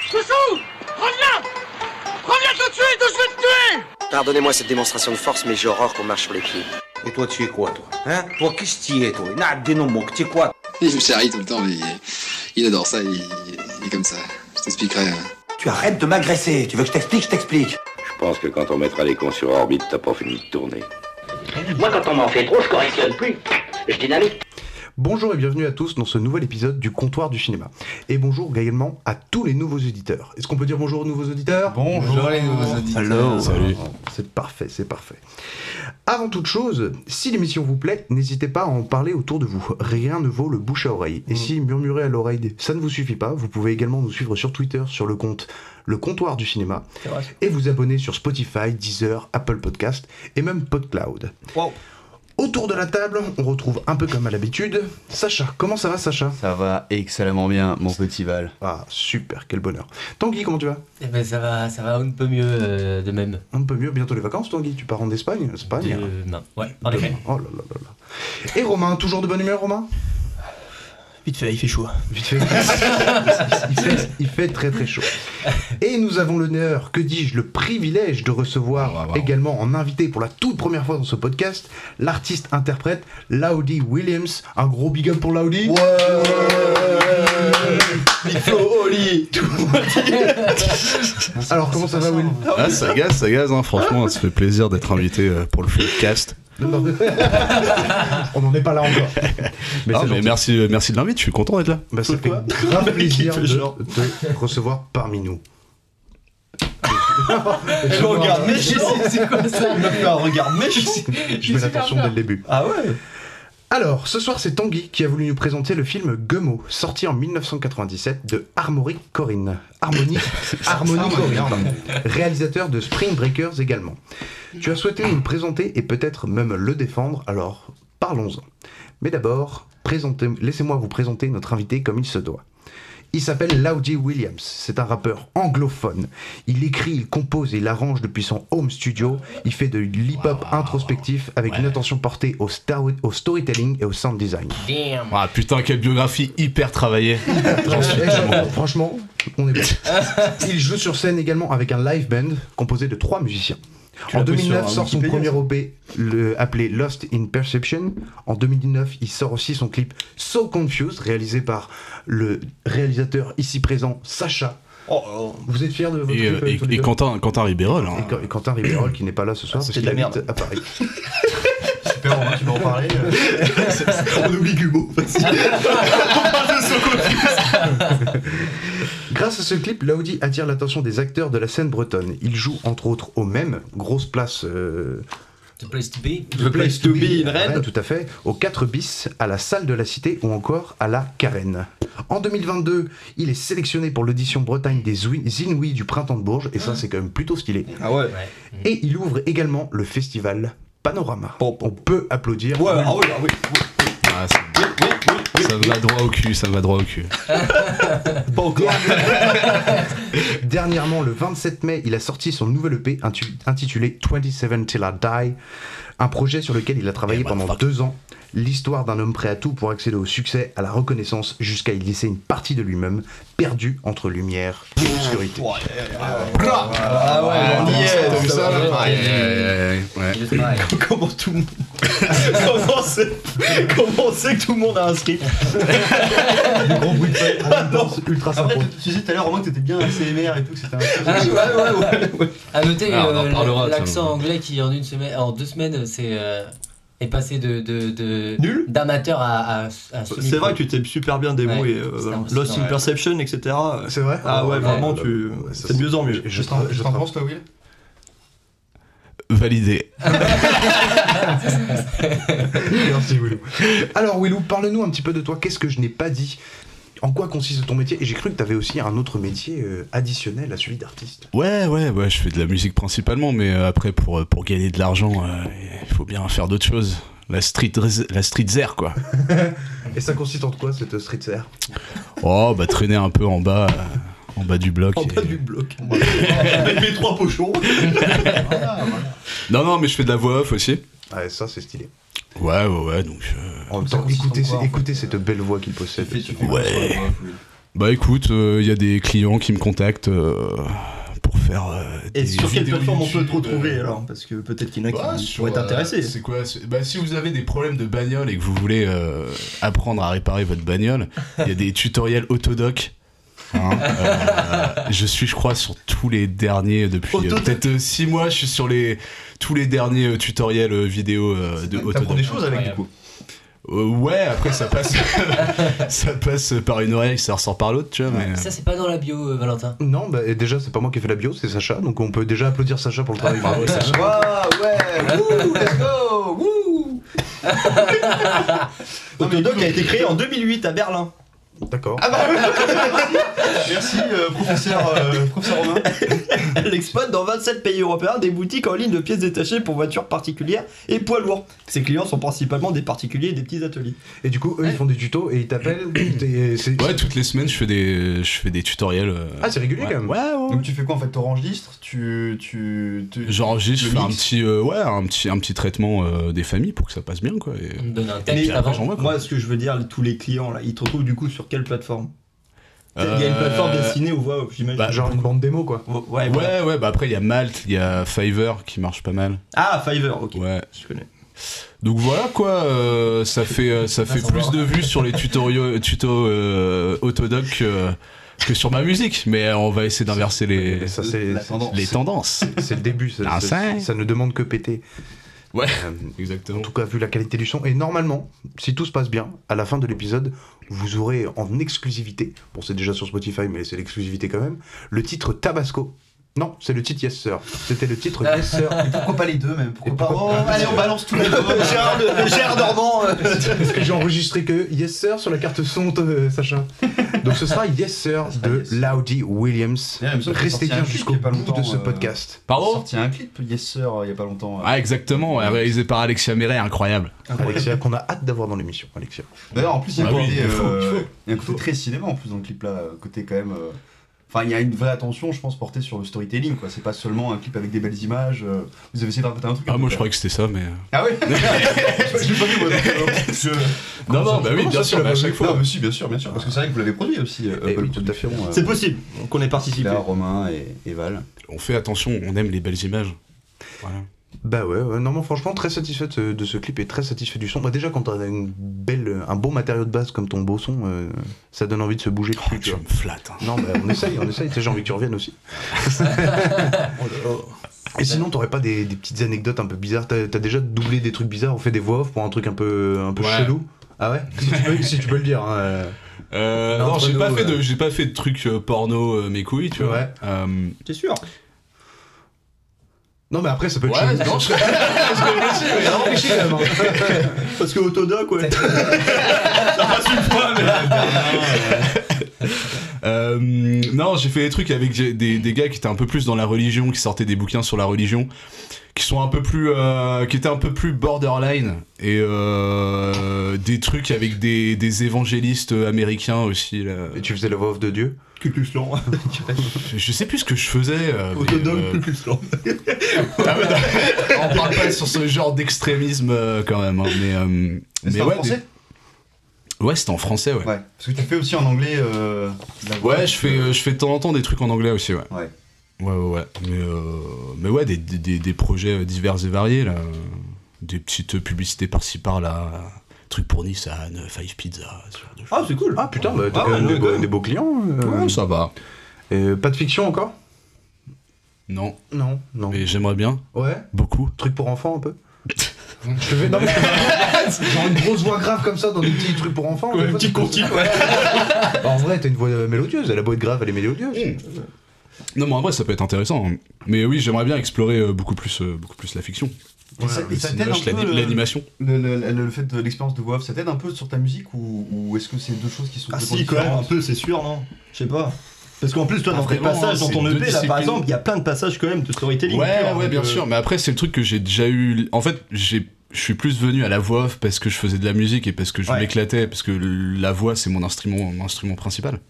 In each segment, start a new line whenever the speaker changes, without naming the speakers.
Chouchou Reviens Reviens tout de suite ou je vais te tuer
Pardonnez-moi cette démonstration de force, mais j'ai horreur qu'on marche sur les pieds.
Et toi, tu es quoi, toi Hein Toi, qu'est-ce que tu es, toi Nah, dénomme-moi, tu es quoi
Il me charrie tout le temps, mais il- il adore ça, il, il est comme ça. Je t'expliquerai. hein.
Tu arrêtes de m'agresser. Tu veux que je t'explique, je t'explique.
Je pense que quand on mettra les cons sur orbite, t'as pas fini de tourner.
Moi, quand on m'en fait trop, je correctionne plus. Je dynamite.
Bonjour et bienvenue à tous dans ce nouvel épisode du comptoir du cinéma. Et bonjour également à tous les nouveaux auditeurs. Est-ce qu'on peut dire bonjour aux nouveaux auditeurs
Bonjour les nouveaux auditeurs.
Hello. C'est parfait, c'est parfait. Avant toute chose, si l'émission vous plaît, n'hésitez pas à en parler autour de vous. Rien ne vaut le bouche à oreille. Et si murmurer à l'oreille, des- ça ne vous suffit pas, vous pouvez également nous suivre sur Twitter sur le compte Le Comptoir du Cinéma et vous abonner sur Spotify, Deezer, Apple Podcast et même PodCloud.
Wow.
Autour de la table, on retrouve un peu comme à l'habitude Sacha. Comment ça va Sacha
Ça va excellemment bien, mon petit Val.
Ah super, quel bonheur. Tanguy, comment tu vas
Eh ben ça va, ça va un peu mieux euh, de même.
Un peu mieux, bientôt les vacances Tanguy, tu pars en Espagne Espagne
Demain. Ouais, en effet.
Oh là là là là. Et Romain, toujours de bonne humeur, Romain
Vite fait, il fait chaud.
Vite fait. il, fait, il fait très très chaud. Et nous avons l'honneur, que dis-je, le privilège de recevoir également en invité pour la toute première fois dans ce podcast l'artiste interprète Laudi Williams. Un gros big up pour Laudi. Alors comment ça va, Will
Ah, ça gaze, ça gaze, hein. franchement, ça fait plaisir d'être invité euh, pour le podcast.
Non, non. On n'en est pas là encore. Mais
Ah,
c'est
mais
gentil.
merci, euh, merci de l'invite, je suis content d'être là.
Bah, ça fait grave plaisir de te recevoir parmi nous.
Je Oh, regarde méchant
C'est quoi ça
Il m'a fait un regard méchant
Je mets l'attention dès le début.
Ah ouais
Alors, ce soir, c'est Tanguy qui a voulu nous présenter le film Gummo, sorti en 1997 de Harmony Corinne. Harmony, Harmony Corinne, réalisateur de Spring Breakers également. Tu as souhaité nous le présenter et peut-être même le défendre, alors parlons-en. Mais d'abord, présentez- laissez-moi vous présenter notre invité comme il se doit. Il s'appelle Laudi Williams, c'est un rappeur anglophone. Il écrit, il compose et il arrange depuis son home studio. Il fait de l'hip-hop introspectif avec une attention portée au, star- au storytelling et au sound design.
Damn.
Ah putain, quelle biographie hyper travaillée. J'en suis
Eh,
tellement.
Franchement, on est bon. Il joue sur scène également avec un live band composé de trois musiciens. en
l'as pris
2009
sur un
sort son premier
Wikipédia,
OP le, appelé Lost in Perception. En 2019, il sort aussi son clip So Confused réalisé par le réalisateur ici présent Sacha.
Oh, oh.
Vous êtes fiers de votre
Et,
clip
euh,
euh,
et-
tous les
et
deux
Quentin, Quentin Ribérol. hein.
Et Qu- et Quentin Ribérol qui n'est pas là ce soir
Ah,
parce
c'est
qu'il
de la
habite à Paris.
Super Romain, tu veux en parler euh.
On oublie Gubo.
Grâce à ce clip, Laudi attire l'attention des acteurs de la scène bretonne. Il joue entre autres au même grosse place euh,
The place to be.
The place to be in
à Rennes,
red
tout à fait, au 4 bis, à la salle de la Cité ou encore à la Carène. En 2022, il est sélectionné pour l'audition Bretagne des Zwi- Inuits du Printemps de Bourges, et ça c'est quand même plutôt stylé.
Ah ouais
Ouais.
Et il ouvre également le festival Panorama.
Bon, bon.
On peut applaudir.
Ouais, ah oui, ah oui
ça, ça me va droit au cul, ça me va droit au cul.
Pas encore
Dernièrement, le 27 mai, il a sorti son nouvel EP intu- intitulé 27 Till I Die, un projet sur lequel il a travaillé pendant deux ans. L'histoire d'un homme prêt à tout pour accéder au succès, à la reconnaissance, jusqu'à y laisser une partie de lui-même, perdue entre lumière et obscurité.
Ah ouais, on y est
Comme ça, là.
va.
Aïe, aïe, aïe, aïe, ouais.
Comment tout le monde... Comment c'est... Comment on sait que tout le monde a un script
Gros bruit de fête, en même temps, Ah, ultra sympa.
tu disais tout à l'heure Romain que t'étais bien ACMR et tout, que c'était un...
Ah, ouais, ouais, ouais, À noter
Ah, on en
euh,
parlera, tiens.
l'accent anglais qui en une semaine, en deux semaines, c'est euh, est passé de de- de-
Nul
d'amateur à, à, à
C'est
C'est vrai que tu t'es super bien débrouillé.
Ouais,
euh,
c'était
voilà.
impressionnant,
Lost in
ouais.
Perception, etc.
C'est vrai
Ah ouais,
Ouais.
vraiment, tu...
Ouais, ça,
C'est de mieux en mieux.
Je, je tra- je tra-
toi, Will
Validé.
Merci, Willou. Alors Willou, parle-nous un petit peu de toi. Qu'est-ce que je n'ai pas dit En quoi consiste ton métier Et j'ai cru que tu avais aussi un autre métier euh, additionnel à celui d'artiste.
Ouais, ouais, ouais, je fais de la musique principalement, mais euh, après, pour, euh, pour gagner de l'argent, euh, il faut bien faire d'autres choses. La street, la street zère, quoi.
Et ça consiste en quoi cette street fair
Oh, bah traîner un peu en bas, euh, en bas du bloc.
En
et-
bas du bloc. Avec les trois pochons.
Non, non, mais je fais de la voix off aussi.
Ouais, Ah, ça c'est stylé.
Ouais, ouais, ouais, donc. euh,
En euh, même temps,
consiste en
écoutez,
quoi, en
écoutez cette belle voix qu'il possède.
Ouais. Bah écoute, euh, il y a des clients qui me contactent euh, pour faire. euh,
Et
des
sur quelle
vidéos
plateforme on peut
YouTube,
te retrouver
euh,
alors Parce que peut-être qu'il y en
Bah,
a qui
sur,
pourraient
euh,
t'intéresser.
C'est quoi c'est- bah, Si vous avez des problèmes de bagnole et que vous voulez euh, apprendre à réparer votre bagnole, il y a des tutoriels autodoc. Hein, euh, je suis, je crois, sur tous les derniers depuis euh,
Autodoc
peut-être 6 mois. Je suis sur les tous les derniers euh, tutoriels euh, vidéo euh, de
T'apprends des
autodoc.
choses avec du coup.
Euh, ouais, après ça passe, ça passe par une oreille, ça ressort par l'autre, tu vois. Mais...
Ça, c'est pas dans la bio, euh, Valentin.
Non, bah, et déjà, c'est pas moi qui ai fait la bio, c'est Sacha, donc on peut déjà applaudir Sacha pour le travail.
Bravo, Sacha.
Waouh, ouais, wouh, let's go, wouh Autodoc a été créé en 2008 à Berlin.
D'accord.
Merci, euh, professeur, euh, professeur Romain. Elle exploite dans 27 pays européens des boutiques en ligne de pièces détachées pour voitures particulières et poids lourds. Ses clients sont principalement des particuliers et des petits ateliers.
Et du coup, eux, ils font des tutos et ils t'appellent. et c'est-
Ouais, toutes les semaines, je fais des, je fais des tutoriels. euh,
Ah, c'est régulier
ouais.
quand même.
Ouais, ouais, ouais.
Donc tu fais quoi en fait T'enregistres Tu. tu, tu...
J'enregistre, je
Le
fais un
mix.
petit, euh, ouais, un petit, un petit traitement euh, des familles pour que ça passe bien, quoi. et-
On me donne un
Mais
texte avant.
j'en vois, quoi.
Moi, ce que je veux dire, tous les clients, là, ils te retrouvent du coup sur quelle plateforme Il y a une plateforme
Euh,
destinée aux voix off, j'imagine.
bah,
Genre une bande démo, quoi.
ouais, voilà.
Ouais, ouais, bah après, il y a Malte, il y a Fiverr qui marche pas mal.
Ah, Fiverr, ok.
Ouais.
Je connais.
Donc voilà, quoi, euh, ça fait, euh, ça fait
sans
plus
voir.
de vues sur les tutoriaux, tutos euh, autodoc que, que sur ma musique. Mais euh, on va essayer d'inverser les,
Et ça, c'est
La tendance.
les tendances.
c'est le début. Ça,
Ah,
ça-
ça.
ça ne demande que péter.
Ouais,
Euh, en
exactement.
tout cas, vu la qualité du son. Et normalement, si tout se passe bien, à la fin de l'épisode, vous aurez en exclusivité, bon, c'est déjà sur Spotify, mais c'est l'exclusivité quand même, le titre Tabasco. Non, c'est le titre Yes Sir. C'était le titre Yes Sir.
Et pourquoi pas les deux même
Et
Pourquoi pas
pourquoi
Oh, Allez, on balance tous les deux.
Gérard, Gérard Dormand. euh,
Parce que j'ai enregistré que Yes Sir sur la carte son, euh, Sacha. Donc ce sera Yes Sir
sera
de
Ah, Yes Sir.
Laudi Williams.
D'ailleurs, il me semble qu'il est
Restez
sorti un
bien
clip
jusqu'au
il y a pas
bout
longtemps,
de ce
euh,
podcast.
Il a
Pardon
sorti un clip, Yes Sir, il euh, y a pas longtemps.
Ah, exactement, ouais, réalisé par Alexia Méret, incroyable.
Alexia, qu'on a hâte d'avoir dans l'émission, Alexia.
D'ailleurs, en plus, il y a un
Ah oui,
côté,
il faut,
euh,
il faut.
il y a un côté très cinéma en plus dans le clip là, euh, côté quand même. euh, Enfin, il y a une vraie attention, je pense, portée sur le storytelling. quoi. C'est pas sellement un clip avec des belles images. euh, Vous avez essayé de raconter un truc.
Ah,
un
moi
peu,
je croyais que c'était ça, mais.
Ah ouais Je l'ai pas vu, moi. donc, euh, je-
Non, non, bah oui,
comment
bien
ça,
sûr,
tu l'as
mais à
pas
chaque
vu
Non,
fois.
mais si, bien sûr, bien sûr. Parce que c'est vrai que vous l'avez produit aussi, euh,
Eh
Apple
oui, tout à fait.
Production, euh,
C'est possible qu'on ait participé.
Là, Romain et, et Val.
On fait attention, on aime les belles images. Voilà.
Bah ouais, ouais, non, moi franchement, très satisfait de ce, de ce clip et très satisfait du son. Bah déjà, quand t'as une belle, un beau matériau de base comme ton beau son, euh, ça donne envie de se bouger
Oh,
dessus, tu
tu
vois.
me flattes. hein.
Non, bah on essaye, on essaye. Tu sais, J'ai envie que tu reviennes aussi. Oh Et sinon, t'aurais pas des, des petites anecdotes un peu bizarres T'as t'as déjà doublé des trucs bizarres ou fait des voix off pour un truc un peu, un peu
Ouais.
chelou Ah ouais si tu, peux, si tu peux le dire. hein.
Euh,
Non,
non, j'ai
entre
pas
nous,
fait de,
euh.
j'ai pas fait de trucs euh, porno euh, mes couilles, tu vois.
Ouais.
Euh,
T'es sûr
Ah, Non, mais après, ça peut être
ouais,
chelou.
non, je- parce que moi aussi, mais
Ça
non.
va empêcher, quand même, hein.
Parce que Autodoc, ouais.
Euh, non, j'ai fait des trucs avec des, des- des gars qui étaient un peu plus dans la religion, qui sortaient des bouquins sur la religion, qui sont un peu plus, euh, qui étaient un peu plus borderline et euh, des trucs avec des, des évangélistes américains aussi. Là.
Et tu faisais la voix off de Dieu
Cucus lent.
Je, je sais plus ce que je faisais. euh, mais,
Autodoc,
euh,
Cucus lent.
Ah ouais, non, on parle pas sur ce genre d'extrémisme euh, quand même. hein, mais euh, mais
C'est en
ouais,
français
des- ouais, c'était en français. Ouais. ouais.
Ouais. Parce que tu fais aussi en anglais. euh, de la voix.
je fais euh, je fais de temps en temps des trucs en anglais aussi. Ouais.
Ouais.
Ouais, ouais, ouais. Mais euh, mais ouais, des, des, des- des projets euh, divers et variés là. Des petites publicités par-ci par-là. Trucs pour Nissan, Five Pizza, ce genre de choses.
Ah, c'est cool.
Ah putain, bah, t'as
Ah
quand
ouais,
même des,
ouais,
beaux-
ouais.
des beaux clients. euh.
Ouais, ça va.
Et euh, pas de fiction encore
Non,
Non, non.
mais j'aimerais bien.
Ouais
Beaucoup.
Truc pour enfants un peu Je te fais. Non, mais je te fais- Genre une grosse voix grave comme ça dans des petits trucs pour enfants. des fois, c'est-
ouais.
Bah, en vrai, t'as une voix euh, mélodieuse. Elle a beau être grave, elle est mélodieuse.
Non, mais en vrai, ça peut être intéressant. hein. Mais oui, j'aimerais bien explorer euh, beaucoup plus, euh, beaucoup plus la fiction.
Et ça- et
Le
ça
cinéma,
t'aide un peu,
l'ani-
euh,
l'animation.
Le, le- le- le fait de l'expérience de voix off, ça t'aide un peu sur ta musique ou, ou est-ce que c'est deux choses qui sont
Ah,
complètement
si, quand même, un
différentes
peu, c'est sûr, non Je sais pas. Parce qu'en plus, toi,
Ah,
dans tes
vraiment,
passages,
hein,
dans
c'est
ton
deux
EP, là,
disciplines.
par exemple, il y a plein de passages, quand même, de storytelling.
Ouais,
pur,
ouais,
donc,
bien
euh,
sûr. Mais après, c'est le truc que j'ai déjà eu. En fait, j'ai. Je suis plus venu à la voix off parce que je faisais de la musique et parce que je
Ouais.
m'éclatais, parce que la voix c'est mon instrument, mon instrument principal.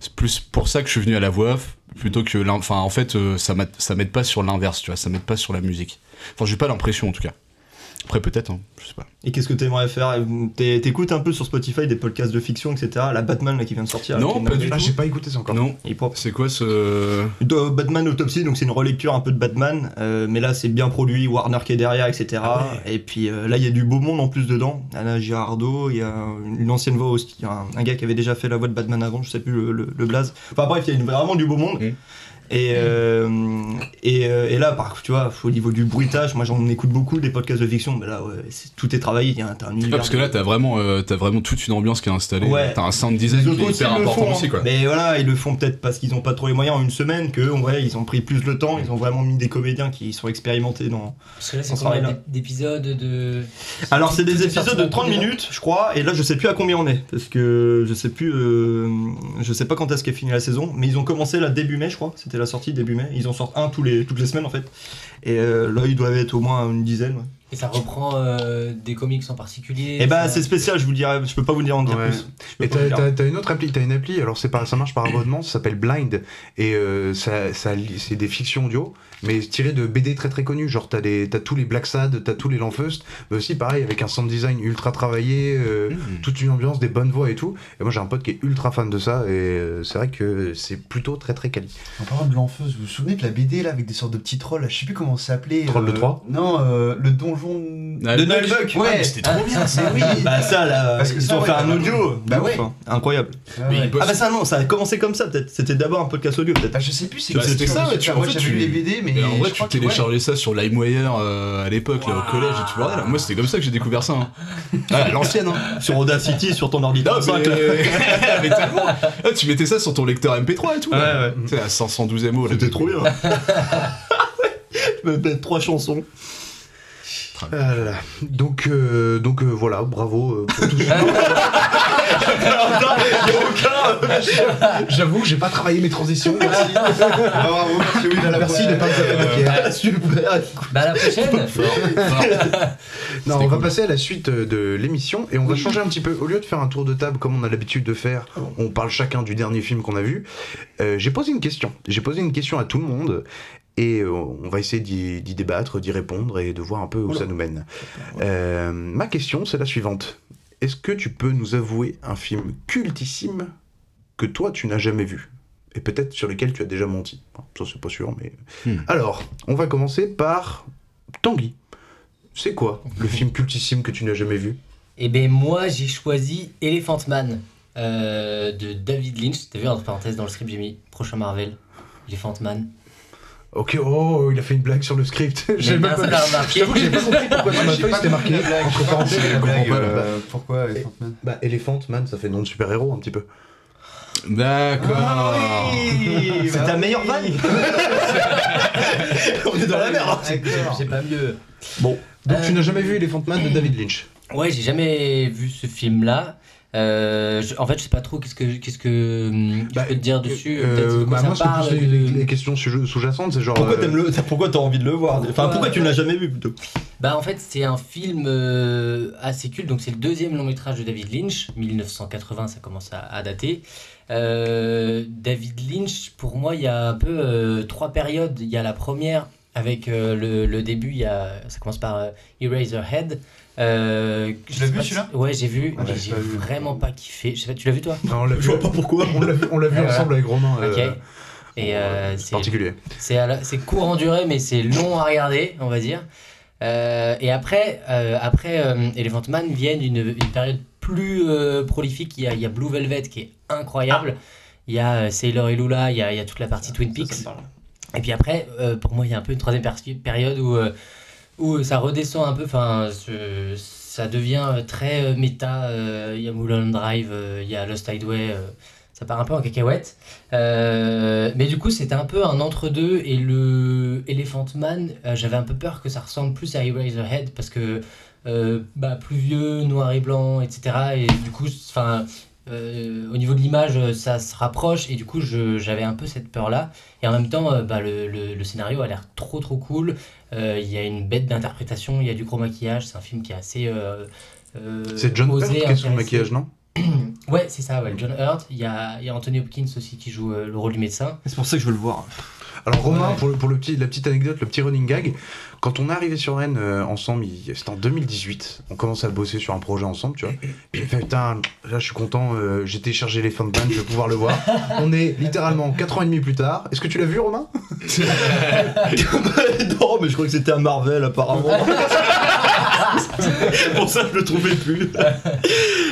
C'est plus pour ça que je suis venu à la voix off plutôt que. l'in- Enfin, en fait, euh, ça m'a- ça m'aide pas sur l'inverse, tu vois, ça m'aide pas sur la musique. Enfin, j'ai pas l'impression en tout cas. Après, peut-être, hein, je sais pas.
Et qu'est-ce que t'aimerais faire T'é- T'écoutes un peu sur Spotify des podcasts de fiction, etc. La Batman là qui vient de sortir. là,
Non,
qui est
pas du
une-
tout.
Ah, j'ai pas écouté ça encore.
Non.
Il est propre.
C'est quoi ce.
De euh, Batman Autopsy, donc c'est une relecture un peu de Batman, euh, mais là c'est bien produit, Warner qui est derrière, etc.
Ah
Et puis euh, là il y a du beau monde en plus dedans. Anna Girardot, il y a une ancienne voix aussi, il y a un, un gars qui avait déjà fait la voix de Batman avant, je sais plus le, le, le blaze. Enfin bref, il y a une- vraiment du beau monde.
Mhm.
Et, euh, et, euh, et là, par tu vois, au niveau du bruitage, moi j'en écoute beaucoup des podcasts de fiction, mais là ouais, c'est- tout est travaillé, il y a un, t'as un
Ouais,
univers.
Ah, parce que là, t'as vraiment, euh, t'as vraiment toute une ambiance qui est installée.
Ouais.
T'as un sound
Les
design
autres
qui est
aussi
hyper
le
important
font,
aussi, quoi.
hein. Mais voilà, ils le font peut-être parce qu'ils n'ont pas trop les moyens en une semaine, que en vrai, ils ont pris plus le temps, ils ont vraiment mis des combien qui sont expérimentés dans.
Parce que là,
On
c'est
se
combien
travaille là.
d'ép- d'épisodes de.
Alors, c'est
Tout
des
est sorti
épisodes
d'un
de 30
coup, déjà.
minutes, je crois, et là, je sais plus à combien on est, parce que je sais plus, euh, je sais pas quand est-ce qu'est finie la saison, mais ils ont commencé là début mai, je crois, c'était la sortie début mai, ils en sortent un tous les, toutes les semaines en fait, et euh, là, ils doivent être au moins une dizaine. ouais.
Et ça reprend euh, des comics en particulier.
Et bah,
ça-
c'est spécial, je vous dirais, je peux pas vous dire en dire
Ouais.
plus. Je peux
Et
pas vous
t'as,
dire.
t'as- t'as une autre appli, t'as une appli, alors c'est pas, ça marche par abonnement, ça s'appelle Blind, et euh, ça, ça li- c'est des fictions audio, mais tirées de BD très très connues, genre t'as, des, t'as tous les Black Sad, t'as tous les Lanfeust, mais aussi pareil, avec un sound design ultra travaillé, euh,
Mmh.
Mm.
toute une ambiance, des bonnes voix et tout, et moi j'ai un pote qui est ultra fan de ça, et euh, c'est vrai que c'est plutôt très très quali.
En parlant de l'enfeuse, vous vous souvenez de la BD là avec des sortes de petits trolls là, je sais plus comment ça s'appelait.
Troll de
euh,
Troie
Non, euh, le donjon.
Ah,
De
le
Noël
Buck.
Buck,
Ouais,
mais c'était trop bien, ça.
Mais oui.
Bah, ça là,
Parce que
ils
ça,
ont
ouais,
fait un
bah,
audio, de
bah
ouf,
ouais.
hein. incroyable.
Ah
Mais
ouais.
il bosse-
Ah bah ça non, ça a commencé comme ça peut-être. C'était d'abord un podcast audio peut-être. hein.
Ah, je sais plus c'est
Bah,
quoi,
c'était
je sais
ça,
plus,
ouais, tu-
ah,
en
Moi
fait,
j'avais
tu-
lu les BD, mais.
Mais en vrai,
je
tu
crois que- ouais.
téléchargeais ça sur LimeWire euh, à l'époque, là, au collège et tout. bordel. moi, c'était comme ça que j'ai découvert ça. hein. Ah, à l'ancienne, hein.
Sur Audacity, sur ton ordi
Non,
35,
mais-
là.
mais tellement. Ah, tu mettais ça sur ton lecteur MP3 et tout. là.
Ouais, ouais.
Tu sais, à 512 MO. là.
C'était trop bien. Je me mettais trois chansons.
Ah là là. Donc, euh, donc euh, voilà, bravo euh, pour tout ça. J'avoue, j'ai pas travaillé mes transitions, merci.
Ah, bravo, merci, oui, voilà,
Merci de
ouais.
pas me taper la pierre.
Ah, super.
Bah, à la prochaine
Non, on
C'était
va
cool.
passer à la suite euh, de l'émission et on va changer un petit peu. Au lieu de faire un tour de table comme on a l'habitude de faire, on parle chacun du dernier film qu'on a vu. euh, J'ai posé une question. J'ai posé une question à tout le monde et euh, on va essayer d'y d'y débattre, d'y répondre et de voir un peu où ça nous mène. Euh, ma question, c'est la suivante. Est-ce que tu peux nous avouer un film cultissime que toi tu n'as jamais vu et peut-être sur lequel tu as déjà menti Bon, Ça, c'est pas sûr, mais.
Hmm.
Alors, on va commencer par Tanguy. C'est quoi le film cultissime que tu n'as jamais vu
Et ben moi, j'ai choisi Elephant Man euh, de David Lynch. T'as vu, entre parenthèses, dans le script, j'ai mis prochain Marvel. Elephant Man.
Ok, oh, il a fait une blague sur le script. J'ai
bien,
même
ça
pas-
t'a remarqué.
Je t'avoue que j'ai pas compris pourquoi sur
Moi,
ma
j'ai
feuille
pas
c'était
compris
marqué.
la blague,
entre
j'ai pas
parenthèses,
compris
je
la
comprends
blague,
pas.
euh, Pourquoi Elephant Man
Bah, Elephant Man, ça fait nom de super-héros un petit peu.
D'accord. Ah,
Ah
Ah. C'est ta meilleure vanne. On est dans la merde. hein.
C'est pas mieux.
Bon, donc
Euh,
tu n'as jamais vu Elephant Man de David Lynch
Ouais, j'ai jamais vu ce film-là. Euh, je- en fait, je sais pas trop qu'est-ce que, qu'est-ce que hum, je
Bah,
peux te dire dessus.
Euh,
peut-être de quoi
bah,
ça
moi, c'est
parle, euh,
plus les,
de-
les- les questions suje- sous-jacentes, c'est genre.
Pourquoi
euh,
t'aimes le Pourquoi t'as envie de le voir Enfin pourquoi tu ne l'as jamais vu plutôt
Bah en fait c'est un film euh, assez culte, donc c'est le deuxième long métrage de David Lynch, 1980 ça commence à, à dater. Euh, David Lynch pour moi il y a un peu euh, trois périodes, il y a la première avec euh, le, le début, il y a, ça commence par euh, Eraserhead. Euh,
l'as
je
vu,
sais pas si-
celui-là
Ouais j'ai vu,
Ah,
mais
j'ai
j'ai
pas vu.
vraiment pas kiffé. Je sais pas, tu l'as vu toi
non, on l'a vu,
Je vois pas pourquoi.
on l'a vu, on l'a vu
Ah, voilà.
ensemble avec Romain. euh,
Ok. Et euh,
c'est
c'est
particulier.
c'est à la- c'est court en durée, mais c'est long à regarder, on va dire. Euh, et après, euh, après euh, Elephant Man viennent une, une période plus euh, prolifique. Il y, a, il y a Blue Velvet qui est incroyable. Il y a euh, Sailor et Lula, il y a, il y a toute la partie Twin Peaks. et puis après, euh, pour moi, il y a un peu une troisième perspi- période où, euh, où ça redescend un peu. Enfin, ce- ça devient euh, très euh, méta. euh, Il y a Mulholland Drive, euh, il y a Lost Highway. euh, ça part un peu en cacahuète. Euh, mais du coup, c'était un peu un entre-deux et le Elephant Man, euh, j'avais un peu peur que ça ressemble plus à Eraserhead parce que euh, bah, plus vieux, noir et blanc, etc. Et du coup, enfin. euh, au niveau de l'image, euh, ça se rapproche et du coup, je- j'avais un peu cette peur-là. Et en même temps, euh, bah, le, le- le scénario a l'air trop trop cool. Euh, Il y a une bête d'interprétation, il y a du gros maquillage. C'est un film qui est assez. euh, euh,
C'est John Hurt
osé,
qui est sous le
intéressé.
maquillage, non
Ouais, c'est ça, ouais, John Hurt. Il y a, il y a Anthony Hopkins aussi qui joue euh, le rôle du médecin.
C'est pour ça que je veux le voir.
Alors Romain, pour, le, pour le petit, la petite anecdote, le petit running gag, quand on est arrivé sur Rennes euh, ensemble, il- c'était en 2018, on commençait à bosser sur un projet ensemble, tu vois. Puis j'ai fait, putain, là je suis content, euh, j'ai téléchargé les fins de band, je vais pouvoir le voir. On est littéralement 4 ans et demi plus tard. Est-ce que tu l'as vu Romain
euh, non, mais je crois que c'était un Marvel apparemment. C'est pour ça que je le trouvais plus.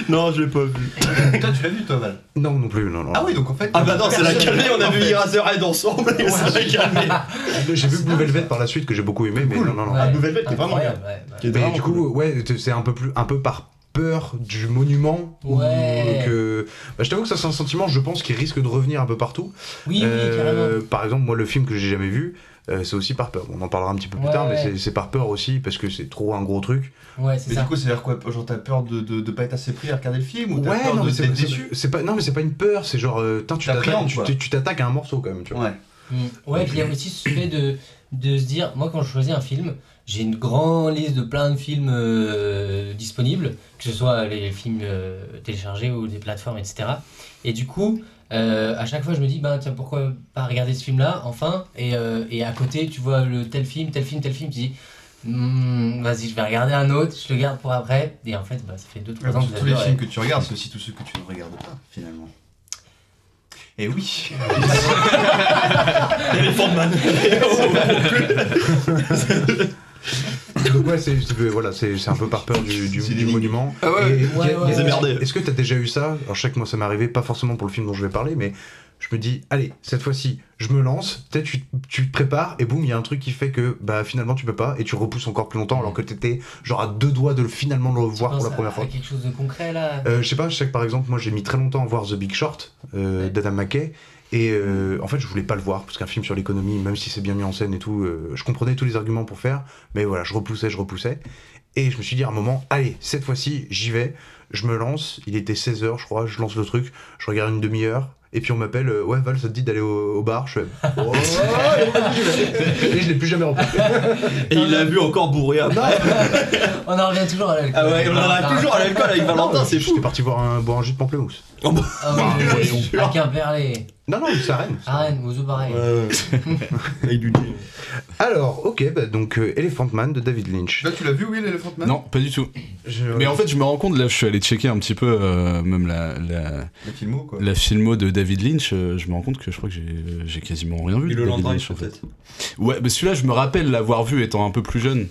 non, je l'ai pas vu.
Toi, tu l'as vu, toi, Val
Non, non plus, non, non.
Ah oui, donc en fait.
Ah bah non, c'est la
personne-
calmée, on a vu Eraserhead ensemble et ça l'a calmé.
J'ai vu Blue Velvet par la suite que j'ai beaucoup aimé, mais non, non, non.
Ah, nouvelle bête, t'es vraiment bien.
Incroyable, ouais, ouais.
Qui est
Mais
vraiment
du coup, ouais, t- c'est un peu plus, un peu par peur du monument ou
Ouais.
que. bah, je t'avoue que ça c'est un sentiment, je pense, qui risque de revenir un peu partout.
Oui, oui,
Euh,
carrément.
Euh, Par exemple, moi, le film que j'ai jamais vu, euh, c'est aussi par peur. On en parlera un petit peu plus
Ouais,
tard, mais
ouais.
c'est- c'est par peur aussi parce que c'est trop un gros truc.
Ouais, c'est
Mais
ça.
du coup, c'est à dire quoi Genre, t'as peur de, de, de pas être assez pris à regarder le film ou t'as
Ouais,
peur
non,
de
mais c'est
d'être
pas-
déçu
c'est- c'est pas, non, mais c'est pas une peur, c'est genre, euh, tain, tu t'attaques,
T'appréhendes,
tu-
quoi.
tu- tu t'attaques à un morceau quand même, tu vois.
Ouais.
Mm. Ouais, puis il y a aussi ce fait de, de se dire, moi quand je choisis un film, j'ai une grande liste de plein de films euh, disponibles, que ce soit les films euh, téléchargés ou des plateformes, etc. Et du coup, euh, à chaque fois je me dis, ben tiens, pourquoi pas regarder ce film-là, enfin et, euh, et à côté, tu vois le tel film, tel film, tel film, tu dis, Hmm, vas-y, je vais regarder un autre, je le garde pour après. Et en fait, bah, ça fait
Ouais,
2-3 ans
parce
que
que
vous
tous les
adorez.
films que tu regardes, c'est aussi tous ceux que tu ne regardes pas, finalement. Et oui
Euh,
Donc ouais, c'est c'est- voilà, c'est c'est un peu par peur du, du-
C'est
du
des
monument.
Ah ouais,
Et- et-
ouais,
y a-
ouais,
y a-
ouais.
Démerdé.
Est-ce que t'as déjà eu ça Alors chaque mois, ça m'est arrivé, pas forcément pour le film dont je vais parler, mais je me dis, allez, cette fois-ci, je me lance. Peut-être tu, tu te prépares et boum, il y a un truc qui fait que bah finalement tu peux pas et tu repousses encore plus longtemps alors que t'étais genre à deux doigts de le- finalement le revoir pour la
Pense à-
première fois.
à quelque chose de concret là.
Euh, je sais pas, je sais que par exemple, moi j'ai mis très longtemps à voir The Big Short euh,
Ouais.
d'Adam McKay. Et euh, en fait, je voulais pas le voir parce qu'un film sur l'économie, même si c'est bien mis en scène et tout, euh, je comprenais tous les arguments pour faire, mais voilà, je repoussais, je repoussais. Et je me suis dit à un moment, allez, cette fois-ci, j'y vais, je me lance. Il était 16h, je crois, je lance le truc, je regarde une demi-heure. Et puis on m'appelle, euh, ouais Val, ça te dit d'aller au, au bar Je fais, oh, j'y vais. et je l'ai plus jamais repris.
Et il l'a vu encore bourré à
On en revient toujours à l'alcool.
Ah ouais, on en
Ah,
revient toujours à l'alcool avec Valentin, Ah, c'est
J'étais
fou.
parti boire un, boire un jus de pamplemousse.
Ah ouais, à Quimperlé.
Non, non, c'est à Rennes.
Ah.
c'est à Rennes.
Arène, Mouzou pareil.
Avec du gin.
Alors, ok, bah, donc euh, Elephant Man de David Lynch.
Là, tu l'as vu, oui, l'Elephant Man
Non, pas du tout.
Je-
Mais en fait, je me rends compte, là, je suis allé checker un petit peu, euh, même la, la,
Le filmo, quoi.
la filmo de David Lynch, euh, je me rends compte que je crois que j'ai, euh, j'ai quasiment rien vu. de
Et le
David
lendemain,
Lynch, en fait.
peut-être.
Ouais, mais celui-là, je me rappelle l'avoir vu étant un peu plus jeune,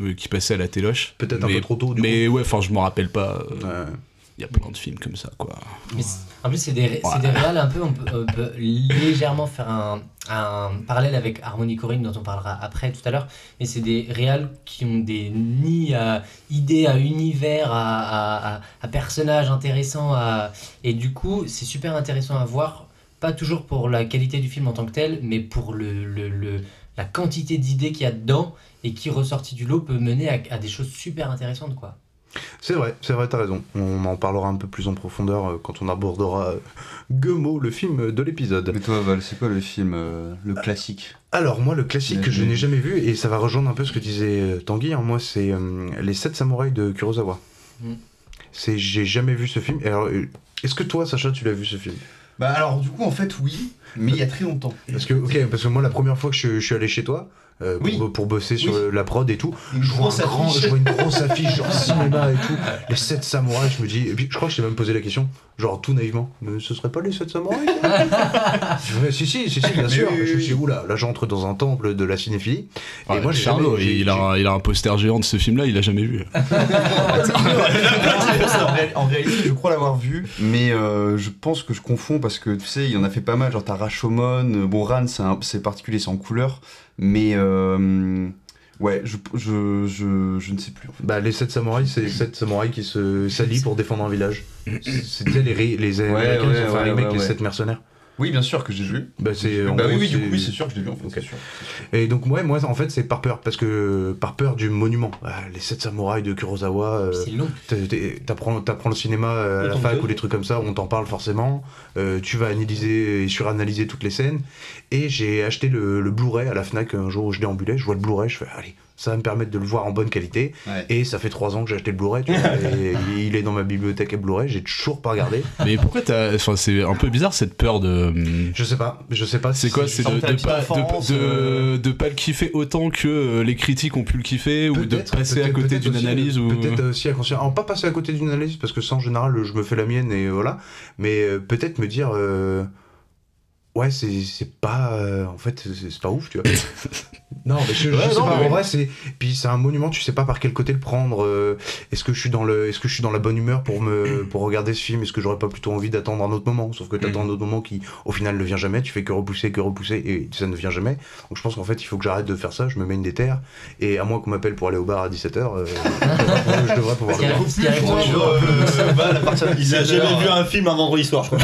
euh, qui passait à la téloche.
Peut-être un
Mais-
peu trop tôt, du
Mais ouais, enfin, je me rappelle pas. euh, Il
Ouais.
y a plein de films comme ça, quoi.
Mais c'est- en plus, c'est des, c'est des réals un peu. On peut, on peut légèrement faire un, un parallèle avec Harmony Corinne, dont on parlera après tout à l'heure. Mais c'est des réals qui ont des nids à idées, à univers, à, à- à- à personnages intéressants. À... Et du coup, c'est super intéressant à voir. Pas toujours pour la qualité du film en tant que tel, mais pour le, le- le- la quantité d'idées qu'il y a dedans et qui, ressortie du lot, peut mener à, à des choses super intéressantes. quoi.
C'est vrai, c'est vrai, t'as raison. On en parlera un peu plus en profondeur euh, quand on abordera euh, Guemo, le film de l'épisode.
Mais toi, Val, c'est quoi le film, euh, le classique
Alors moi, le classique que je n'ai jamais vu, et ça va rejoindre un peu ce que disait euh, Tanguy, hein, moi, c'est euh, Les Sept Samouraïs de Kurosawa.
Mm.
C'est J'ai jamais vu ce film. Et Alors, euh, est-ce que toi, Sacha, tu l'as vu ce film
Bah alors, du coup, en fait, oui, mais il y a très longtemps.
Parce que, ok, parce que moi, la première fois que je, je suis allé chez toi, euh, pour,
Oui.
pour bosser sur
Oui.
le- la prod et tout,
Une
je vois,
grosse
un grand-
affiche.
je vois une grosse affiche, genre cinéma et tout, les 7 samouraïs, je me dis, et puis je crois que j'ai même posé la question, genre tout naïvement, mais ce serait pas les 7 samouraïs ça Je fais, Si, si, si, si, bien
Mais
sûr.
oui, oui,
je
oui. Ah,
me
bah,
suis dit, oula, là j'entre dans un temple de la cinéphilie.
Ouais,
moi, j'ai
Charlot,
jamais- j'ai-
il, a, un- il a un poster géant de ce film-là, il l'a jamais vu.
en, réa- en réalité, je crois l'avoir vu, mais euh, je pense que je confonds parce que tu sais, il y en a fait pas mal. Genre, t'as Rashomon, euh, bon, Ran, c'est un- c'est particulier, c'est en couleur, mais euh, ouais, je, je, je, je ne sais plus. En fait.
Bah, les 7 samouraïs, c'est les 7 samouraïs qui se s'allient pour défendre un village. C'était les, ré- les Américains qui
ouais,
ont fait un
ouais,
remake
ouais,
des
ouais.
7 mercenaires.
Oui, bien sûr que j'ai vu.
Bah, c'est. en
bah oui,
gros,
oui, du coup, oui, c'est sûr que je l'ai vu en fait. c'est sûr.
Et donc, ouais, moi, en fait, c'est par peur, parce que par peur du monument. Ah, les 7 samouraïs de Kurosawa. euh,
Puis C'est long.
T'es- t'es- T'apprends, t'apprends le cinéma euh, à la
Autant
fac
que-
ou des trucs comme ça, on t'en parle forcément. Euh, tu vas analyser et suranalyser toutes les scènes. Et j'ai acheté le, le Blu-ray à la Fnac un jour où je déambulais, je vois le Blu-ray, je fais allez, ça va me permettre de le voir en bonne qualité.
Ouais.
Et ça fait 3 ans que j'ai acheté le Blu-ray, tu vois, et il est dans ma bibliothèque à Blu-ray, j'ai toujours pas regardé.
Mais pourquoi t'as. Enfin, c'est un peu bizarre cette peur de. euh,
Je sais pas, je sais pas.
C'est
si
quoi
je
C'est
sens
de,
que
de
la
pas,
petite
de-
enfance,
de-
euh,
de pas le kiffer autant que euh, les critiques ont pu le kiffer ou de
Peut-être,
passer à
peut-être,
côté
peut-être
d'une
aussi,
analyse ou.
Peut-être aussi à conscience. Alors, pas passer à côté d'une analyse, parce que ça, en général, je me fais la mienne et voilà. Mais euh, peut-être me dire. euh, Ouais, c'est c'est pas. euh, en fait, c'est c'est pas ouf, tu vois. non, mais je, je
Ouais,
sais
non,
pas.
mais
En
oui.
vrai, c'est. Puis c'est un monument, tu sais pas par quel côté le prendre. euh, Est-ce que, je suis dans le... Est que je suis dans la bonne humeur pour, me... pour regarder ce film Est-ce que j'aurais pas plutôt envie d'attendre un autre moment Sauf que t'attends un autre moment qui, au final, ne vient jamais. Tu fais que repousser, que repousser, et ça ne vient jamais. Donc je pense qu'en fait, il faut que j'arrête de faire ça. Je me mets une déterre. Et à moins qu'on m'appelle pour aller au bar à 17h, je devrais pouvoir.
Parce qu'il y a-
le
parce qu'il y a-
faire.
parce qu'il y a-
Bah,
Il a euh, jamais vu un film un vendredi soir, je crois.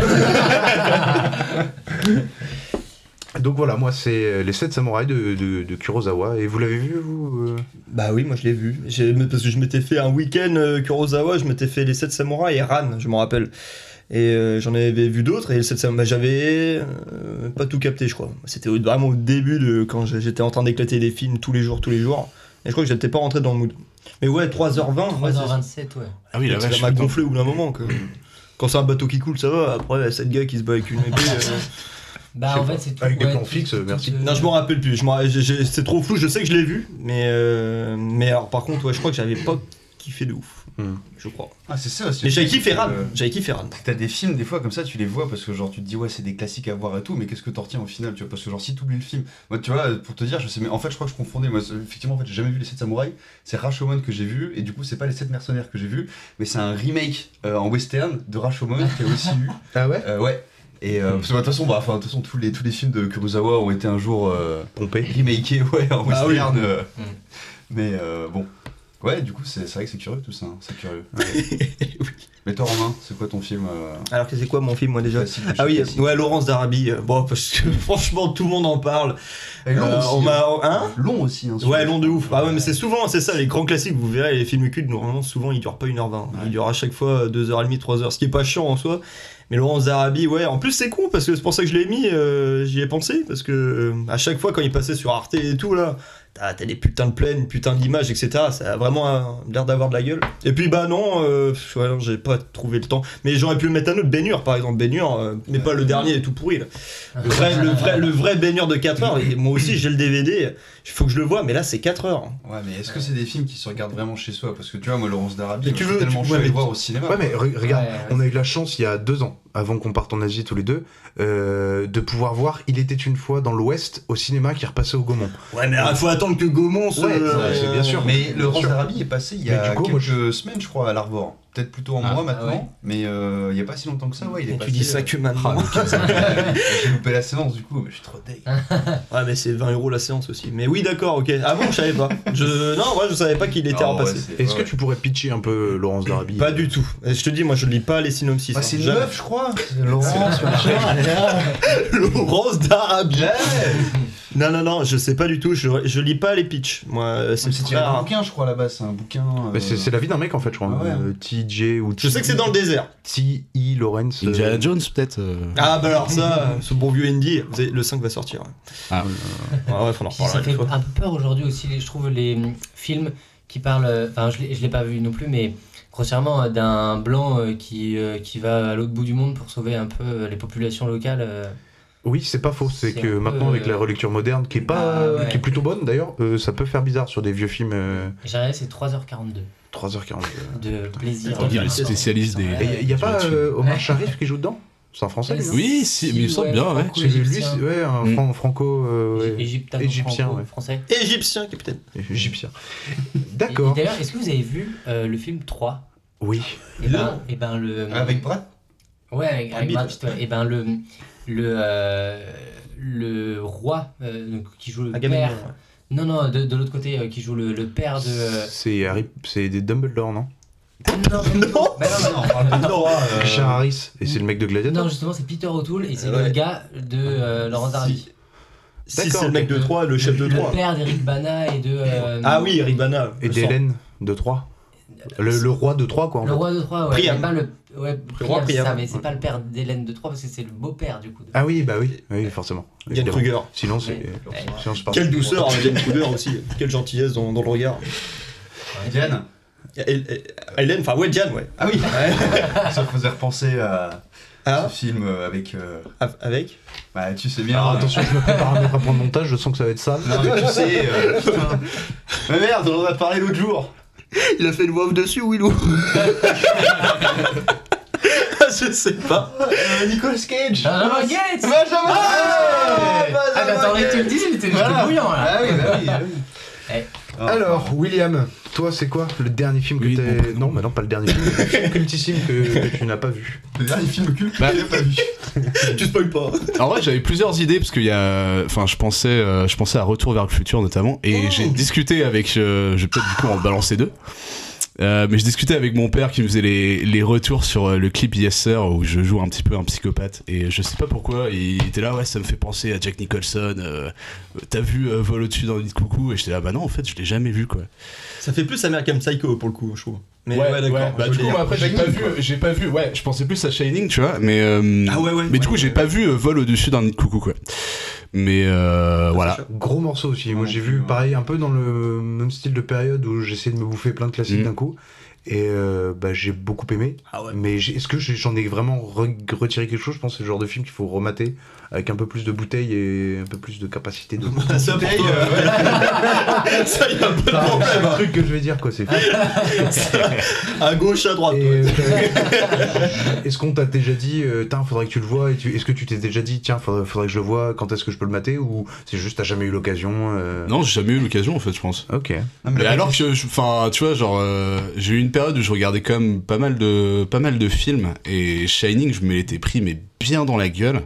Donc voilà, moi c'est euh, les 7 samouraïs de, de, de Kurosawa. Et vous l'avez vu, vous euh
Bah oui, moi je l'ai vu. J'ai- Parce que je m'étais fait un week-end euh, Kurosawa, je m'étais fait les 7 samouraïs et Ran, je m'en rappelle. Et euh, j'en avais vu d'autres et les 7 samouraïs, bah, j'avais euh, pas tout capté, je crois. C'était au- vraiment au début de quand j'ai- j'étais en train d'éclater les films tous les jours, tous les jours. Et je crois que j'étais pas rentré dans le mood. Mais ouais, 3h20, ouais,
3h27, ouais.
Ah oui, la
ça
vache.
m'a
putain.
gonflé au bout d'un moment. Quoi. Quand c'est un bateau qui coule, ça va. Après, 7 gars qui se bat avec une épée. euh,
Bah,
Je sais
en fait,
pas.
c'est tout.
Avec des
ouais,
plans
tout-
fixes,
tout-
merci.
tout, euh,
Non, je m'en rappelle plus. Je m'en- j'ai- j'ai- C'est trop flou. Je sais que je l'ai vu, mais euh, mais alors par contre, ouais, je crois que j'avais pas kiffé de ouf.
Hmm.
Je crois.
Ah, c'est ça aussi.
Mais j'avais kiffé Ran.
Euh,
J'avais kiffé Ran.
T'as des films des fois comme ça, tu les vois parce que genre tu te dis ouais c'est des classiques à voir et tout, mais qu'est-ce que t'en retiens au final, tu vois Parce que genre si t'oublies le film, moi tu vois pour te dire je sais mais en fait je crois que je confondais, moi c'est- effectivement en fait j'ai jamais vu les 7 samouraïs, c'est Rashomon que j'ai vu et du coup c'est pas les 7 mercenaires que j'ai vu, mais c'est un remake euh, en western de Rashomon qui a aussi eu.
Ah ouais
Euh, ouais. Et euh, parce que, bah, de toute façon bah enfin de toute façon tous les tous les films de Kurosawa ont été un jour euh,
Pompé.
remakés ouais en
Ah oui.
western. euh,
Mm.
Mais euh, bon. Ouais, du coup, c'est c'est vrai que c'est curieux tout ça, hein, c'est curieux. Mais toi, Romain, c'est quoi ton film euh,
Alors que c'est quoi mon film moi déjà
Facile,
Ah oui,
facile.
ouais, Laurence d'Arabie. euh, Bon, parce que franchement, tout le monde en parle.
Et long
Euh,
aussi,
on
hein.
m'a, hein
long aussi. Hein,
Ouais,
celui-là.
long de ouf. Ah ouais, mais c'est souvent, c'est ça, les grands classiques, vous verrez, les films cultes, normalement, souvent, ils durent pas 1h20. Ils durent à chaque fois 2h30, 3h, ce qui est pas chiant en soi. Mais Laurence Darabi, ouais, en plus, c'est con, parce que c'est pour ça que je l'ai mis, euh, j'y ai pensé, parce que euh, à chaque fois, quand il passait sur Arte et tout, là, t'as t'as des putains de plaines, putains d'images, etc. Ça a vraiment euh, l'air d'avoir de la gueule. Et puis, bah non, euh, pff, ouais, non, j'ai pas trouvé le temps. Mais j'aurais pu mettre un autre baignure, par exemple, baignure, euh, mais pas le dernier, tout pourri, là. Le vrai, le vrai, le vrai baigneur de 4 heures, et moi aussi j'ai le DVD, il faut que je le vois, mais là c'est 4 heures.
Ouais, mais est-ce que c'est des films qui se regardent vraiment chez soi Parce que tu vois, moi, Laurence d'Arabie,
Mais
je
tu
suis
veux-
tellement
tu-
chaud
ouais,
à le
mais
voir au cinéma.
Ouais, mais re- regarde,
Ouais, ouais.
on a eu la chance il y a deux ans, avant qu'on parte en Asie tous les deux, euh, de pouvoir voir Il était une fois dans l'Ouest au cinéma qui repassait au Gaumont.
Ouais, mais il faut attendre que Gaumont se.
Ouais, c'est- c'est bien sûr.
Mais Laurence
sûr.
d'Arabie est passé il y
Mais
a
du coup, moi,
quelques semaines, je crois, à l'Arvor. Peut-être plutôt en
Ah,
mois
ah
maintenant,
ouais.
mais euh, il y a pas si longtemps que ça, ouais, il est
Et
passé.
tu dis ça que maintenant.
euh, J'ai loupé la séance du coup, mais je suis trop deg.
Ouais, mais c'est 20 euros la séance aussi. Mais oui, d'accord, ok. Ah bon, je savais pas. Je... Non, ouais, je savais pas qu'il était
Ah, ouais,
repassé.
c'est-
Est-ce
ouais,
que
ouais.
tu pourrais pitcher un peu Laurence Darabi
Pas du tout. Et je te dis, moi je lis pas les synopsis.
Ah,
hein.
c'est une
Jamais.
meuf, je crois. C'est Laurence,
Laurence d'Arabie. non, non, non, je sais pas du tout. Je, je lis pas les pitchs. Moi, euh, c'est
c'est
très
tiré d'un
rare.
bouquin, je crois, là-bas. C'est un bouquin.
Bah, c'est
euh,
c'est la vie d'un mec en fait, je crois.
Ah ouais.
Euh, TJ ou
Je sais que c'est dans le désert.
T.I. Lawrence. euh,
Indiana Jones, peut-être euh.
Ah bah alors ça, ce bon vieux Andy, vous avez- le 5 va sortir. ouais.
Ah.
Ouais, ouais, faut en
Puis ça
reparler
fait
une fois.
un peu peur aujourd'hui aussi, les- je trouve, les mm, films qui parlent. euh, Enfin, je l'ai- je l'ai pas vu non plus, mais grossièrement, euh, d'un blanc euh, qui, euh, qui va à l'autre bout du monde pour sauver un peu euh, les populations locales. euh.
Oui, c'est pas faux. C'est
C'est
que
un peu,
maintenant, avec
euh,
la relecture moderne, qui est pas,
Ah ouais.
qui est plutôt bonne d'ailleurs, euh, ça peut faire bizarre sur des vieux films euh,
J'ai regardé, c'est 3h42
3h40.
de plaisir.
Attends, il y a le spécialiste des-
Et il y a
tu vois,
pas
tu-
euh, Omar
Ouais.
Sharif qui joue dedans C'est un français, non
Oui, si, mais il me semble
Ouais,
bien, ouais.
franco-
C'est lui,
Égyptien.
c'est- ouais, un
Mm.
fran- franco. euh, ouais.
Égyptien,
Égyptien, ouais.
français.
Égyptien, capitaine.
Égyptien.
Et- et
D'accord.
D'ailleurs, est-ce que vous avez vu euh, le film 3
Oui.
Et ben, eh ben le.
Euh, Avec Brad
Ouais, avec, avec
Habib.
Brad Pitt, ouais. Et ben le le euh, le roi euh, donc, qui joue le
Agamemnon,
père. Non non, de, de l'autre côté euh, qui joue le, le père de. euh,
C'est Harry, c'est des Dumbledore, non
Non non. bah non, bah non.
Non, euh,
Richard Harris. Et c'est le mec de Gladiator.
Non, justement, c'est Peter O'Toole et c'est
Ouais.
le gars de euh, Laurence Hardy.
Si
D'accord,
c'est le mec
ok.
de 3, le chef de
le
3.
père d'Eric Bana et de. euh,
Ah oui, Ribana.
Et d'Hélène de Troyes. Le, le roi de Troyes, quoi. en
Le
fait.
roi de Troie, ouais.
Priam.
Eh ben, le, Ouais,
Roi
Priam, c'est ça,
Priam.
mais c'est pas le père d'Hélène de Troie parce que c'est le beau-père du coup. de-
Ah oui, bah oui, oui forcément.
Yann Kruger.
Sinon, c'est.
Ouais.
sinon, c'est pas-
Quelle douceur, hein, Hélène Couder aussi. Quelle gentillesse dans, dans le regard.
Diane
Hel- Hel- Hélène, enfin, ouais, Diane, ouais.
Ah oui Ça me faisait repenser à
Ah,
ce film euh, avec. euh,
avec
bah, tu sais bien.
Ah,
euh,
attention, je me prépare à mettre un point de montage, je sens que ça va être sale.
Non, mais tu sais. euh, putain. Mais merde, on en a parlé l'autre jour.
Il a fait le off dessus, Willow Je sais pas.
Euh, Nicolas Cage
Benjamin Gates
Benjamin
Ah,
Ouais,
bah,
Benjamin
Ah,
mais
bah,
attendez,
Gates.
tu le dis, il était juste bouillant là.
Ah oui, bah oui, bah oui.
Eh.
Ah.
Alors, William, toi, c'est quoi le dernier film que
Oui,
t'es. Non, bah non, pas le dernier film, le film cultissime que, que tu n'as pas vu.
Le dernier film culte
Bah.
que j'ai pas vu.
Tu spoil pas.
En vrai, j'avais plusieurs idées parce qu'il y a, enfin, je pensais, euh, je pensais à Retour vers le futur notamment,
Oh.
et j'ai discuté avec, euh, je vais peut-être du coup en balancer deux. Euh, mais je discutais avec mon père qui me faisait les, les retours sur euh, le clip Yes Sir où je joue un petit peu un psychopathe et je sais pas pourquoi il était là ouais ça me fait penser à Jack Nicholson euh, t'as vu euh, Vol au-dessus d'un nid de coucou et j'étais là bah non en fait je l'ai jamais vu quoi
Ça fait plus American Psycho pour le coup, je trouve. Mais ouais, d'accord. hein. on
bah
peut
du coup
les-
moi, après j'ai pas vu j'ai pas vu ouais je pensais plus à Shining tu vois mais euh,
Ah ouais, ouais.
mais du coup j'ai pas vu euh, Vol au-dessus d'un nid de coucou quoi mais euh, voilà
Gros morceau aussi. Moi,
non
j'ai
plus,
vu
hein.
pareil, un peu dans le même style de période où j'essayais de me bouffer plein de classiques
Mhm.
d'un coup. Et euh, bah, j'ai beaucoup aimé.
Mm. Ah ouais.
Mais j'ai- est-ce que j'ai- j'en ai vraiment re- retiré quelque chose Je pense que c'est le genre de film qu'il faut remater avec un peu plus de bouteilles et un peu plus de capacité de.
Ça paye, euh, ça y a un peu de
Enfin, c'est
problème.
le truc que je vais dire quoi, c'est fou.
À gauche, à droite.
Et,
ouais.
euh, Est-ce qu'on t'a déjà dit, euh, tiens, faudrait que tu le vois et tu- Est-ce que tu t'es déjà dit, tiens, faudrait, faudrait que je le vois, quand est-ce que je peux le mater Ou c'est juste, t'as jamais eu l'occasion euh,
Non, j'ai jamais eu l'occasion en fait, je pense.
Ok.
Mais alors que, je- enfin, tu vois, genre, euh, j'ai eu une période où je regardais quand même pas mal de, pas mal de films et Shining, je me l'étais pris mais bien dans la gueule.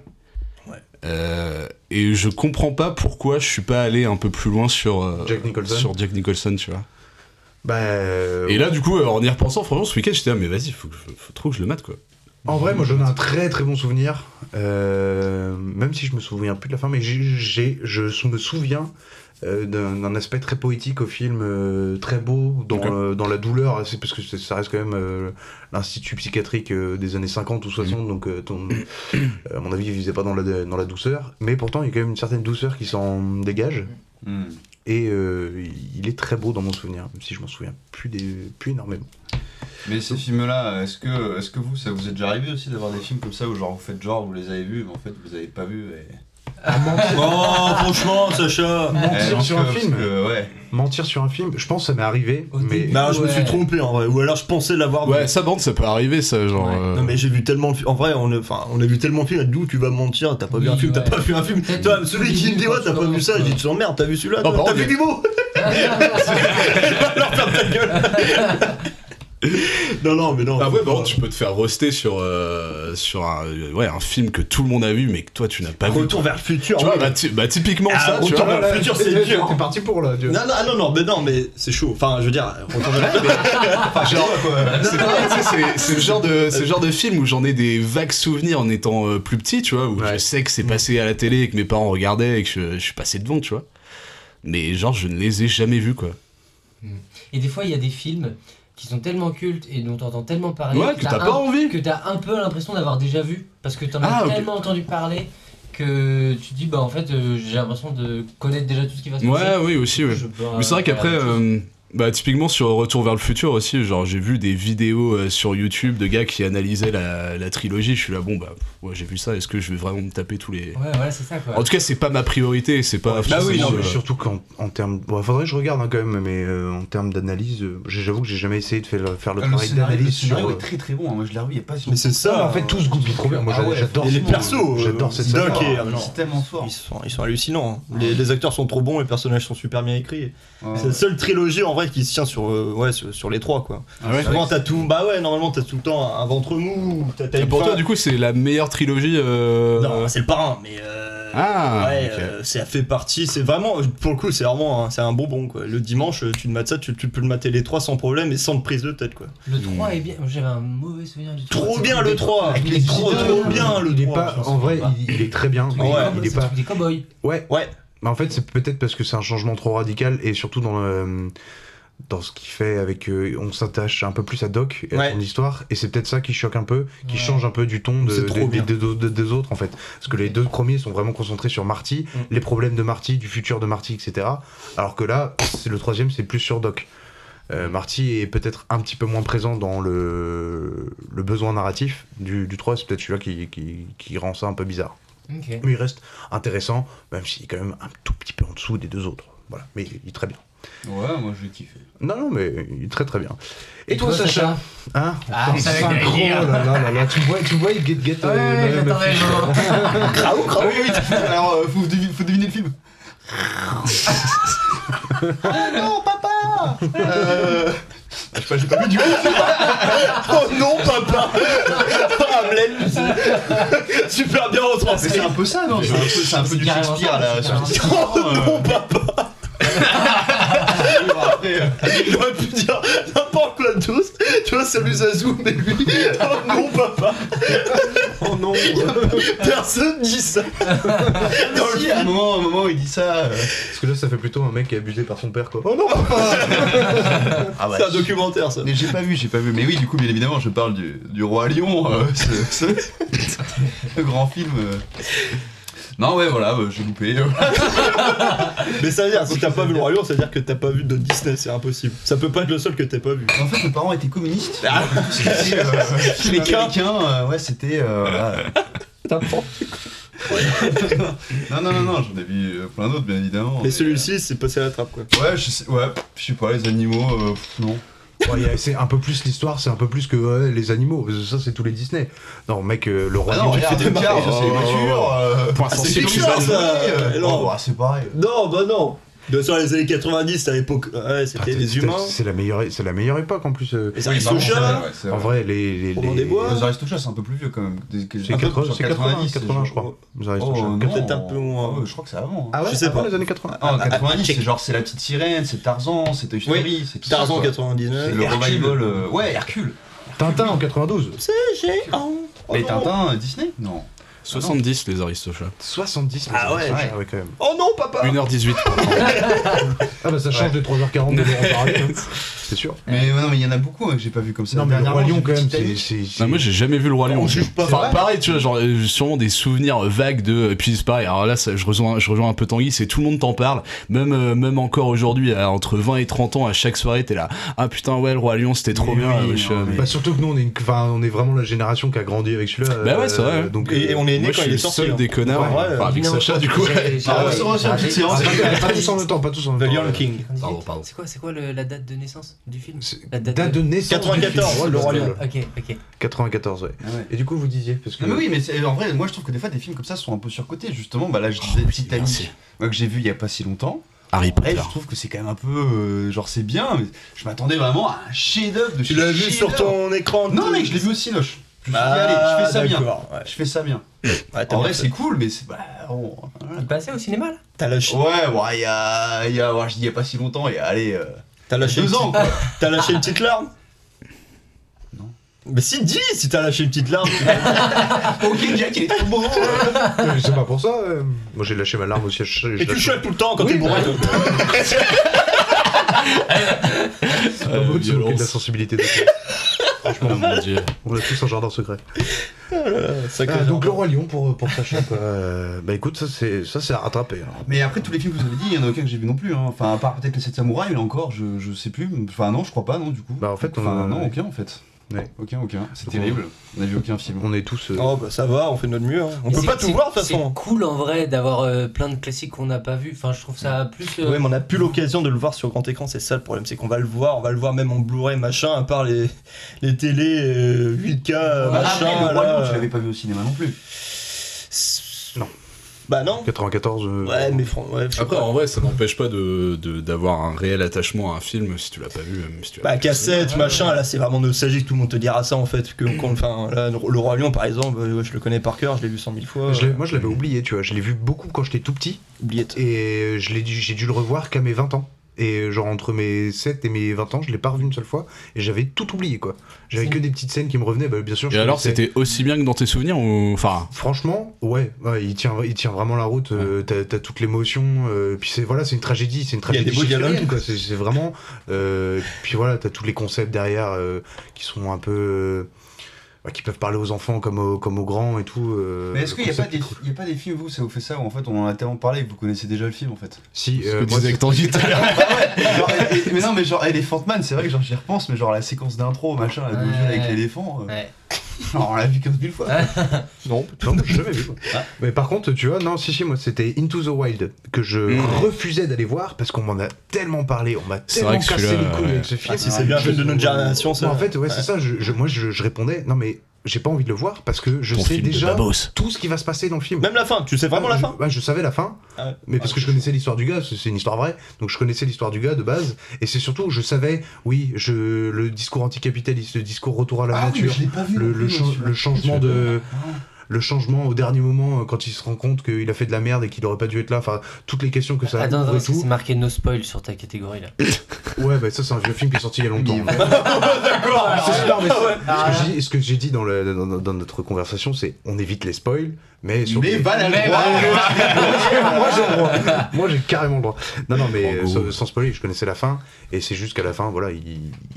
Euh, et je comprends pas pourquoi je suis pas allé un peu plus loin sur euh,
Jack Nicholson.
sur Jack Nicholson, tu vois.
Bah. euh,
Et là, du coup, euh, en y repensant, franchement, ce week-end, j'étais là, mais vas-y, faut, que je- faut trop que je le mate, quoi.
En vrai, moi j'en ai un très très bon souvenir, euh, même si je me souviens plus de la fin, mais j'ai- j'ai, je sou- me souviens euh, d'un d'un aspect très poétique au film, euh, très beau, dans,
Ok.
euh, dans la douleur, c'est parce que c'est- ça reste quand même euh, l'institut psychiatrique euh, des années 50
Mhm.
ou 60, donc euh, ton- euh, à mon avis, il visait pas dans la, dans la douceur, mais pourtant il y a quand même une certaine douceur qui s'en dégage,
Mhm.
Hmm.
et euh, il est très beau dans mon souvenir, même si je m'en souviens plus, des, plus énormément.
Mais ces films-là, est-ce que, est-ce que vous, ça vous est déjà arrivé aussi d'avoir des films comme ça où genre vous faites genre vous les avez vus, mais en fait vous avez pas vu et...
Oh, franchement, Sacha.
Eh,
Mentir
parce
sur un
que- parce
film
que, Ouais.
Mentir sur un film, je pense que ça m'est arrivé,
Au
mais...
début.
Non, je me suis
Ouais.
trompé en vrai. Ou alors je pensais
Oh,
l'avoir vu.
Ouais, ça bande, ça peut arriver, ça, genre.
Ouais.
euh,
Non mais j'ai vu tellement de films. En vrai, on a, enfin, on a vu tellement de films. D'où tu vas mentir T'as pas vu un
Oui,
film T'as
ouais.
pas vu un film
Peut-être
Toi,
une-
celui qui me dit ouais, t'as pas vu ça, je dis tu t'emmerdes. T'as vu celui-là
Oh,
toi
par
T'as vu
contre, il
du
y
mot Non, non, mais non.
Ah ouais,
faut
par
pas.
contre, tu peux te faire roster sur, euh, sur un, euh, ouais, un film que tout le monde a vu, mais que toi, tu n'as pas vu.
Bah, Retour vers le futur.
Tu vois,
oui.
bah, ty- bah, typiquement
Ah,
ça, tu
autant
vois.
le futur, c'est dur.
T'es parti pour là. Dieu.
Non, non, ah, non, non, mais non, mais c'est chaud. Enfin, je veux dire, retour vers le futur.
C'est pareil, tu sais, c'est- c'est le genre de c'est le genre de film où j'en ai des vagues souvenirs en étant euh, plus petit, tu vois, où je
Ouais.
sais que c'est passé à la télé et que mes parents regardaient et que je, je suis passé devant, tu vois. Mais genre je ne les ai jamais vus quoi.
Et des fois, il y a des films qui sont tellement cultes et dont t'entends tellement parler
Ouais, que t'as
un-
pas envie.
que Ah, t'as un peu l'impression d'avoir déjà vu parce que t'en
Ah,
as
ok.
tellement entendu parler que tu te dis bah en fait euh, j'ai l'impression de connaître déjà tout ce qui va se passer.
Ouais, oui aussi. Ouais.
Je peux,
Mais c'est
euh,
vrai qu'après,
faire la même chose.
euh, bah, typiquement sur Retour vers le futur aussi, genre j'ai vu des vidéos euh, sur YouTube de gars qui analysaient la, la trilogie. Je suis là, bon bah, pff, ouais, j'ai vu ça. Est-ce que je vais vraiment me taper tous les.
Ouais, voilà, c'est ça quoi.
En tout cas, c'est pas ma priorité. C'est pas.
Bah oui,
forcément,
non, mais
euh,
surtout qu'en en termes. Bon, faudrait que je regarde hein, quand même, mais euh, en termes d'analyse, euh, j'ai- j'avoue que j'ai jamais essayé de faire, le- faire le
Le
travail
scénario, le
d'analyse sur.
scénario
euh,
est très très bon. hein. Moi je l'ai revu il y a pas si
Mais c'est
ça,
ça.
en fait, tout ce groupe est trop bien. Moi,
Ah
j'a-
ouais.
j'adore
Et
ce
les
film.
persos. euh,
J'adore cette
Doc
saga.
et-
longtemps.
ah, non.
C'est tellement fort.
Ils sont, ils sont hallucinants. hein. Les, les acteurs sont trop bons, les personnages sont super bien écrits.
Ouais,
C'est la seule trilogie en vrai qui se tient sur, euh, ouais, sur, sur les trois quoi.
Ah ouais
Souvent t'as tout, bah ouais, normalement t'as tout le temps un ventre mou. ou T'as, t'as
Et
une
pour toi,
faim.
du coup, c'est la meilleure trilogie. euh,
Non, c'est le parrain, mais. euh,
Ah,
ouais,
ok.
euh, ça fait partie. C'est vraiment, euh, pour le coup, c'est vraiment, un- c'est un bonbon quoi. Le dimanche, euh, tu te mates ça, tu, tu peux le mater les trois sans problème et sans te prise de tête quoi.
Le 3 est bien. J'avais un mauvais souvenir du 3.
Trop
C'est
bien
le
le 3
Avec
Il
les
est trop,
idées,
trop
euh,
bien le
Il est
3
pas, en vrai, il, il est très bien. mais
Ouais.
il est pas.
des cowboys.
Ouais.
Ouais.
Bah, Mais en fait, c'est peut-être parce que c'est un changement trop radical et surtout dans le, euh, dans ce qu'il fait avec euh, on s'attache un peu plus à Doc et à
Ouais.
son histoire et c'est peut-être ça qui choque un peu qui
Ouais.
change un peu du ton de-
C'est trop
des,
bien.
des- des- des- des autres en fait parce que les deux premiers sont vraiment concentrés sur Marty
Mm.
les problèmes de Marty du futur de Marty etc alors que là c'est le troisième c'est plus sur Doc Euh, Marty est peut-être un petit peu moins présent dans le, le besoin narratif du, du 3, c'est peut-être celui-là qui, qui- qui rend ça un peu bizarre.
Ok.
Mais il reste intéressant, même s'il est quand même un tout petit peu en dessous des deux autres. Voilà, mais il est très bien.
Ouais, moi j'ai kiffé.
Non, non, mais il est très très bien. Et,
Et
toi,
toi,
Sacha Hein
Ah,
Putain,
ça va
synchro,
être délire.
là, là, là, là, tu vois, tu vois, il get get. euh,
Ouais,
la- la
j'attendais le
fiche.
moment.
Craou, craou Ah Oui, oui, tu- alors euh, faut, devi- faut deviner le film.
Oh non, papa
Euh... Je sais pas, j'ai pas vu du coup.
Oh non, papa Hamlet Super
Mais
bien
c'est
retranscrit
un peu ça, non C'est un peu, c'est un peu du
carrément
Shakespeare
ça,
là.
c'est
sur-
Oh non, papa
Après, euh,
Il aurait pu dire n'importe quoi de tous, tu vois, salut Zazou, mais lui, oh non, papa
Oh non
Personne dit ça hein. Dans le
si, à un moment, à un moment, il dit ça. euh,
Parce que là, ça fait plutôt un mec qui est abusé par son père, quoi. Oh non
Ah ouais.
C'est un documentaire, ça
Mais j'ai pas vu, j'ai pas vu. Mais oui, du coup, bien évidemment, je parle du, du Roi Lion, euh, ce, ce- ce grand film. euh. Non, ouais, voilà, bah, j'ai loupé.
Mais ça veut dire, si t'as pas vu le Royaume, ça veut dire que t'as pas vu de Disney, c'est impossible. Ça peut pas être le seul que t'as pas vu. Ah.
En fait, mes parents étaient communistes. C'était, euh, film
Américain.
américain, euh, ouais, c'était. euh, voilà. Non, non, non, non, j'en ai vu euh, plein d'autres, bien évidemment.
Mais celui-ci, c'est passé à la trappe, quoi.
Ouais, je sais, ouais, je sais pas, les animaux, euh, pff, non.
Oh, Ouais, y a- C'est un peu plus l'histoire, c'est un peu plus que ouais, les animaux. parce que Ça, c'est tous les Disney. Non, mec, euh, le roi
Ah non,
Lion, il
regarde,
fait des
le car,
marques.
c'est les
Oh.
voitures. euh,
Point
Ah,
c'est
sensible,
Pixar,
tu vas
ça,
le-
euh,
Et non.
oh, bah, c'est pareil.
Non, bah non De sur les années 90, à l'époque, ouais, c'était
Putain,
les
c'est-
humains.
C'est la meilleure, c'est la meilleure époque en plus. euh.
Les
Oui, Ah, pardon, c'est
Aristochats,
vrai, c'est
En
vrai.
vrai, les les
Roman
les-
des Bois.
Les Aristochats, c'est un peu plus vieux quand même. Des- que-
C'est
un peu
80,
sur
c'est 80,
90,
80, je
genre-
crois. Les
Oh,
Aristochats.
non.
euh, peut-être un peu moins.
Ah ouais, je crois que c'est avant. hein.
Ah ouais,
Je sais
avant
pas.
les années 80.
Ah, en
ah,
90,
check.
c'est genre c'est la petite sirène, c'est Tarzan, c'est Toy Story, c'est tout
Tarzan
ça. quoi. C'est
99.
le
Hercule.
revival. euh, Ouais, Hercule.
Tintin en 92.
C'est géant Oh
Mais
non.
Tintin, euh, Disney Non.
70 les Aristochats.
70. les
Ah ouais.
Aristochats, quand même.
Oh non, papa
1h18.
Ah bah ça change des 3h40 de Laurent Paradis, hein. c'est sûr.
Mais ouais, non, mais il y en a beaucoup hein, que j'ai pas vu comme ça.
Non mais le
Dernièrement,
Roi
j'ai
Lion
vu
quand même, c'est...
Titanic.
c'est-
Non, Bah, moi j'ai jamais vu le roi lion. Enfin,
vrai
pareil, tu vois, genre euh, sûrement des souvenirs euh, vagues de. Et puis c'est pareil. Alors là, ça, je rejoins, je rejoins un peu Tanguy. C'est tout le monde t'en parle. Même, euh, même encore aujourd'hui, à entre 20 et 30 ans, à chaque soirée, t'es là. Ah putain, ouais, le roi lion, c'était trop
Mais
bien.
oui,
ouais, je- euh,
non, mais-
Bah surtout que nous on est, une... enfin, on est vraiment la génération qui a grandi avec celui-là. euh,
Bah ouais, c'est vrai, ouais.
Donc,
Et- et on est né
moi,
quand
je suis
il est
le
sorti,
seul
hein.
des connards.
Ouais,
enfin, avec Sacha, du coup. ouais.
Ah, ouais, c'est vrai, c'est une petite
Ah,
séance.
pas, pas tous en même temps, pas tous en
The
même temps.
Lion King.
Pardon, pardon.
C'est quoi, c'est quoi le- la date de naissance du film
C'est-
La date
Date de naissance.
94,
du film.
le Roi Lion.
Ok, ok.
94, ouais.
Ah ouais.
Et du coup vous disiez, parce que...
Non mais oui, mais c'est- en vrai, moi je trouve que des fois des films comme ça sont un peu surcotés. Justement, bah là
Oh,
je disais
merci.
Titanic, moi que j'ai vu il y a pas si longtemps.
Harry
Et
Potter.
je trouve que c'est quand même un peu, euh, genre c'est bien, mais je m'attendais vraiment à un chef-d'œuvre de
Tu l'as vu
chef-d'œuvre.
sur ton écran de-
Non mais je l'ai vu aussi Loche. Je me suis dit,
Ah,
allez, je fais ça bien.
d'accord, ouais.
Je fais ça bien.
Ouais, t'as
En
bien
vrai,
fait.
c'est cool, mais c'est bah, bon, voilà.
Il passait au cinéma là
T'as lâché,
Ouais, ouais, il y a, il y a, ouais, je dis il y a pas si longtemps, il y a, allez, euh,
t'as lâché,
deux
une
ans
petite-
quoi.
t'as lâché une petite larme
Non.
Mais si, dis si t'as lâché une petite larme.
ok, Jack, il est trop beau.
hein.
Ouais, C'est pas pour ça. euh. Moi j'ai lâché ma larme aussi. Je, je
Et tu
lâche-
chouettes tout le temps quand t'es
bah
bourré.
C'est
Ah,
pas beau de se moquer de la sensibilité de
Oh mon dieu.
On a tous un jardin secret.
Euh, Sacré
Ah,
jardin.
donc le roi lion pour, pour Sacha quoi. Euh, bah écoute ça c'est ça c'est à rattraper. hein.
Mais après tous les films que vous avez dit, il y en a aucun que j'ai vu non plus. hein. Enfin, à part peut-être les 7 samouraïs, mais encore, je, je sais plus. Enfin, non, je crois pas, non, du coup.
Bah, en fait, on-
enfin, non, aucun en fait.
Ouais.
Aucun, aucun. C'est
Donc,
terrible. On a vu aucun film.
On est tous. euh,
Oh bah ça va, on fait de notre mieux. hein. On
Mais
peut
c'est-
pas tout
c'est-
voir de toute façon.
C'est cool en vrai d'avoir euh, plein de classiques qu'on n'a pas vu. Enfin, je trouve ça plus. euh,
Ouais, mais on a plus l'occasion de le voir sur grand écran, c'est ça le problème, c'est qu'on va le voir, on va le voir même en Blu-ray, machin, à part les, les télés euh, 8K, euh,
Ah,
machin.
mais le Roi
là.
Lion, tu l'avais pas vu au cinéma non plus.
Bah non
94. euh,
Ouais, mais fran- ouais, je sais
Après,
pas.
en vrai, ça n'empêche pas de de- d'avoir un réel attachement à un film si tu l'as pas vu. Même si tu l'as
Bah,
pas vu.
cassette, machin, là c'est vraiment nostalgique, tout le monde te dira ça en fait. Que, qu'on- enfin, là, le Roi Lion par exemple, euh, je le connais par cœur, je l'ai vu cent mille fois. euh,
je l'ai- euh, moi je l'avais oublié tu vois. Je l'ai vu beaucoup quand j'étais tout petit
Oubliette.
et je l'ai dû- j'ai dû le revoir qu'à mes 20 ans. Et euh, genre entre mes 7 et mes 20 ans, je l'ai pas revu une seule fois. Et j'avais tout oublié quoi. J'avais que des petites scènes qui me revenaient. Bah, bien sûr.
Et
je
alors,
connaissais.
c'était aussi bien que dans tes souvenirs ou. Enfin.
Franchement, ouais, ouais, il, tient, il tient vraiment la route. euh, t'as, t'as toute l'émotion. euh, puis c'est, voilà, c'est une tragédie. C'est
Il y a
une tragédie
des beaux
shakespearienne,
dialogues.
quoi. C'est, c'est vraiment. euh, puis voilà, t'as tous les concepts derrière euh, qui sont un peu. euh, ouais, qui peuvent parler aux enfants comme aux, comme aux grands et tout. euh,
Mais est-ce
le
qu'il n'y a, pas
concept
des- il y a pas des films, vous, ça vous fait ça, où en fait on en a tellement parlé que vous connaissez déjà le film en fait
Si,
euh,
que
moi,
disait
c'est-
Tanguy tout à l'heure.
Ah ouais, genre, et- et- mais non, mais genre Elephant Man, c'est vrai que genre j'y repense, mais genre la séquence d'intro, machin, la bougie
Ouais.
avec l'éléphant, euh, genre, on l'a vu 15 000 fois.
Non, non, moi, j'ai jamais vu. moi.
Ah.
Mais par contre, tu vois, non, si, si, moi, c'était Into the Wild que je
Mm.
refusais d'aller voir parce qu'on m'en a tellement parlé, on m'a
C'est
tellement
vrai que
cassé
celui-là,
les couilles
ouais.
avec ce film.
Ah, si, c'est bien un
Je-
film de notre génération, ça.
Moi, En fait, ouais, c'est
Ouais.
ça. Je, je- moi, je, je répondais, non, mais j'ai pas envie de le voir parce que je
Ton
sais
film de
déjà
Babos.
tout ce qui va se passer dans le film.
Même la fin, tu sais vraiment
Ouais,
la
je-
fin Ah
ouais, je savais la fin. Mais parce que je connaissais l'histoire du gars, parce que c'est une histoire vraie, donc je connaissais l'histoire du gars de base, et c'est surtout, je savais, oui, je, le discours anticapitaliste, le discours retour à la
Ah oui,
nature,
mais je l'ai pas vu
le,
non
le
plus,
cha-
moi, celui-là.
le changement
Je l'ai
de.
pas vu.
Le changement au dernier moment, euh, quand il se rend compte qu'il a fait de la merde et qu'il aurait pas dû être là, enfin, toutes les questions que ça
Attends,
ouvre
attends,
et
c'est c'est marqué no spoil sur ta catégorie là.
tout. Ouais, bah ça, c'est un vieux film qui est sorti il y a longtemps.
D'accord
Ah, c'est super, mais c'est- ce que j'ai- ce que j'ai dit dans, le- dans- dans- dans notre conversation, c'est on évite les spoils, mais sur
Mais
les-
va la droite.
Moi, j'ai le droit. Moi, j'ai carrément le droit. Non, non, mais euh, sans, sans spoiler, je connaissais la fin, et c'est juste qu'à la fin, voilà, il,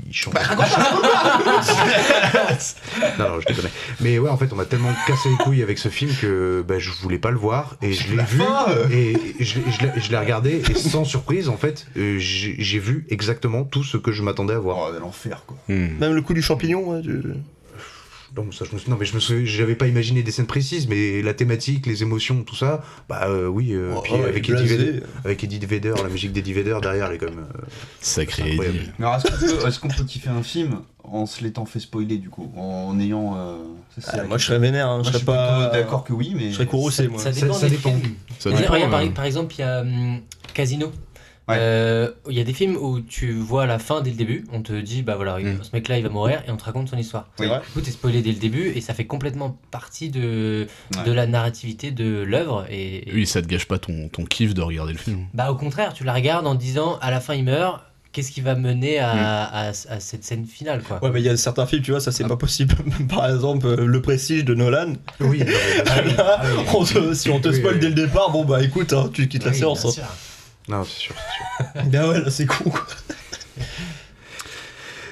il chante. non, non, je déconne. Mais ouais, en fait, on m'a tellement cassé les couilles avec ce film que bah, je voulais pas le voir, et je l'ai vu, et je, l'ai- je l'ai- je l'ai regardé, et sans surprise, en fait, euh, j'ai j'ai vu exactement tout ce que je m'attendais à voir.
Oh, l'enfer, quoi.
Hmm.
Euh,
Même le coup du champignon, ouais. tu-
Donc ça, je me suis- Non, mais je me souviens, j'avais pas imaginé des scènes précises, mais la thématique, les émotions, tout ça, bah euh, oui. euh, puis
oh,
avec,
il est
Eddie
blasé.
Vedder, avec Eddie Vedder, la musique d'Eddie Vedder derrière, elle est quand même. euh,
Sacré
c'est incroyable.
Mais alors, est-ce qu'on peut, est-ce qu'on peut kiffer un film en se l'étant fait spoiler du coup En ayant. euh, ça, c'est
Ah,
la
moi, je
question.
serais vénère, hein, je serais
suis
pas-
plutôt D'accord que oui, mais.
je serais
Oh,
courroucé, moi.
Ça dépend. des films. Regarde, regarde, par,
euh,
hein.
par exemple, il y a hum, Casino. Euh, Il y a des films où tu vois la fin dès le début, on te dit bah voilà
Mm.
ce mec là il va mourir et on te raconte son histoire.
Oui.
Du coup t'es spoilé dès le début et ça fait complètement partie de,
Ouais.
de la narrativité de l'œuvre et, et-
Oui, ça te gâche pas ton, ton kiff de regarder le film.
bah au contraire tu la regardes en disant à la fin il meurt, qu'est-ce qui va mener
Mm.
à, à- à cette scène finale quoi.
Ouais, mais il y a certains films, tu vois, ça
Ah
c'est pas possible. Par exemple, euh, Le Prestige de Nolan.
Oui,
Ah
Ah
Là, Ah on te- si on te
Oui,
spoil
oui.
dès le départ, bon bah écoute, hein, tu quittes la
Oui, bien
séance.
sûr.
Non, c'est sûr, c'est sûr.
Bah Ben ouais, là c'est con quoi.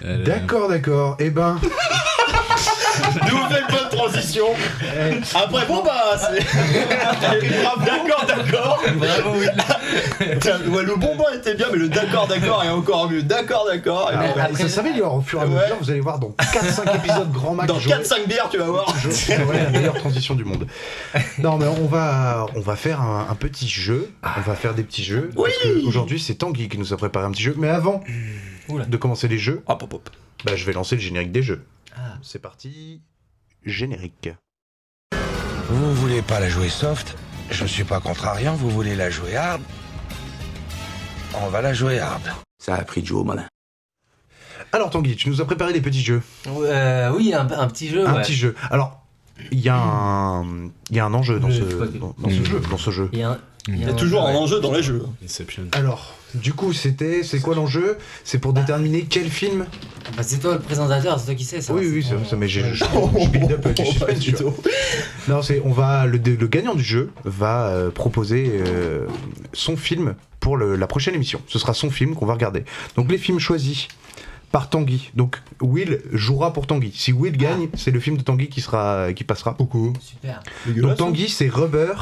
Euh,
D'accord, d'accord. Eh ben,
Nous on fait une bonne transition. Après, bon bah c'est. d'accord, d'accord.
Ah,
Bravo, ouais, le bon bah était bien, mais le d'accord, d'accord est encore mieux. D'accord, d'accord. Et
alors,
après-
ah, ça s'améliore au fur et à mesure. Vous allez voir dans 4-5 épisodes grand max.
Dans
j'aurai-
4-5 bières, tu vas voir.
je- j'aurai la meilleure transition du monde. Non, mais on va, on va faire un, un petit jeu.
Ah.
On va faire des petits jeux.
Oui.
parce que Aujourd'hui, c'est Tanguy qui nous a préparé un petit jeu. Mais avant
Mmh. Oula.
de commencer les jeux,
Hop, hop, hop.
bah, je vais lancer le générique des jeux.
Ah.
C'est parti. Générique.
Vous voulez pas la jouer soft Je suis pas contrariant, vous voulez la jouer hard On va la jouer hard. Ça a pris Joe, malin.
Alors Tanguy, tu nous as préparé des petits jeux.
Euh, oui un, un petit jeu.
un
ouais.
petit jeu. Alors, il y, a un- il y a un enjeu dans,
Le
ce,
spaghetti.
dans, dans ce
Mm.
jeu, dans ce jeu.
Il y a un-
Il y a toujours un enjeu dans les jeux.
Inception.
Alors, du coup, c'était, c'est quoi l'enjeu C'est pour déterminer quel film.
Bah, c'est toi le présentateur, c'est toi qui sais ça.
Oui, oui,
c'est
c'est
ton-
ça, mais j'ai- je, je build up du suspense, tu
hein.
vois. Non, c'est, on va, le, le gagnant du jeu va euh, proposer euh, son film pour le- la prochaine émission. Ce sera son film qu'on va regarder. Donc les films choisis par Tanguy. Donc Will jouera pour Tanguy. Si Will gagne, c'est le film de Tanguy qui sera, qui passera. Beaucoup.
Super.
Donc Tanguy, c'est Rubber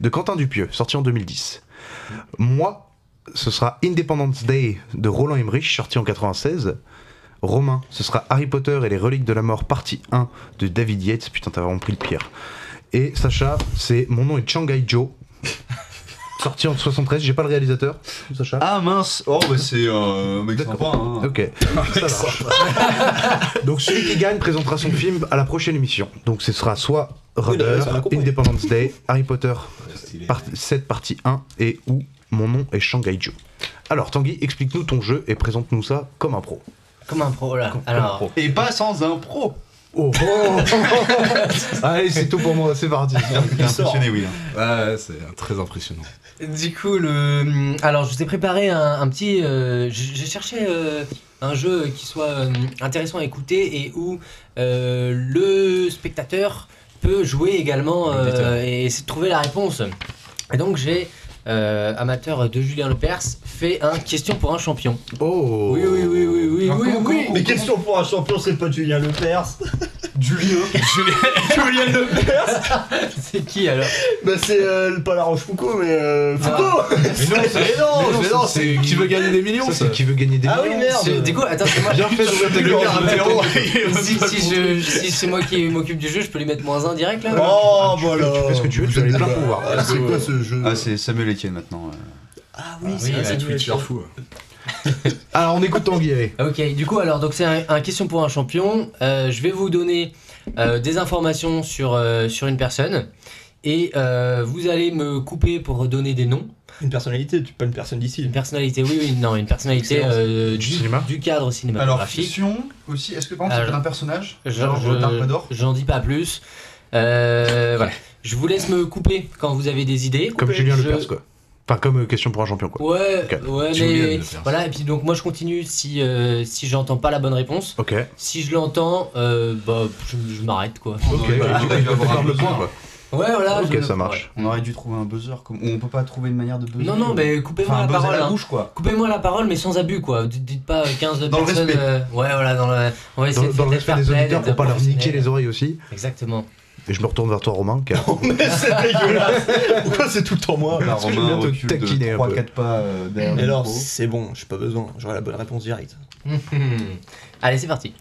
de Quentin Dupieux, sorti en 2010. Moi, ce sera Independence Day de Roland Emmerich, sorti en 96. Romain, ce sera Harry Potter et les reliques de la mort, partie 1 de David Yates. Putain, t'as vraiment pris le pire. Et Sacha, c'est Mon nom est Shanghai Joe, sorti en 73. J'ai pas le réalisateur, Sacha.
Ah mince Oh, bah c'est euh, un mec sympa, hein.
Ok, ça marche. Donc celui qui gagne présentera son film à la prochaine émission. Donc ce sera soit
Oui,
Rubber,
ça, on a compris.
Independence Day, Harry Potter part- 7 partie 1 et où mon nom est Shanghai Joe. Alors Tanguy, explique-nous ton jeu et présente-nous ça comme un pro.
Comme un pro là.
Comme- comme un
Ah, Alors,
pro.
Et pas sans un pro
Oh, oh. Allez, c'est tout pour moi, c'est parti.
Il sort.
Will.
hein.
Ouais, c'est euh, très impressionnant.
Du coup, le... alors je vous ai préparé un, un petit. euh, j- J'ai cherché euh, un jeu qui soit euh, intéressant à écouter et où euh, le spectateur peut jouer également euh, et essayer de trouver la réponse. Et donc j'ai, euh, amateur de Julien Lepers, fait un question pour un champion.
Oh
Oui, oui, oui, oui, oui, oui, oui.
Mais question pour un champion, c'est pas Julien Lepers. Julien. Julien Lepers.
c'est qui alors
Bah c'est euh, le- pas la Rochefoucauld, mais euh, Foucault.
Ah,
Mais
Oh,
non, mais non,
c'est qui veut gagner des millions
C'est qui veut gagner des
Ah oui,
millions
merde.
C'est- Du coup, attends, c'est moi.
Bien fait d'ouvrir ta
Le
gueule,
gars,
je
attends,
t'interromps.
Si, si, je- si c'est moi qui m'occupe du jeu, je peux lui mettre moins 1 direct là
Oh, voilà.
Tu fais ce que tu veux, tu as les pleins pouvoirs.
Ah, c'est quoi ce jeu
Ah, c'est Samuel Etienne maintenant.
Ah
oui,
c'est vrai, Samuel Etienne.
fou.
Alors on écoute Tanguy, allez.
Ah, Ok, du coup, alors, donc c'est un, un question pour un champion. Euh, je vais vous donner euh, des informations sur, euh, sur une personne et euh, vous allez me couper pour donner des noms.
Une personnalité, tu pas une personne d'ici.
Une personnalité, oui, oui, non, une personnalité
Excellent.
euh, du, du cadre
Alors,
cinématographique.
fiction aussi. Est-ce que par exemple, tu
Alors,
un personnage
Je-
Genre
je-
Dark Vador
J'en dis pas plus. Euh, voilà. Je vous laisse me couper quand vous avez des idées.
Comme Julien
Je-
Lepers, quoi. Enfin, comme euh, question pour un champion, quoi.
Ouais,
Ok.
ouais,
Julien
mais
Lepers.
voilà. Et puis donc moi je continue si euh, si j'entends pas la bonne réponse.
Ok.
Si je l'entends, euh, bah je, je m'arrête quoi.
Ok, bah, tu peux avoir le point, quoi.
Ouais, voilà.
Ok,
je-
ça marche.
On aurait dû trouver un buzzer. Comme... ou On peut pas trouver une manière de buzzer.
Non, non, mais coupez-moi
Enfin, un
la
buzz à
parole.
la
hein.
bouche, quoi.
Coupez-moi la parole, mais sans abus, quoi. Dites- Dites pas 15
Dans le
personnes.
respect.
euh, Ouais, voilà, dans le. On va essayer
Dans,
de
dans le
faire
respect des
fair play,
auditeurs
d'être
pour pas leur
professionnel.
niquer les oreilles aussi.
Exactement.
Et je me retourne vers toi, Romain, car
Mais c'est dégueulasse. Pourquoi c'est tout le temps moi
Là,
Parce que
Romain
je viens te
recule de
taquiner un
trois,
peu.
quatre
pas euh, derrière
Mais
le
alors,
micro.
c'est bon, j'ai pas besoin. J'aurai la bonne réponse directe.
Allez, c'est parti.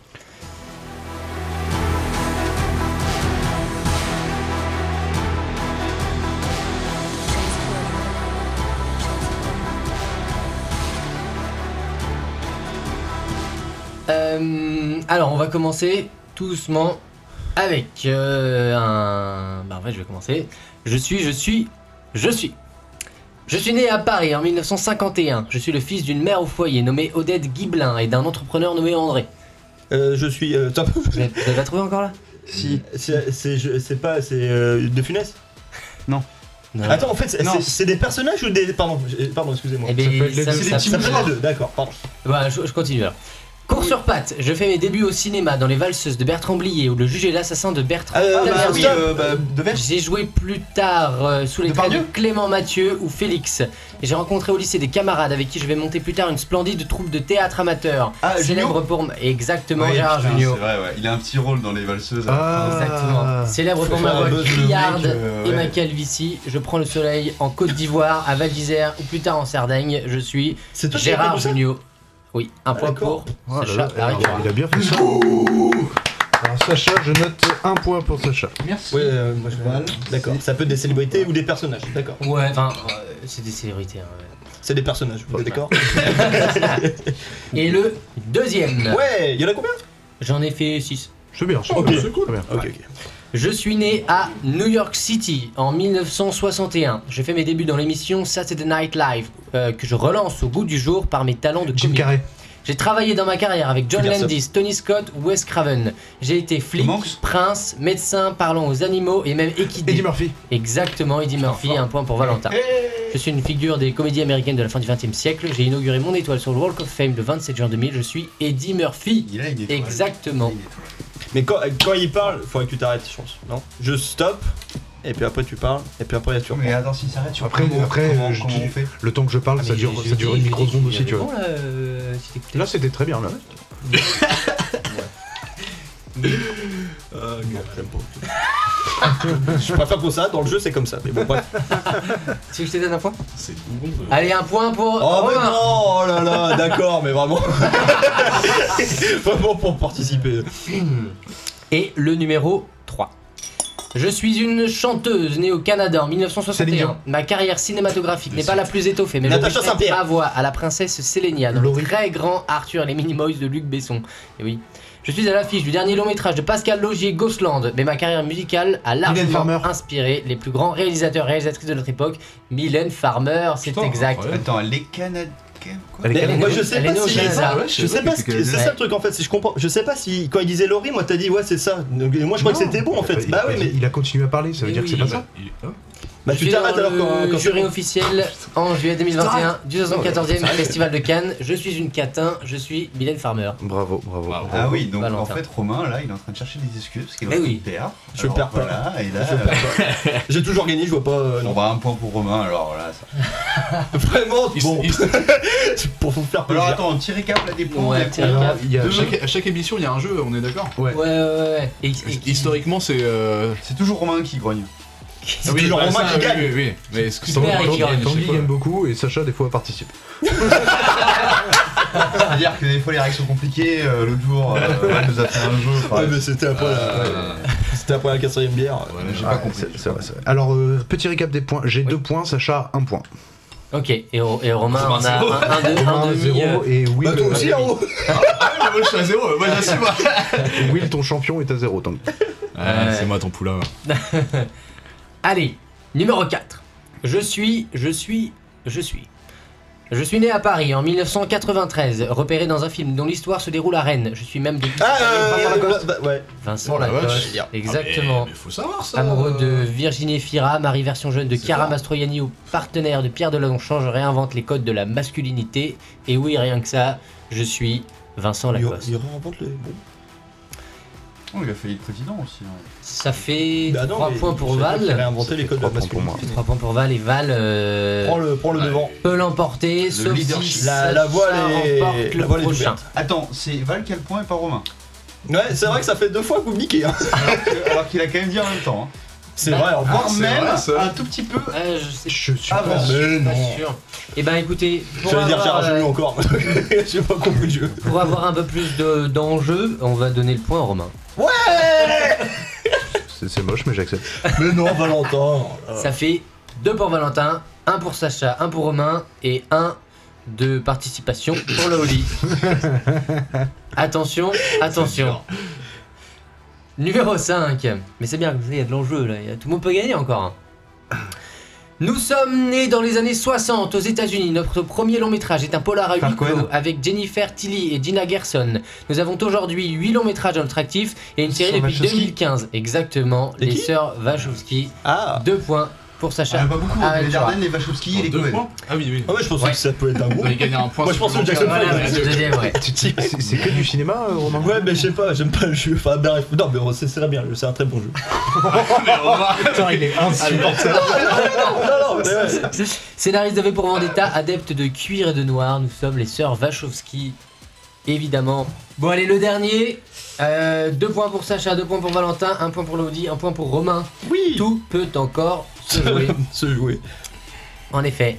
Euh, alors, on va commencer tout doucement avec euh, un. Bah, en fait, je vais commencer. Je suis, je suis, je suis. Je suis né à Paris en 1951. Je suis le fils d'une mère au foyer nommée Odette Guiblin et d'un entrepreneur nommé André.
Euh, je suis. Euh, top. Vous
l'avez pas trouvé encore là
Si. C'est c'est- je- c'est pas. C'est euh, de Funès
Non.
Attends, en fait, c'est-
Non.
c'est c'est des personnages ou des. Pardon, j'ai- pardon excusez-moi.
Eh ben, Ça peut être les ça- deux.
C'est des
ça-
petits
ça-
bouts de deux, d'accord, pardon.
Bah, je, je continue alors. Cours sur pattes, je fais mes débuts au cinéma dans Les Valseuses de Bertrand Blier ou Le Juge et l'Assassin de Bertrand
Euh, bah
Tavernier.
oui, euh, bah,
J'ai joué plus tard euh, sous les traits de Clément Mathieu ou Félix. Et j'ai rencontré au lycée des camarades avec qui je vais monter plus tard une splendide troupe de théâtre amateur.
Ah,
célèbre pour m- Exactement,
Ouais,
Gérard
putain,
Jugnot.
C'est vrai, ouais. Il a un petit rôle dans les valseuses.
Ah,
Ah. Oh
Exactement. Célèbre pour ma voix criarde
euh,
euh,
et ma calvitie, je prends le soleil en Côte d'Ivoire, à Val d'Isère ou plus tard en Sardaigne. Je suis
toi qui as
Gérard
fait tout ça
Jugnot. Oui, un point pour
Oh là
Sacha
là, alors,
Larrivé.
il a bien fait ça. Alors Sacha, je note un point pour Sacha.
Merci. Ouais, euh, moi je voilà. D'accord, ça peut être des célébrités ou des personnages, d'accord.
Ouais, enfin, euh, c'est des célébrités. hein, ouais.
C'est des personnages, vous êtes d'accord
Et le deuxième.
Ouais, il y en a combien
J'en ai fait 6.
C'est bien,
Ok,
c'est cool.
Ok, ok.
Je suis né à New York City en 1961. Je fais mes débuts dans l'émission Saturday Night Live, euh, que je relance au goût du jour par mes talents de Jim
Carrey.
J'ai travaillé dans ma carrière avec John
Peterson.
Landis, Tony Scott, Wes Craven. J'ai été flic, prince, médecin, parlant aux animaux et même équidé. Eddie
Murphy.
Exactement, Eddie Murphy, un point pour Valentin. Je suis une figure des comédies américaines de la fin du XXe siècle. J'ai inauguré mon étoile sur le Walk of Fame le 27 juin 2000. Je suis Eddie Murphy. Exactement.
Mais quand, quand il parle, faudrait que tu t'arrêtes, je pense, non Je stop, et puis après tu parles, et puis après tu reprends.
Mais attends, s'il s'arrête, tu
Après,
comment-
après
comment-
je-
comment on fait
le temps que je parle,
Ah,
ça
mais
dure,
j'ai-
ça
j'ai
dure
dit-
une microseconde
j'ai
aussi,
dit
tu vois.
bon,
là, euh, si
Là, c'était très bien, là.
Euh, non, j'aime pas. je préfère pour ça, dans le jeu c'est comme ça, mais bon, bref.
Si je te donne un point Allez, un point pour.
Oh, mais
Romain.
non Oh là là, d'accord, mais vraiment. vraiment pour participer.
Et le numéro 3. Je suis une chanteuse née au Canada en 1961. Ma carrière cinématographique n'est pas la plus étoffée, mais
Natacha
je prête
Saint-Pierre.
ma voix à la princesse Sélénia dans le très grand Arthur et les Minimoys de Luc Besson. Et oui. Je suis à l'affiche du dernier long métrage de Pascal Logier, Gosland, mais ma carrière musicale a largement inspiré les plus grands réalisateurs et réalisatrices de notre époque. Mylène Farmer, c'est exact.
Attends, elle est cana- canadienne
Mais moi je sais pas si
Ah,
je sais pas ce que- c'est ça le
ça.
truc en fait si je comprends je sais pas si quand il disait Laurie moi t'as dit ouais c'est ça Donc, moi je crois que
Non.
c'était bon en fait
Euh, il-
bah oui mais
il a continué à parler ça veut dire que c'est pas ça
hein
bah tu
Je suis
t'arrêtes
dans
alors
le
quand quand tu
jury
ris.
officiel en juillet 2021 du
Putain.
74e
Ouais, ouais.
Festival de Cannes. Je suis une catin, je suis Mylène Farmer.
Bravo, bravo.
Ah oui, donc
Valentin.
euh,
en fait, Romain, là, il est en train de chercher des excuses parce qu'il
Mais
est
oui.
perd.
Je
Alors,
perds pas.
voilà, et là,
Je
euh,
J'ai toujours gagné, je vois pas. euh,
on va un point pour Romain, alors là, ça.
Vraiment, bon. pour vous faire
Alors attends, un petit récap là des points.
Ouais,
des
petit
points.
récap.
Il y a
De
chaque-
chaque- à chaque émission, il y a un jeu, on est d'accord
Ouais.
Ouais, ouais, ouais.
Historiquement, c'est.
C'est toujours Romain qui grogne.
Ah oui, bah ça, oui, oui, oui. Mais
Tanguy
excusez-moi, Tanguy,
gagne-
je sais
Tanguy
pas.
gagne beaucoup et Sacha des fois participe.
C'est-à-dire que des fois les règles sont compliquées. euh, L'autre jour, euh, Val nous a fait un jeu. enfin,
Ouais, Ah, mais c'était après la-
Euh,
c'était après la quatrième bière
j'ai
Ah,
pas compris.
c'est- c'est vrai, c'est vrai. Alors euh, petit récap des points. J'ai deux points, Sacha un point.
Ok, et, Ro- et Romain,
Romain,
on a
zéro.
un, un, deux, un
Romain,
demi,
zéro,
euh,
et oui, Bah, toi
un
aussi,
demi.
hein, Ro.
Ah, moi je suis à zéro, moi j'assume.
Will ton champion est à zéro Tanguy.
Ah, c'est moi ton poulain.
Allez, numéro 4. Je suis, je suis, je suis. Je suis né à Paris en 1993, repéré dans un film dont l'histoire se déroule à Rennes. Je suis même de
Ah, euh, bah, bah, ouais.
Vincent
Oh la
Lacoste,
vache.
exactement.
Ah, mais- mais faut savoir ça.
Amoureux
Euh.
de Virginie Fira, Marie version jeune de Cara Mastroianni ou partenaire de Pierre Deladonchamp, je réinvente les codes de la masculinité. Et oui, rien que ça, je suis Vincent Lacoste.
Il remporte le. Bon.
Oh, il a failli être président aussi. hein.
Ça fait
Bah non,
3
mais
points
je
pour
savais pas
Val.
qu'il avait inventé
Ça fait
les codes de
trois
la
points pour moi. 3 points pour Val et Val. euh,
Prends le- prends le devant.
Peut l'emporter, sauf si ça- ça remporte le prochain.
Attends, c'est Val qui a le point et pas Romain.
Ouais, c'est vrai que ça fait deux fois que vous me niquez. hein.
Alors qu'il a quand même dit en même temps. hein.
C'est vrai, en
Voire
plus, c'est
même
vrai, ça.
un tout petit peu.
Ouais, je sais.
Je suis
pas
pas
sûr.
sûr, pas sûr. Eh ben écoutez, pour
J'allais dire
avoir,
Gérard Jugnot
euh,
encore. J'ai pas compris le jeu.
pour avoir un peu plus de- d'enjeux, on va donner le point à Romain.
Ouais
C'est c'est moche mais j'accepte.
Mais non, Valentin
Ah. Ça fait 2 pour Valentin, 1 pour Sacha, 1 pour Romain et 1 de participation pour Loli. attention, attention. Numéro 5. Mais c'est bien, comme ça, il y a de l'enjeu là, il y a- tout le monde peut gagner encore. hein. Nous sommes nés dans les années 60 aux États-Unis. Notre premier long métrage est un polar à huis clos avec Jennifer Tilly et Gina Gerson. Nous avons aujourd'hui 8 longs métrages à notre actif et une série
Sœurs
depuis
Wachowski.
2015. Exactement, les sœurs Wachowski. 2 points pour Sacha.
Ah, pas beaucoup,
Ah,
les
tu
Ardennes,
vois.
les Wachowski et les
deux
Cohen.
points
Ah oui, oui.
Ah ouais, je pensais que ça pouvait être un gros.
Vous allez gagner un point
Moi, je pensais que Jackson
supplémentaire.
Five.
Voilà, vous disiez, ouais.
C'est c'est que du cinéma, euh, Romain
Ouais, mais je sais pas, j'aime pas le jeu. Enfin, bref, non, mais c'est c'est très bien, le jeu, c'est un très bon jeu.
Putain, il est insupportable.
Scénariste de V pour Vendetta, adepte de cuir et de noir, nous sommes les sœurs Wachowski, évidemment. Bon, allez, le dernier. Euh, deux points pour Sacha, deux points pour Valentin, un point pour Lodi, un point pour Romain.
Oui
Tout peut encore se jouer.
se jouer.
En effet.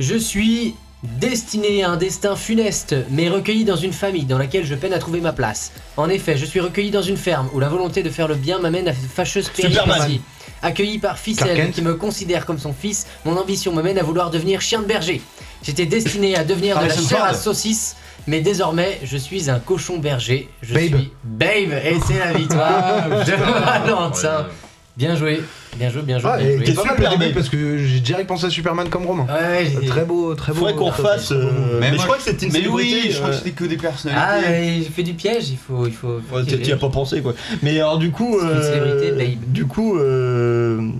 Je suis destiné à un destin funeste, mais recueilli dans une famille dans laquelle je peine à trouver ma place. En effet, je suis recueilli dans une ferme où la volonté de faire le bien m'amène à cette fâcheuse
Superman.
péripétie. Accueilli par
Clark
Ficelle
Kent.
qui me considère comme son fils, mon ambition me mène à vouloir devenir chien de berger. J'étais destiné à devenir de la
Harrison
chair à
Ford.
saucisse, mais désormais je suis un cochon berger. Je
Babe.
suis Babe et c'est la victoire
Ah,
de
putain.
Valentin. Bien joué, bien joué, bien joué.
Ah,
bien
et
joué.
t'es super début parce que j'ai direct pensé à Superman comme Romain.
Ouais, j'ai-
Euh, très beau, très beau.
Faudrait qu'on refasse,
Très beau.
euh,
Mais mais je moi, crois que c'était une mais célébrité, oui, je crois que euh, c'était
que des personnalités.
Ah, mais j'ai fait du piège, il faut. Il faut
Ouais, t'y- t'y as pas pensé quoi. Mais alors du coup.
C'est une
euh,
célébrité, babe.
Du coup. Euh...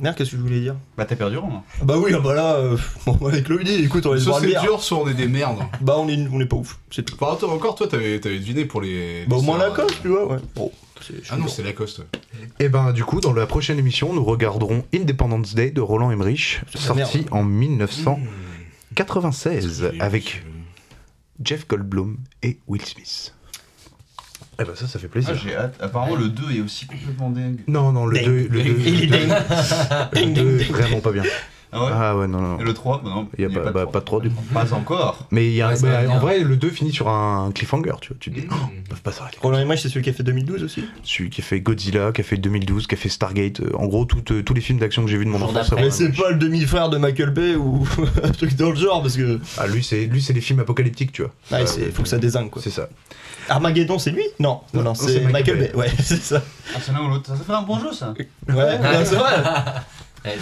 Merde, qu'est-ce que je voulais dire
Bah t'as perdu Romain.
Bah oui, ah bah là, euh, bon, avec Lodi, écoute, on va se
Soit
voir le
c'est
bière.
dur, soit on est des merdes.
Bah on est, on est pas ouf, c'est tout.
Bah, attends, encore toi, t'avais t'avais deviné pour les.
Bah, au moins
Lacoste,
tu vois, ouais.
Ah non, c'est Lacoste. ouais.
Et ben du coup, dans la prochaine émission, nous regarderons Independence Day de Roland Emmerich,
la merde.
sorti en Mmh. 1996 avec Jeff Goldblum et Will Smith. Eh ben ça, ça fait plaisir.
Ah, j'ai hâte. Apparemment, le 2 est aussi complètement dingue.
Non, non, le
Ding.
2, le
Ding.
2,
Il est dingue.
le
Ding,
2
ding, ding.
vraiment pas bien.
Ah ouais
non, non.
Et le 3, bah non.
Il y a pas, bah, pas trop du coup.
Pas encore.
Mais il y a,
Ouais, ça
bah,
va bien.
en vrai, le 2 finit sur un cliffhanger, tu vois. Tu te dis, oh, ils peuvent pas s'arrêter.
Roland Emmerich, c'est celui qui a fait 2012 aussi
Celui qui a fait Godzilla, qui a fait 2012, qui a fait Stargate, euh, en gros, tout, euh, tous les films d'action que j'ai vus de mon enfance.
Mais c'est pas le demi-frère de Michael Bay ou un truc dans le genre parce que.
Ah, lui, c'est lui, c'est les films apocalyptiques, tu vois. Euh,
Ouais, c'est- faut que ça désingue quoi.
C'est ça.
Armageddon, c'est lui Non, non, non, c'est Michael Bay, ouais, c'est ça.
Ah, c'est l'un ou l'autre. Ça fait un bon jeu ça.
Ouais, ouais, c'est vrai.
Ouais.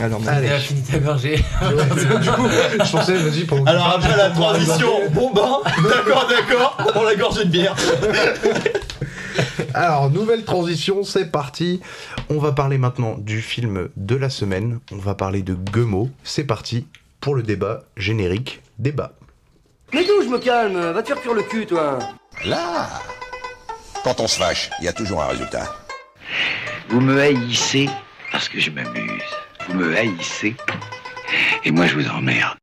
Alors,
Ça a Ah, fini ta gorgée.
du coup, je pensais, vas-y, pour
Alors après la transition, bon
bah,
ben, d'accord, d'accord, on prend la gorgée de bière.
Alors, nouvelle transition, c'est parti. On va parler maintenant du film de la semaine. On va parler de Guemo. C'est parti pour le débat générique. Débat.
Mais d'où je me calme Va te faire cuire le cul, toi
Là Quand on se fâche, il y a toujours un résultat.
Vous me haïssez parce que je m'amuse. Vous me haïssez et moi je vous emmerde.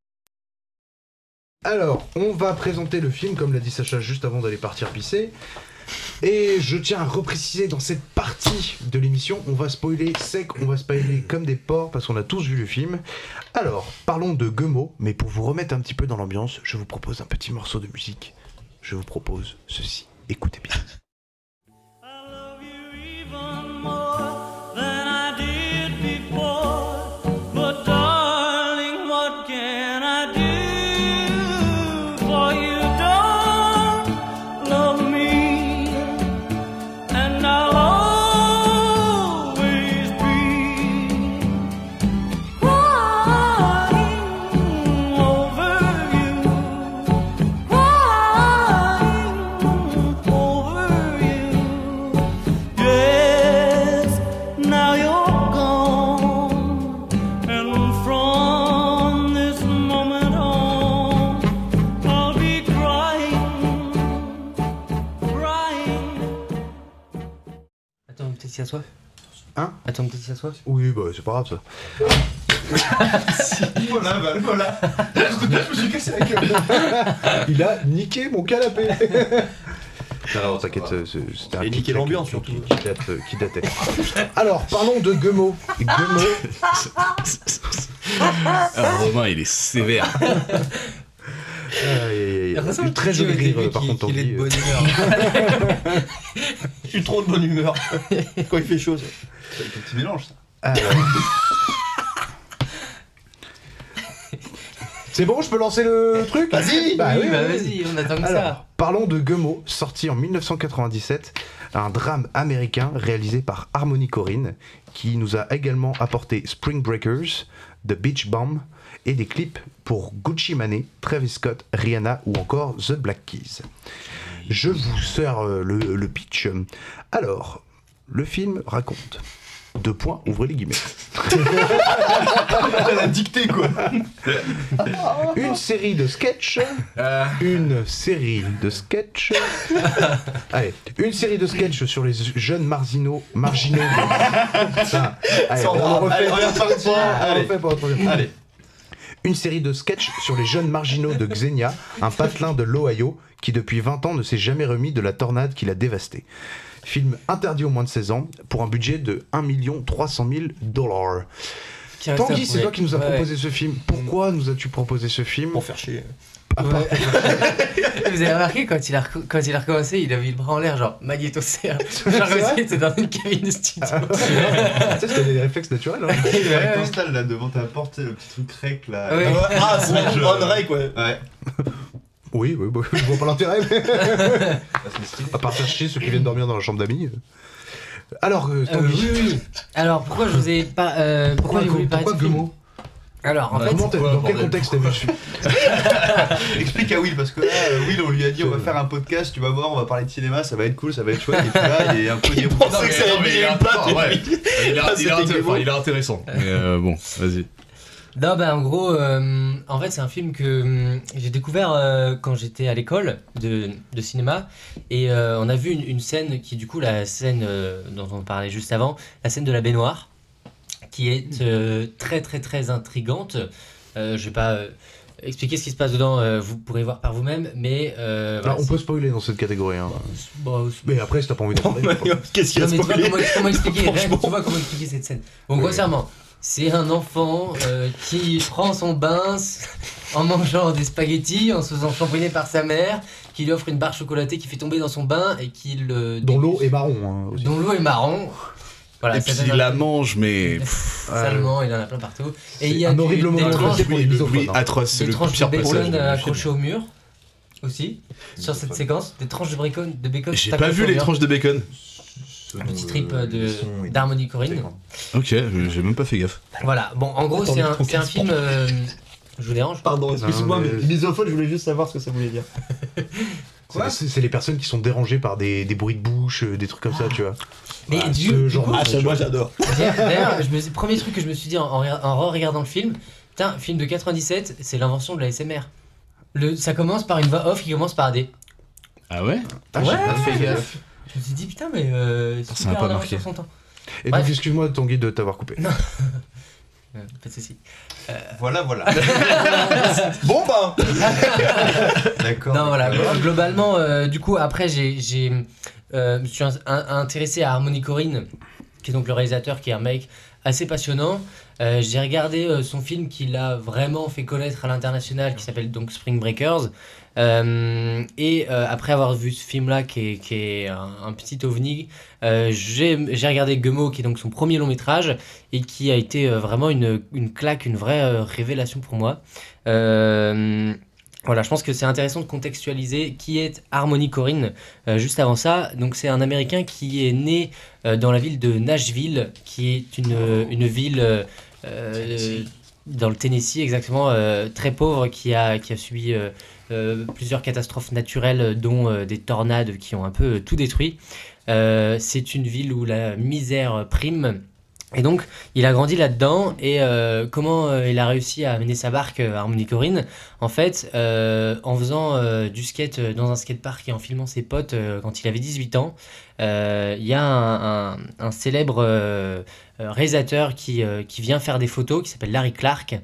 Alors, on va présenter le film, comme l'a dit Sacha juste avant d'aller partir pisser. Et je tiens à repréciser dans cette partie de l'émission, on va spoiler sec, on va spoiler comme des porcs parce qu'on a tous vu le film. Alors, parlons de Guemo, mais pour vous remettre un petit peu dans l'ambiance, je vous propose un petit morceau de musique. Je vous propose ceci. Écoutez bien.
than I did before. But darling, what can I do for you? Don't love me, and I'll always be crying over you, crying over you. Yes, now you're gone, and from this moment on, I'll be crying, crying.
Attends, peut-être qu'il s'assoit.
Hein
Attends, peut-être qu'il s'assoit.
Oui, bah c'est pas grave ça.
Voilà, bah, voilà. Je me suis cassé la gueule.
Il a niqué mon canapé. Non, non, t'inquiète, c'est- c'est- c'était un
Et
petit
niquer
claque
l'ambiance,
qui- qui, qui date, euh, qui datait. Alors, parlons de Guemo. Guemo.
Alors, Ah, Romain, il est sévère.
Il
a
eu très joli rire, par contre,
Il
Tanguy,
est de
euh.
bonne humeur.
Je suis trop de bonne humeur quand il fait chaud. ça.
C'est un petit mélange, ça.
Ah, C'est bon, je peux lancer le truc
Vas-y,
oui, bah vas-y, on attend que
Alors,
ça.
Parlons de Guemo, sorti en 1997, un drame américain réalisé par Harmony Corinne, qui nous a également apporté Spring Breakers, The Beach Bomb et des clips pour Gucci Mane, Travis Scott, Rihanna ou encore The Black Keys. Je vous sers euh, le, le pitch. Alors, le film raconte. Deux points, ouvrez les guillemets.
Elle a dicté quoi.
Une série de sketchs.
Euh,
Une série de sketchs. Allez, une série de sketchs sur les jeunes marginaux. Marginaux. Ça, allez,
Ça, on
on le refait.
Allez, on est reparti.
On le
Allez.
refait pour la troisième fois.
Allez.
Une série de sketchs sur les jeunes marginaux de Xenia, un patelin de l'Ohio qui depuis 20 ans ne s'est jamais remis de la tornade qui l'a dévasté. Film interdit aux moins de 16 ans pour un budget de 1 300 000 dollars.
Tiens,
Tanguy,
Ah, ça
c'est toi
pourrait-
qui nous as
ouais,
proposé
ouais.
ce film. Pourquoi nous as-tu proposé ce film Pour
faire chier.
Vous avez remarqué quand il a, reco- quand il a recommencé, il avait le bras en l'air, genre magnéto serre.
C'est
Genre
vrai Ah,
comme s'il était dans une cabine de studio.
Tu sais, c'était des réflexes naturels. Hein.
Ouais,
ouais.
t'installes là devant ta porte, le petit truc rec là.
Ouais. Ah, c'est
Rouge,
Ron
euh,
Rec, ouais.
Ouais.
Oui, oui, bah, je vois pas l'intérêt. Mais... à part faire chier ceux qui viennent dormir dans la chambre d'amis. Alors, euh,
Euh,
Tanguy.
oui, oui. Alors pourquoi je vous ai pas. euh,
Pourquoi
pourquoi j'ai voulu
Go-
parler de ce
pourquoi
film
Gomo
Alors en fait.
Comment t'as- dans quel contexte t'as vu ce film
Explique à Will parce que là, euh, Will, on lui a dit on va faire un podcast, tu vas voir, on va parler de cinéma, ça va être cool, ça va être chouette. Et puis là, il est un peu
Il
débrouillé.
pensait que ça allait
il
bien
est
une patte.
intéressant, ouais.
et puis-
Il est-
Ah,
il est
c'était
intéressant,
Guillemot.
enfin, il est intéressant. Mais euh, bon, vas-y.
Non, bah en gros, euh, en fait, c'est un film que hum, j'ai découvert euh, quand j'étais à l'école de, de cinéma. Et euh, on a vu une, une scène qui, du coup, la scène euh, dont on parlait juste avant, la scène de la baignoire, qui est euh, très, très, très intrigante. Euh, je vais pas euh, expliquer ce qui se passe dedans, euh, vous pourrez voir par vous-même, mais. euh,
Bah,
voilà,
on
c'est-
peut spoiler dans cette catégorie. hein.
bah,
mais après, si t'as pas envie de parler.
Qu'est-ce
Non, mais tu vois
spoilé
comment, comment expliquer
Franchement.
Tu vois comment expliquer cette scène Bon,
Oui.
grossièrement, c'est un enfant euh, qui prend son bain s- en mangeant des spaghettis, en se faisant chambonner par sa mère, qui lui offre une barre chocolatée qui fait tomber dans son bain et qui le.
Dont l'eau est marron. hein, aussi.
dont l'eau est marron. Voilà,
Et
ça
puis
donne
il
un-
la mange, mais. pff,
Salement, il en a plein partout. Et
C'est
il y a
un
du-
horrible
des
moment
tranches-
de bruit,
des
le bruit
tranches
atroce, c'est
de
le pire
bacon
passage du film.
accrochées au mur aussi sur cette séquence des tranches de bacon de bacon accrochées
J'ai pas hein. vu
au
les
mur.
tranches de bacon.
petit trip euh, de- d'Harmony Corinne.
Ok, j'ai j'ai même pas fait gaffe.
Voilà, bon, en gros,
Attends,
c'est
le
un,
micro
c'est un
casse
film.
pas.
euh, je vous dérange
Pardon, excuse-moi,
Non,
mais
mais-
misophone, je voulais juste savoir ce que ça voulait dire.
C'est- C'est c'est les personnes qui sont dérangées par des, des bruits de bouche, euh, des trucs comme ça, tu vois.
Mais
ce
du- du
genre
coup-
de
Ah,
truc,
moi,
tu vois.
j'adore.
D'ailleurs, d'ailleurs, je me suis- premier truc que je me suis dit en, en re- en re-regardant le film, putain, film de 97, c'est l'invention de la SMR. Le, ça commence par une voix off qui commence par des.
Ah ouais
Ah, j'ai pas fait gaffe.
Je me suis dit, putain, mais. Euh, c'est
Ça m'a
super
pas
en avance
marqué.
sur son temps.
Et
Bref.
donc, excuse-moi, Tanguy, de t'avoir coupé.
Euh, Pas de soucis.
Voilà, voilà.
bon ben
D'accord.
Non, voilà, glo- globalement, euh, du coup, après, j'ai, j'ai, euh, je me suis in- intéressé à Harmony Corinne, qui est donc le réalisateur, qui est un mec assez passionnant. Euh, j'ai regardé euh, son film qui l'a vraiment fait connaître à l'international, qui s'appelle donc Spring Breakers. Euh, et euh, après avoir vu ce film-là, qui est, qui est un, un petit ovni, euh, j'ai, j'ai regardé Gummo, qui est donc son premier long métrage, et qui a été euh, vraiment une, une claque, une vraie euh, révélation pour moi. Euh, voilà, je pense que c'est intéressant de contextualiser qui est Harmony Corinne. Euh, juste avant ça, donc c'est un Américain qui est né euh, dans la ville de Nashville, qui est une, une ville euh, euh, dans le Tennessee exactement euh, très pauvre, qui a, qui a subi euh, euh, plusieurs catastrophes naturelles, dont euh, des tornades qui ont un peu euh, tout détruit. Euh, c'est une ville où la misère prime. Et donc, il a grandi là-dedans. Et euh, comment euh, il a réussi à amener sa barque euh, à Harmony Corinne En fait, euh, en faisant euh, du skate euh, dans un skatepark et en filmant ses potes euh, quand il avait 18 ans, euh, il y a un, un- un célèbre euh, euh, réalisateur qui, euh, qui vient faire des photos, qui s'appelle Larry Clark.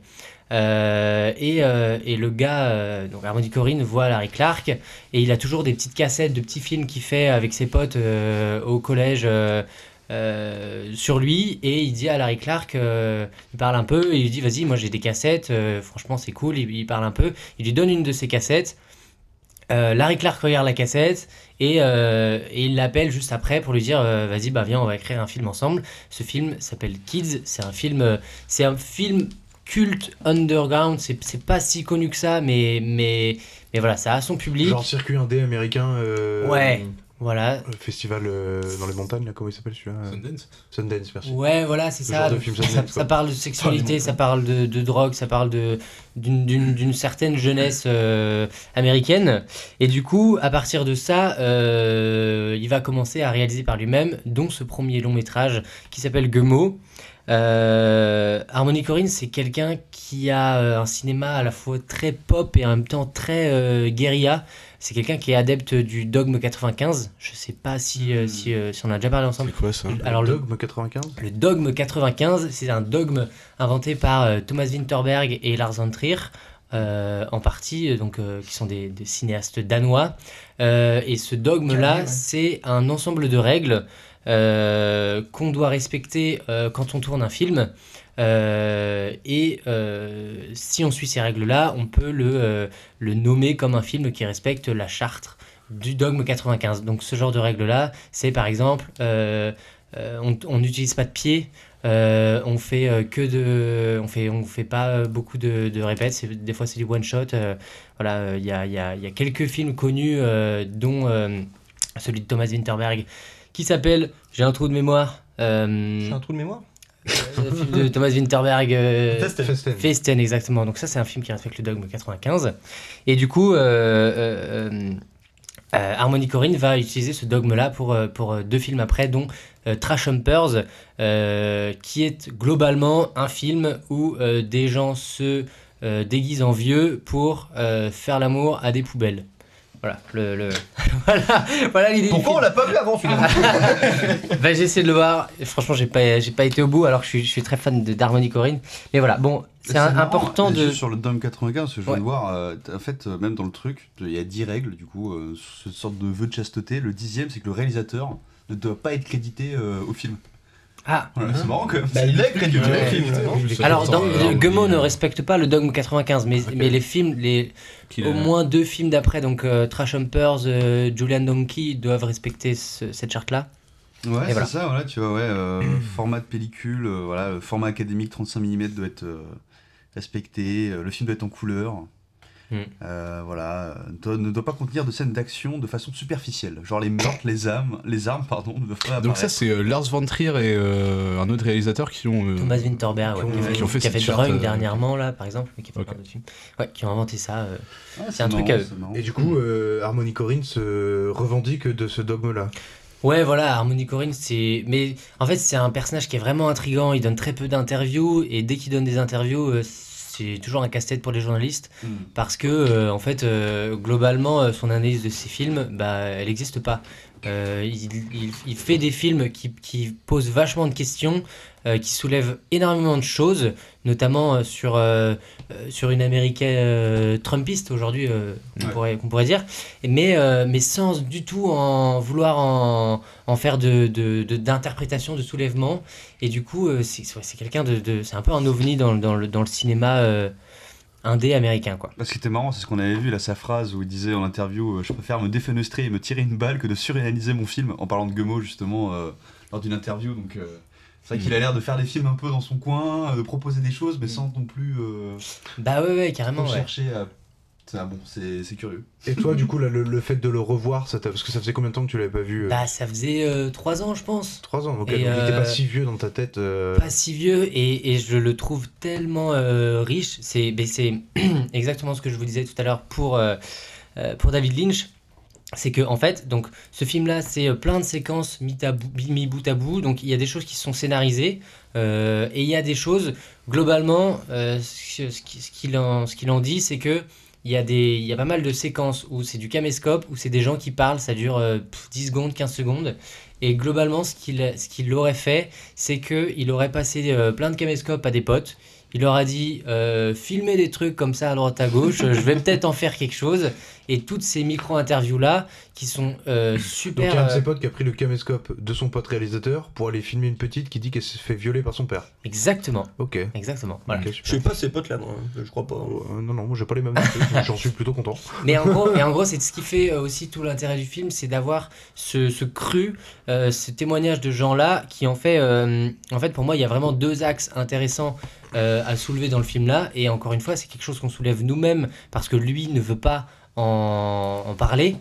Euh, et, euh, et le gars, euh, donc Harmony Corinne, voit Larry Clark et il a toujours des petites cassettes de petits films qu'il fait avec ses potes euh, au collège euh, euh, sur lui. Et il dit à Larry Clark, euh, il parle un peu et il lui dit Vas-y, moi j'ai des cassettes, euh, franchement c'est cool. Il, il parle un peu, il lui donne une de ses cassettes. Euh, Larry Clark regarde la cassette et, euh, et il l'appelle juste après pour lui dire euh, vas-y bah viens on va écrire un film ensemble. Ce film s'appelle Kids, c'est un film euh, c'est un film culte underground, c'est c'est pas si connu que ça mais mais mais voilà, ça a son public.
Genre circuit indé américain. euh,
Ouais, voilà.
euh, Festival euh, dans les montagnes, là, comment il s'appelle celui-là euh,
Sundance
Sundance, merci.
Ouais, voilà, c'est
Le
ça.
genre de film
ça,
Sundance,
ça
quoi.
parle de sexualité, ça parle de, de drogue, ça parle de d'une- d'une d'une certaine jeunesse euh, américaine. Et du coup, à partir de ça, euh, il va commencer à réaliser par lui-même, dont ce premier long métrage qui s'appelle Gummo. Euh, Harmony Corinne, c'est quelqu'un qui a euh, un cinéma à la fois très pop et en même temps très euh, guérilla. C'est quelqu'un qui est adepte du dogme 95. Je sais pas si,
Hmm.
euh, si, euh, si on a déjà parlé ensemble.
C'est quoi ça
Alors,
le
le,
dogme 95
le dogme 95, c'est un dogme inventé par euh, Thomas Winterberg et Lars von Trier, euh, en partie, euh, donc, euh, qui sont des, des cinéastes danois. Euh, et ce dogme-là,
Carré, ouais.
c'est un ensemble de règles euh, qu'on doit respecter euh, quand on tourne un film. Euh, et euh, si on suit ces règles-là, on peut le, euh, le nommer comme un film qui respecte la charte du dogme 95. Donc ce genre de règles-là, c'est par exemple, euh, euh, on on n'utilise pas de pied, euh, on fait euh, que de, on fait, on fait pas euh, beaucoup de, de répètes. c'est- Des fois c'est du one shot. euh, voilà, euh, il y, a, il y a- il y a quelques films connus, euh, dont euh, celui de Thomas Winterberg, qui s'appelle J'ai un trou de mémoire. euh,
J'ai un trou de mémoire
le film de Thomas Winterberg. euh,
Festen.
Festen. exactement. Donc ça, c'est un film qui respecte le dogme 95. Et du coup, euh, euh, euh, euh, Harmony Corinne va utiliser ce dogme-là pour, euh, pour euh, deux films après, dont euh, Trash Humpers, euh, qui est globalement un film où euh, des gens se euh, déguisent en vieux pour euh, faire l'amour à des poubelles. Voilà, le, le- voilà, voilà l'idée. Pourquoi on l'a pas vu avant celui-là ben, J'ai essayé de le voir. Et Franchement, j'ai pas, j'ai pas été au bout alors que je suis, je suis très fan de d'Harmony Corinne. Mais voilà, bon, c'est un-
marrant,
important
les
de.
jeux Sur le Dome 95, parce que je viens
Ouais.
de voir, euh, t- en fait, euh, même dans le truc, il y a 10 règles, du coup, euh, cette sorte de vœu de chasteté. Le dixième, c'est que le réalisateur ne doit pas être crédité euh, au film.
Ah
Voilà, C'est marrant quand même.
Bah, il est crédité
Ouais.
au film,
Ouais.
ouais.
Alors, dans,
Euh,
Gummo ne respecte pas le dogme 95, mais, mais les films, les,
Qu'il a-
au moins deux films d'après, donc euh, Trash Humpers, euh, Julian Donkey, doivent respecter ce- cette charte-là.
Ouais,
Et
c'est
voilà.
ça, voilà, tu vois, ouais, euh, format de pellicule, euh, voilà, euh, format académique 35 mm doit être euh, respecté, euh, le film doit être en couleur.
Hmm.
Euh, voilà, doit- ne doit pas contenir de scènes d'action de façon superficielle, genre les meurtres, les armes, les armes pardon, ne doivent pas
bah
Donc ça
apparaître.
c'est euh, Lars von Trier et euh, un autre réalisateur qui ont euh,
Thomas Winterberg, Ah, ouais,
qui ont,
qui,
qui ont fait
qui a
cette
fait
charte,
Drunk
euh,
dernièrement, là, par exemple, mais qui a fait plein d'autres films. Ouais, qui ont inventé ça. euh,
Ah,
c'est un truc à eux.
Et du coup, euh, Harmony Corinne se revendique de ce dogme-là.
Ouais, voilà, Harmony Corinne, c'est. Mais en fait, c'est un personnage qui est vraiment intriguant. Il donne très peu d'interviews et dès qu'il donne des interviews, euh, c'est toujours un casse-tête pour les journalistes
Mm.
parce que, euh, en fait, euh, globalement, euh, son analyse de ses films, bah, elle n'existe pas. Euh, il, il- il fait des films qui, qui posent vachement de questions, euh, qui soulèvent énormément de choses, notamment euh, sur, euh, euh, sur une américaine euh, Trumpiste aujourd'hui, euh, qu'on pourrait, qu'on pourrait dire, mais, euh, mais sans du tout en vouloir en, en faire de- de- de- d'interprétation, de, soulèvement. Et du coup, euh, c'est c'est- c'est quelqu'un de, de- C'est un peu un ovni dans, le- dans le, dans le cinéma euh, indé américain, quoi.
Ce qui était marrant, c'est ce qu'on avait vu là, sa phrase où il disait en interview euh, Je préfère me défenestrer et me tirer une balle que de surréaliser mon film, en parlant de Gumeau justement euh, lors d'une interview. Donc euh, c'est vrai qu'il a l'air de faire des films un peu dans son coin, euh, de proposer des choses, mais sans non plus. euh,
Bah ouais, ouais,
Ah
carrément.
trop
ouais.
chercher à. C'est ah bon, c'est c'est curieux.
Et toi, du coup, là, le, le fait de le revoir, ça t'a- parce que ça faisait combien de temps que tu l'avais pas vu euh
Bah, ça faisait 3 ans, je pense.
3 ans, ok.
Et,
donc il était
euh,
pas si vieux dans ta tête. euh,
Pas si vieux et, et je le trouve tellement euh, riche. C'est ben, c'est exactement ce que je vous disais tout à l'heure pour, euh, euh, pour David Lynch. C'est que, en fait, donc, ce film-là, c'est euh, plein de séquences mis, à bout- mis bout à bout. Donc, il y a des choses qui sont scénarisées euh, et il y a des choses, globalement, euh, ce, ce qui- ce qu'il en, ce qu'il en dit, c'est que il y, a des, il y a pas mal de séquences où c'est du caméscope, où c'est des gens qui parlent, ça dure euh, pff, 10 secondes, 15 secondes. Et globalement, ce qu'il ce qu'il aurait fait, c'est qu'il aurait passé euh, plein de caméscopes à des potes. Il leur a dit euh, filmez des trucs comme ça à droite à gauche, je vais peut-être en faire quelque chose. Et toutes ces micro-interviews-là, qui sont euh,
Donc
super.
il y a un de
euh,
ses potes qui a pris le caméscope de son pote réalisateur pour aller filmer une petite qui dit qu'elle s'est fait violer par son père.
Exactement.
Ok.
Exactement.
je sais pas ces potes là,
hein.
moi. Je crois pas. non, non, moi j'ai pas les mêmes. J'en suis plutôt content.
Mais en gros, et en gros c'est ce qui fait euh, aussi tout l'intérêt du film, c'est d'avoir ce, ce cru, euh, ce témoignage de gens-là qui en fait, euh, en fait, pour moi, il y a vraiment deux axes intéressants euh, à soulever dans le film-là. Et encore une fois, c'est quelque chose qu'on soulève nous-mêmes parce que lui ne veut pas en, en parler.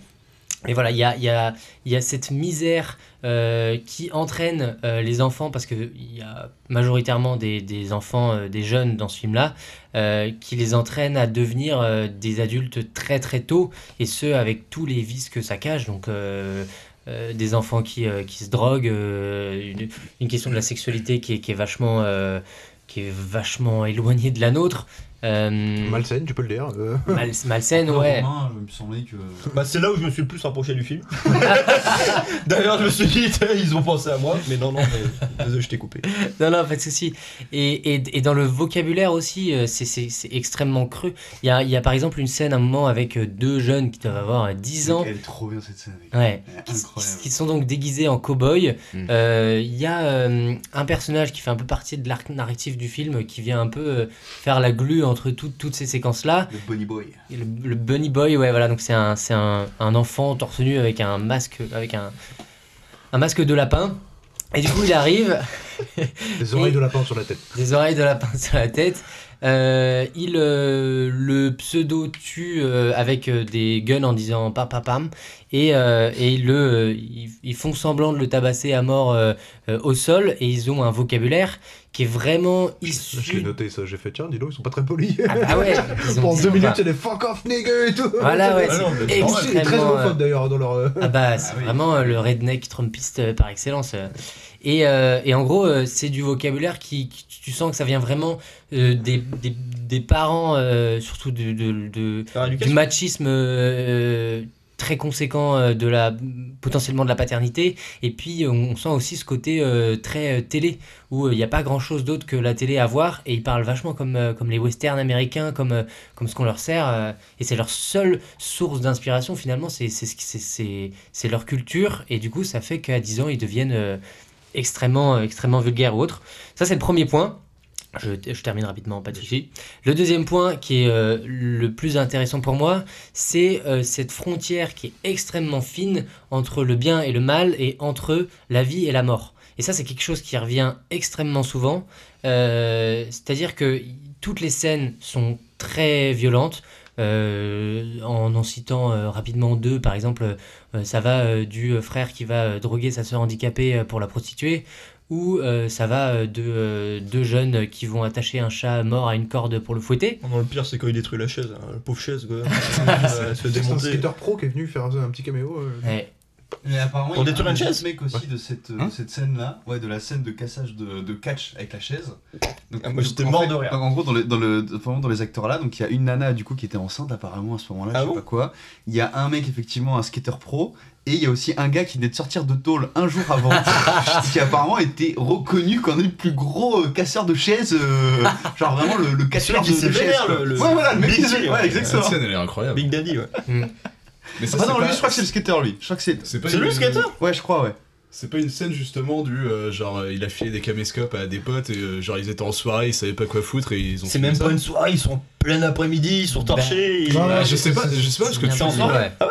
Et voilà, il y a, il y, a, il y a cette misère euh, qui entraîne euh, les enfants, parce qu'il y a majoritairement des, des enfants, euh, des jeunes dans ce film-là, euh, qui les entraîne à devenir euh, des adultes très très tôt, et ce, avec tous les vices que ça cache. Donc, euh, euh, des enfants qui, euh, qui se droguent, euh, une, une question de la sexualité qui est, qui est vachement, euh, qui est vachement éloignée de la nôtre. Euh,
malsaine, tu peux le dire. euh,
Mal, malsaine, ouais.
Romain, il me semblait que.
Bah, c'est là où je me suis le plus rapproché du film. D'ailleurs, je me suis dit, tiens, ils ont pensé à moi, mais non, non, mais désolé, je t'ai coupé.
non, non, pas de souci. Et, et, et dans le vocabulaire aussi, euh, c'est- c'est c'est extrêmement cru. Il y a, il y a par exemple une scène à un moment avec euh, deux jeunes qui doivent avoir euh, 10 ans.
Elle est trop bien cette scène. mec.
Ouais.
Elle est
Qui,
incroyable.
qui sont donc déguisés en cow-boy. Euh, Il y a euh, un personnage qui fait un peu partie de l'arc narratif du film, qui vient un peu euh, faire la glue entre tout- toutes ces séquences-là.
Le Bunny Boy.
Et Le, le Bunny Boy, ouais, voilà, donc c'est un, c'est un, un enfant torse nu avec un masque, avec un, un masque de lapin. Et du coup, il arrive.
Des oreilles
Et-
de lapin sur la tête.
des oreilles de lapin sur la tête. Euh, il euh, le pseudo tue euh, avec euh, des guns en disant pam pam pam et, euh, et ils, le, euh, ils, ils font semblant de le tabasser à mort euh, euh, au sol et ils ont un vocabulaire qui est vraiment issu.
Je l'ai noté ça, j'ai fait tiens, dis donc, ils sont pas très polis.
Ah bah ouais, ils ont
Pendant
dit-
deux minutes,
bah-
il est fuck off, nigga et tout.
Voilà, ouais,
Ah non, mais
c'est
normal. C'est très
extrêmement,
homophobe
euh,
d'ailleurs dans leur. euh,
Ah bah, c'est vraiment euh, le redneck trumpiste euh, par excellence. euh. Et, euh, et en gros, euh, c'est du vocabulaire qui, qui- tu sens que ça vient vraiment euh, des, des, des parents, euh, surtout de, de- de-
Ah,
du machisme euh, très conséquent euh, de la potentiellement de la paternité. Et puis, euh, on, on sent aussi ce côté euh, très euh, télé où euh, il n'y a pas grand chose d'autre que la télé à voir. Et ils parlent vachement comme, euh, comme les westerns américains, comme, euh, comme ce qu'on leur sert. euh, et c'est leur seule source d'inspiration finalement, c'est c'est ce qui- c'est- c'est- c'est leur culture. Et du coup, ça fait qu'à 10 ans, ils deviennent euh, extrêmement, euh, extrêmement vulgaires ou autres. Ça, c'est le premier point. Je, je termine rapidement, pas de souci. Le deuxième point qui est euh, le plus intéressant pour moi, c'est euh, cette frontière qui est extrêmement fine entre le bien et le mal et entre la vie et la mort. Et ça, c'est quelque chose qui revient extrêmement souvent. Euh, C'est-à-dire que toutes les scènes sont très violentes. euh, en en citant euh, rapidement deux, par exemple, euh, ça va euh, du euh, frère qui va euh, droguer sa sœur handicapée euh, pour la prostituer, ou euh, ça va euh, de euh, deux jeunes qui vont attacher un chat mort à une corde pour le fouetter.
Non, le pire, c'est quand il détruit la chaise, hein, la pauvre chaise, quoi.
Ah,
Elle se fait
C'est un
démonter.
skater pro qui est venu faire un petit caméo. euh.
Eh,
Mais apparemment,
Pour
il y a
détruire
un
une
autre
chaise
mec aussi
Ouais.
de cette, euh,
Hein
cette scène-là, ouais, de la scène de cassage de, de catch avec la chaise. Donc,
Ah, moi,
donc,
j'étais
en
mort
fait,
de rire.
En gros, dans, les- dans, le, vraiment, dans les acteurs-là, donc il y a une nana du coup qui était enceinte apparemment à ce
Ah
moment-là, je sais pas quoi. Il y a un mec effectivement, un skater pro. Et il y a aussi un gars qui venait de sortir de tôle un jour avant, qui apparemment était reconnu comme un des plus gros euh, casseurs de chaises, euh, genre vraiment le, le casseur
Celui qui
de, de
s'est
chaises.
vénère,
quoi.
le- le-
Ouais, voilà, le mec qui
Big
s'est
Daddy,
vénère, ouais,
ouais.
exactement.
Cette scène, elle est incroyable. Big Daddy, ouais.
Mais ça,
Ah
c'est
non, lui,
pas-
je crois que c'est le skater, lui. Je crois que c'est.
C'est pas
lui
une-
le skater Ouais, je crois, ouais.
C'est pas une scène justement du euh, genre euh, il a filé des caméscopes à des potes et euh, genre ils étaient en soirée, ils savaient pas quoi foutre et ils ont
C'est
filmé
même
ça.
pas une soirée, ils sont en plein après-midi, ils sont
Ben,
torchés. ils-
Ouais, ouais, je sais pas, je sais pas parce que tu
C'est en soirée.
Ah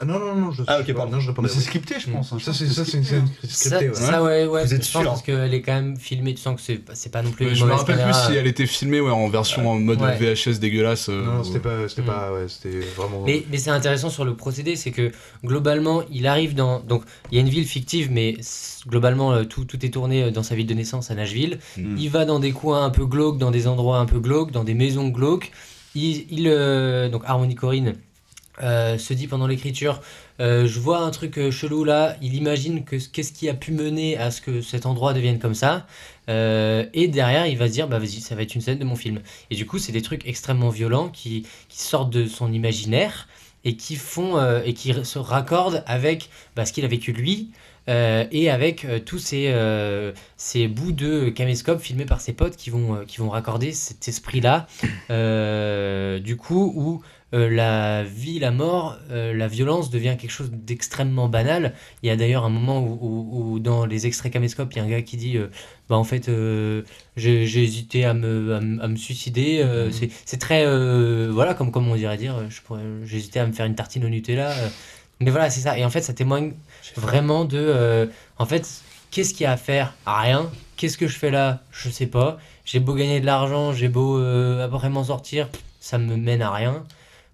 Ah non, non, non, je
Ah, ok, pardon.
je répondais.
C'est scripté, je
Mm.
pense. hein.
Ça, c'est ça, c'est une scène scriptée.
ça, ça, Ah ouais, ouais,
Vous êtes
je pense
sûr
parce qu'elle est quand même filmée, tu sens que c'est pas- c'est pas non plus.
Ouais,
une
je me
mauvaise
rappelle plus
caméra.
si elle était filmée ouais, en version en mode
Ouais.
VHS dégueulasse. euh,
Non,
ou-
c'était pas,
Hmm.
c'était pas, ouais, c'était vraiment.
Mais, mais c'est intéressant sur le procédé, c'est que globalement, il arrive dans. Donc, il y a une ville fictive, mais s- globalement, euh, tout, tout est tourné euh, dans sa ville de naissance à Nashville.
Mm.
Il va dans des coins un peu glauques, dans des endroits un peu glauques, dans des maisons glauques. Il, il, euh, donc, Harmony Corinne euh, se dit pendant l'écriture euh, Je vois un truc euh, chelou là, il imagine que ce- qu'est-ce qui a pu mener à ce que cet endroit devienne comme ça. Euh, et derrière, il va se dire Bah vas-y, ça va être une scène de mon film. Et du coup, c'est des trucs extrêmement violents qui, qui sortent de son imaginaire et qui font euh, et qui se raccordent avec bah, ce qu'il a vécu lui euh, et avec euh, tous ces, euh, ces bouts de caméscope filmés par ses potes qui vont, euh, qui vont raccorder cet esprit-là, euh, du coup, où euh, la vie, la mort, euh, la violence devient quelque chose d'extrêmement banal. Il y a d'ailleurs un moment où, où- où dans les extraits caméscope, il y a un gars qui dit euh, bah, En fait, euh, j'ai j'ai hésité à me, à, me- à me suicider. euh, c'est- C'est très. euh, voilà, comme, comme on dirait dire, euh, je pourrais- j'ai hésité à me faire une tartine au Nutella. euh. mais voilà, c'est ça. Et en fait, ça témoigne vraiment de. euh, en fait, qu'est-ce qu'il y a à faire Ah, Rien. Qu'est-ce que je fais là Je sais pas. J'ai beau gagner de l'argent, j'ai beau euh, après m'en sortir, ça me mène à rien.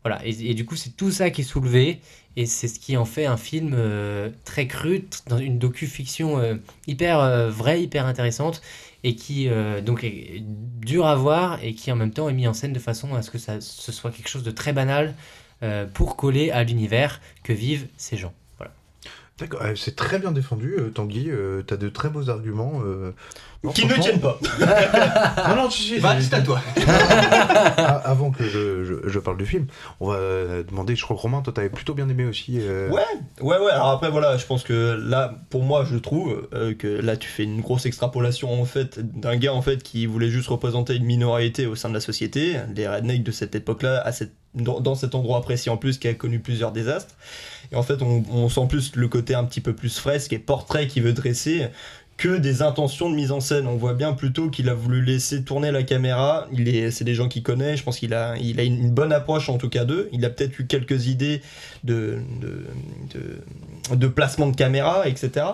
Voilà. Et, et du coup, c'est tout ça qui est soulevé. Et c'est ce qui en fait un film euh, très cru, t- dans une docu-fiction euh, hyper euh, vraie, hyper intéressante, et qui euh, donc est dure à voir, et qui en même temps est mis en scène de façon à ce que ça, ce soit quelque chose de très banal euh, pour coller à l'univers que vivent ces gens. Voilà.
D'accord, euh, c'est très bien défendu, euh, Tanguy. euh, T'as de très beaux arguments. euh, non,
Qui ne
franchement-
tiennent pas.
non, non, si, si.
Bah,
j'ai-
c'est à toi.
Ah, Avant que je, je- je parle du film, on va euh, demander. Je crois que Romain, toi, t'avais plutôt bien aimé aussi. euh,
Ouais, ouais, ouais. Alors après, voilà, je pense que là, pour moi, je trouve euh, que là, tu fais une grosse extrapolation en fait d'un gars en fait qui voulait juste représenter une minorité au sein de la société, les rednecks de cette époque-là, à cette, dans, dans cet endroit précis en plus qui a connu plusieurs désastres. Et en fait, on, on sent plus le côté un petit peu plus fresque et portrait qu'il veut dresser que des intentions de mise en scène. On voit bien plutôt qu'il a voulu laisser tourner la caméra. Il est, c'est des gens qu'il connaît. Je pense qu'il a, il a une bonne approche en tout cas d'eux. Il a peut-être eu quelques idées de, de, de, de placement de caméra, etc.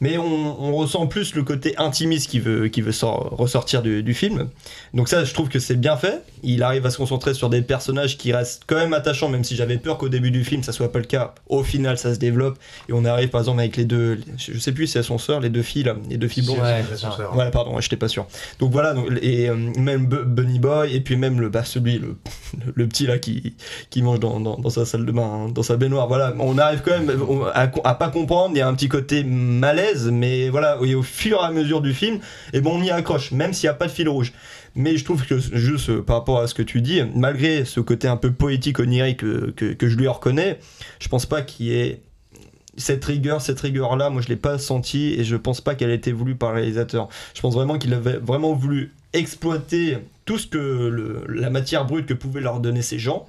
Mais on, on ressent plus le côté intimiste qui veut, qui veut sor- ressortir du, du film. Donc ça, je trouve que c'est bien fait. Il arrive à se concentrer sur des personnages qui restent quand même attachants, même si j'avais peur qu'au début du film, ça soit pas le cas. Au final, ça se développe et on arrive par exemple avec les deux, je je sais plus si elles sont sœurs, les deux filles là, les deux filles
Si,
blondes.
elles sont Ouais, sœurs. sœurs.
Voilà, pardon, ouais, j'étais pas sûr. Donc voilà, donc, et euh, même Bu- Bunny Boy, et puis même le, bah, celui, le, le petit là qui, qui mange dans, dans, dans sa salle de bain, hein, dans sa baignoire. Voilà, on arrive quand même on- à, à pas comprendre, il y a un petit côté malaise, mais voilà, et au fur et à mesure du film, et bon, on y accroche, même s'il n'y a pas de fil rouge. Mais je trouve que juste euh, par rapport à ce que tu dis, malgré ce côté un peu poétique, onirique que, que, que je lui reconnais, je pense pas qu'il y ait cette rigueur, cette rigueur là, moi je l'ai pas senti et je pense pas qu'elle ait été voulue par le réalisateur. Je pense vraiment qu'il avait vraiment voulu exploiter tout ce que le- la matière brute que pouvaient leur donner ces gens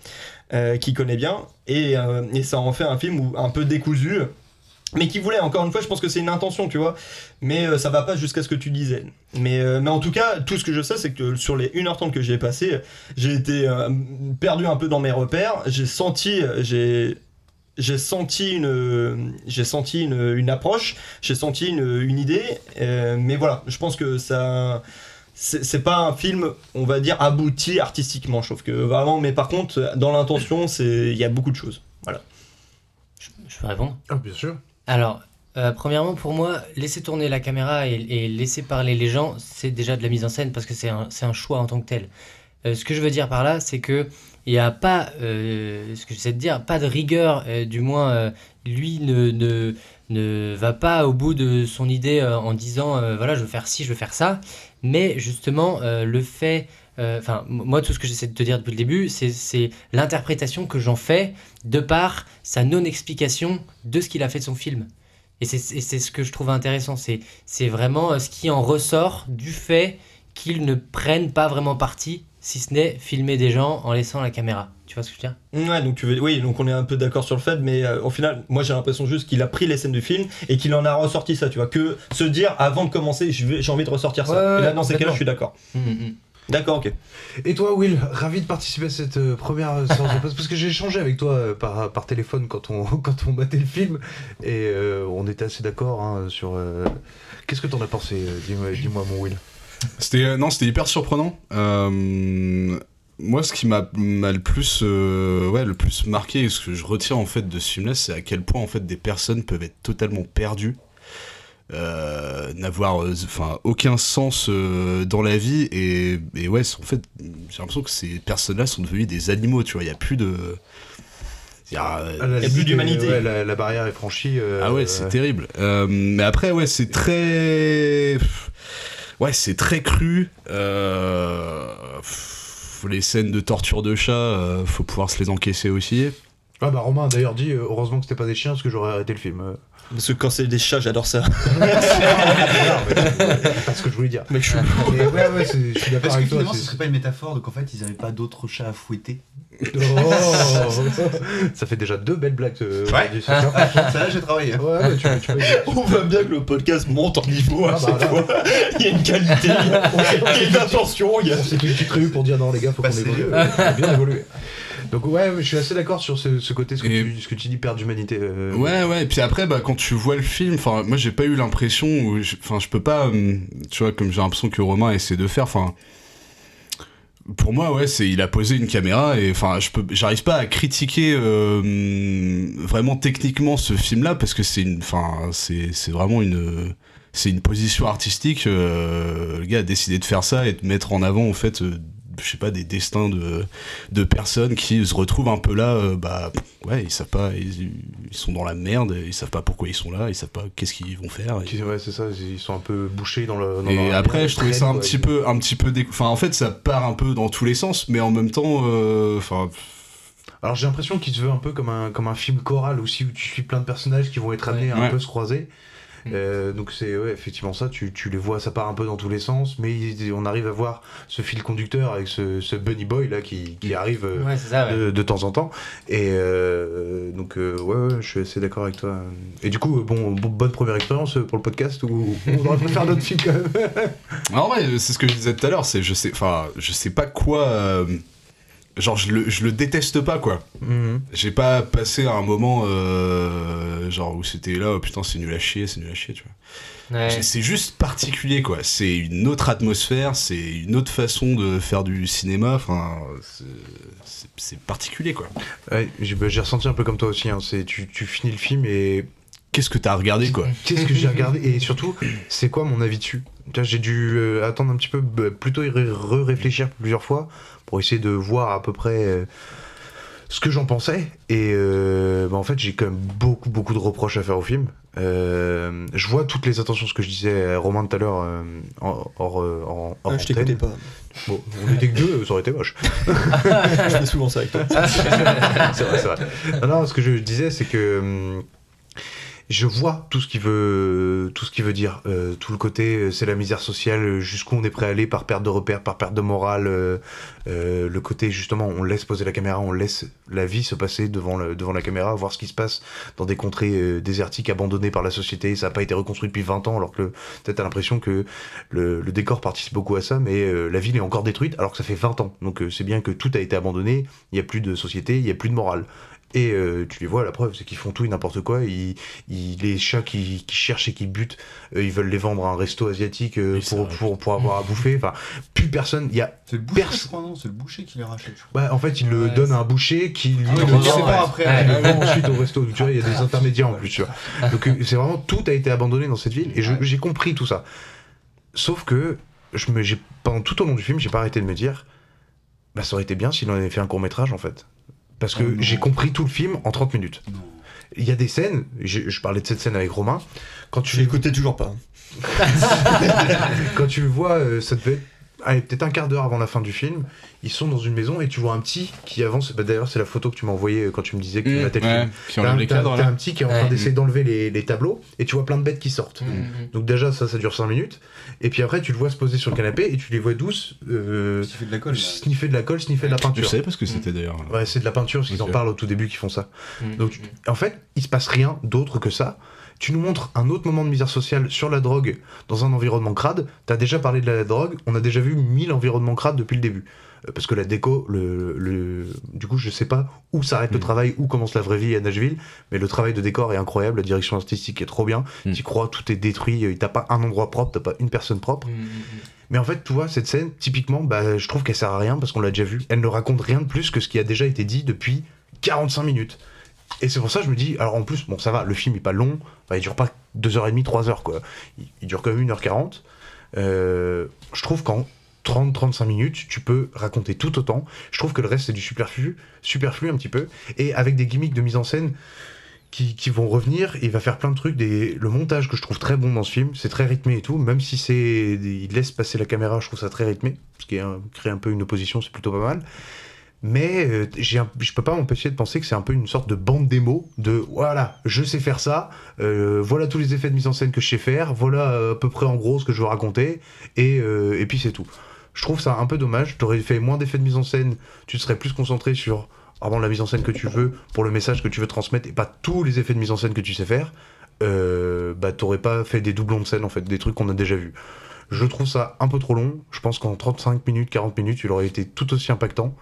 euh, qu'il connaît bien et, euh, et ça en fait un film où- un peu décousu mais qui voulait encore une fois je pense que c'est une intention tu vois mais euh, ça va pas jusqu'à ce que tu disais mais, euh, mais en tout cas tout ce que je sais c'est que sur les 1h30 que j'ai passé j'ai été euh, perdu un peu dans mes repères j'ai senti j'ai j'ai senti une j'ai senti une, une approche j'ai senti une, une idée euh, mais voilà je pense que ça
c'est c'est pas un film, on va dire, abouti artistiquement, je trouve que vraiment, mais par contre, dans l'intention, c'est- il y a beaucoup de choses. Voilà.
Je peux répondre
Ah, bien sûr.
Alors, euh, premièrement, pour moi, laisser tourner la caméra et, et laisser parler les gens, c'est déjà de la mise en scène parce que c'est un, c'est un choix en tant que tel. Euh, ce que je veux dire par là, c'est que il n'y a pas, euh, ce que j'essaie de dire, pas de rigueur, euh, du moins, euh, lui ne, ne, ne va pas au bout de son idée euh, en disant, euh, voilà, je veux faire ci, je veux faire ça, mais justement, euh, le fait euh, Enfin, m- moi, tout ce que j'essaie de te dire depuis le début, c'est- c'est l'interprétation que j'en fais de par sa non-explication de ce qu'il a fait de son film. Et c'est et c'est ce que je trouve intéressant. C'est c'est vraiment euh, ce qui en ressort du fait qu'ils ne prennent pas vraiment parti, si ce n'est filmer des gens en laissant la caméra. Tu vois ce que je veux dire
Ouais, donc tu veux, oui, donc on est un peu d'accord sur le fait, mais euh, au final, moi j'ai l'impression juste qu'il a pris les scènes du film et qu'il en a ressorti ça, tu vois, que se dire avant de commencer, je vais- j'ai envie de ressortir ça.
Ouais, ouais,
et là, dans ces cas-là,
complètement.
je suis d'accord.
Mmh,
D'accord, ok.
Et toi, Will, ravi de participer à cette euh, première euh, séance de poste parce que j'ai échangé avec toi euh, par, par téléphone quand on, quand on battait le film et euh, on était assez d'accord hein, sur. euh, Qu'est-ce que t'en as pensé euh, Dis-moi, dis-moi, mon Will.
C'était euh, non, c'était hyper surprenant. Euh, moi, ce qui m'a m'a le plus, euh, ouais, le plus marqué, et ce que je retire en fait de ce film-là, c'est à quel point en fait des personnes peuvent être totalement perdues, euh, n'avoir, euh, enfin, aucun sens euh, dans la vie, et, et ouais, c'est- en fait, j'ai l'impression que ces personnes-là sont devenues des animaux, tu vois. Il y a plus de, il y a,
Ah, la limite, euh, ouais, la, la barrière est franchie. euh,
ah ouais, c'est
euh,
terrible. Euh, mais après, ouais, c'est très. Pff, Ouais, c'est très cru. Euh, pff, Les scènes de torture de chat, euh, faut pouvoir se les encaisser aussi.
Ah bah Romain a d'ailleurs dit euh, heureusement que c'était pas des chiens parce que j'aurais arrêté le film. euh.
Parce que quand c'est des chats, j'adore ça.
Ah,
Pas ce que je voulais dire.
Mais je suis
Mais ouais, ouais, c'est- je suis d'accord
Parce que
avec toi.
finalement, ce
c'est-
serait pas une métaphore, donc en fait, ils avaient pas d'autres chats à fouetter.
Oh Ça fait déjà deux belles blagues. euh, aujourd'hui, c'est impressionnant.
Ça, là, j'ai travaillé.
Ouais, ouais, tu peux- tu peux-
On voit bien que le podcast monte en niveau à
Ah bah
chaque
là.
fois. Il y a une qualité, il y a-
Ah,
il y a une attention, il y a.
On s'est fait une petite réu pour dire non les gars, faut qu'on évolue.
sérieux.
euh, faut bien évoluer. Donc ouais, je suis assez d'accord sur ce, ce côté, ce que, tu, ce que tu dis, perte d'humanité. euh,
Ouais, ouais. Et puis après, bah, quand tu vois le film, enfin, moi, j'ai pas eu l'impression où, je- enfin, je peux pas, hum, tu vois, comme j'ai l'impression que Romain essaie de faire, enfin. Pour moi, ouais, c'est il a posé une caméra et enfin, je peux, j'arrive pas à critiquer euh, hum, vraiment techniquement ce film-là parce que c'est une, enfin, c'est c'est vraiment une, c'est une position artistique. euh, le gars a décidé de faire ça et de mettre en avant en fait, euh, je sais pas, des destins de de personnes qui se retrouvent un peu là, euh, bah ouais, ils savent pas, ils, ils sont dans la merde, ils savent pas pourquoi ils sont là, ils savent pas qu'est-ce qu'ils vont faire.
qui- ouais, c'est ça, ils sont un peu bouchés dans le. dans
Et
leur-
après, je trouvais ça un
Ouais.
petit peu, un petit peu, dé- enfin en fait, ça part un peu dans tous les sens, mais en même temps, euh, enfin.
Alors j'ai l'impression qu'il se veut un peu comme un, comme un film choral aussi où tu suis plein de personnages qui vont être amenés à un
Ouais.
peu se croiser. Euh, donc c'est ouais, effectivement ça, tu, tu les vois, ça part un peu dans tous les sens, mais il- on arrive à voir ce fil conducteur avec ce, ce bunny boy là qui, qui arrive euh,
Ouais, c'est ça, ouais.
de, de temps en temps. Et euh, donc euh, ouais, ouais, je suis assez d'accord avec toi. Et du coup, euh, bon, bon- bonne première expérience euh, pour le podcast où on aurait pu faire d'autres films quand même.
En vrai, c'est ce que je disais tout à l'heure, c'est je sais, enfin, je sais pas quoi. euh, genre, je le, je le déteste pas, quoi. J'ai pas passé à un moment euh, genre où c'était là, oh putain, c'est nul à chier, c'est nul à chier, tu vois.
Ouais.
C'est- C'est juste particulier, quoi. C'est une autre atmosphère, c'est une autre façon de faire du cinéma, enfin, c'est- c'est- c'est particulier, quoi.
Ouais, j'ai bah, j'ai ressenti un peu comme toi aussi. hein, c'est tu, tu finis le film et
qu'est-ce que t'as regardé quoi
Qu'est-ce que j'ai regardé et surtout c'est quoi mon avis dessus Tu vois, J'ai dû euh, attendre un petit peu, bah, plutôt y ré- re-réfléchir plusieurs fois pour essayer de voir à peu près euh, ce que j'en pensais. Et euh, bah, en fait j'ai quand même beaucoup beaucoup de reproches à faire au film. Euh, je vois toutes les attentions, ce que je disais à Romain tout à l'heure euh, en- hors, euh, en- hors
Ah, je
antenne.
t'écoutais pas.
Bon, on était que deux, ça aurait été moche.
je fais souvent ça avec toi.
c'est vrai, c'est vrai. Non, non, ce que je disais, c'est que hum, je vois tout ce qu'il veut, tout ce qu'il veut dire, Euh, tout le côté, euh, c'est la misère sociale, euh, jusqu'où on est prêt à aller par perte de repères, par perte de morale, euh, euh, le côté justement, on laisse poser la caméra, on laisse la vie se passer devant, le- devant la caméra, voir ce qui se passe dans des contrées euh, désertiques abandonnées par la société, ça n'a pas été reconstruit depuis 20 ans, alors que le- peut-être t'as l'impression que le, le décor participe beaucoup à ça, mais euh, la ville est encore détruite alors que ça fait 20 ans. Donc euh, c'est bien que tout a été abandonné, il n'y a plus de société, il n'y a plus de morale. Et euh, tu les vois, la preuve, c'est qu'ils font tout et n'importe quoi. Ils, ils- les chats qui, qui cherchent et qui butent, euh, ils veulent les vendre à un resto asiatique euh, pour, pour, pour avoir à bouffer. Enfin, plus personne. Il y a
C'est le boucher, je crois, non C'est le boucher qui les rachète. je crois.
bah, en fait, il le donne à un boucher qui lui
Ah,
le
ouais,
vend
je sais pas,
après,
ouais.
hein.
Ah
qui le
Ouais.
vend ensuite au resto. Donc, tu vois, il y a des intermédiaires en plus. Tu vois. Donc, euh, c'est vraiment tout a été abandonné dans cette ville et je- j'ai compris tout ça. Sauf que je me, j'ai- pendant tout au long du film, j'ai pas arrêté de me dire bah, ça aurait été bien s'il en avait fait un court métrage en fait. Parce
Ah
que j'ai compris tout le film en 30 minutes. Il y a des scènes, je, je parlais de cette scène avec Romain. Quand tu l'écoutais toujours pas. quand tu le vois, euh, ça devait être allez, peut-être un quart d'heure avant la fin du film. Ils sont dans une maison et tu vois un petit qui avance. Bah, D'ailleurs, c'est la photo que tu m'as envoyée euh, quand tu me disais que tu
Mmh.
matais le
Ouais,
film.
qui
T'as
enlève
un-
les
T'as
cadres, là.
t'as un petit qui est en train
Ouais. Mmh.
d'essayer d'enlever les, les tableaux et tu vois plein de bêtes qui sortent.
Mmh,
Donc, déjà, ça, ça dure 5 minutes. Et puis après, tu le vois se poser sur le canapé et tu les vois douces euh, sniffer de la colle, sniffer de la peinture. Mmh.
Je sais pas ce que c'était d'ailleurs. euh,
Ouais, c'est de la peinture, parce qu'ils en
Ok.
parlent au tout début qu'ils font ça.
mmh,
Mm,
Donc, tu- en fait, il se passe rien d'autre que ça. Tu nous montres un autre moment de misère sociale sur la drogue dans un environnement crade. T'as déjà parlé de la drogue, on a déjà vu 1000 environnements crades depuis le début. Euh, Parce que la déco, le, le- du coup, je sais pas où s'arrête le travail, où commence la vraie vie à Nashville, mais le travail de décor est incroyable, la direction artistique est trop bien. T'y crois, tout est détruit, euh, t'as pas un endroit propre, t'as pas une personne propre.
mmh,
Mais en fait, tu vois, cette scène, typiquement, bah, je trouve qu'elle sert à rien parce qu'on l'a déjà vue. Elle ne raconte rien de plus que ce qui a déjà été dit depuis 45 minutes. Et c'est pour ça que je me dis, alors en plus, bon, ça va, le film est pas long, enfin, il dure pas 2h30, 3h, quoi. Il, il dure quand même 1h40. Euh, je trouve qu'en 30-35 minutes, tu peux raconter tout autant. Je trouve que le reste, c'est du superflu, superflu un petit peu. Et avec des gimmicks de mise en scène qui, qui vont revenir. Il va faire plein de trucs. Des, le montage que je trouve très bon dans ce film, c'est très rythmé et tout. Même si c'est, il laisse passer la caméra, je trouve ça très rythmé, ce qui est un- crée un peu une opposition, c'est plutôt pas mal. Mais euh, j'ai un- je peux pas m'empêcher de penser que c'est un peu une sorte de bande démo de voilà, je sais faire ça, euh, voilà tous les effets de mise en scène que je sais faire, voilà euh, à peu près en gros ce que je veux raconter, et, euh, et puis c'est tout. Je trouve ça un peu dommage, t'aurais fait moins d'effets de mise en scène, tu te serais plus concentré sur avant la mise en scène que tu veux, pour le message que tu veux transmettre, et pas tous les effets de mise en scène que tu sais faire, euh, bah t'aurais pas fait des doublons de scène en fait, des trucs qu'on a déjà vus. Je trouve ça un peu trop long. Je pense qu'en 35 minutes, 40 minutes, il aurait été tout aussi impactant.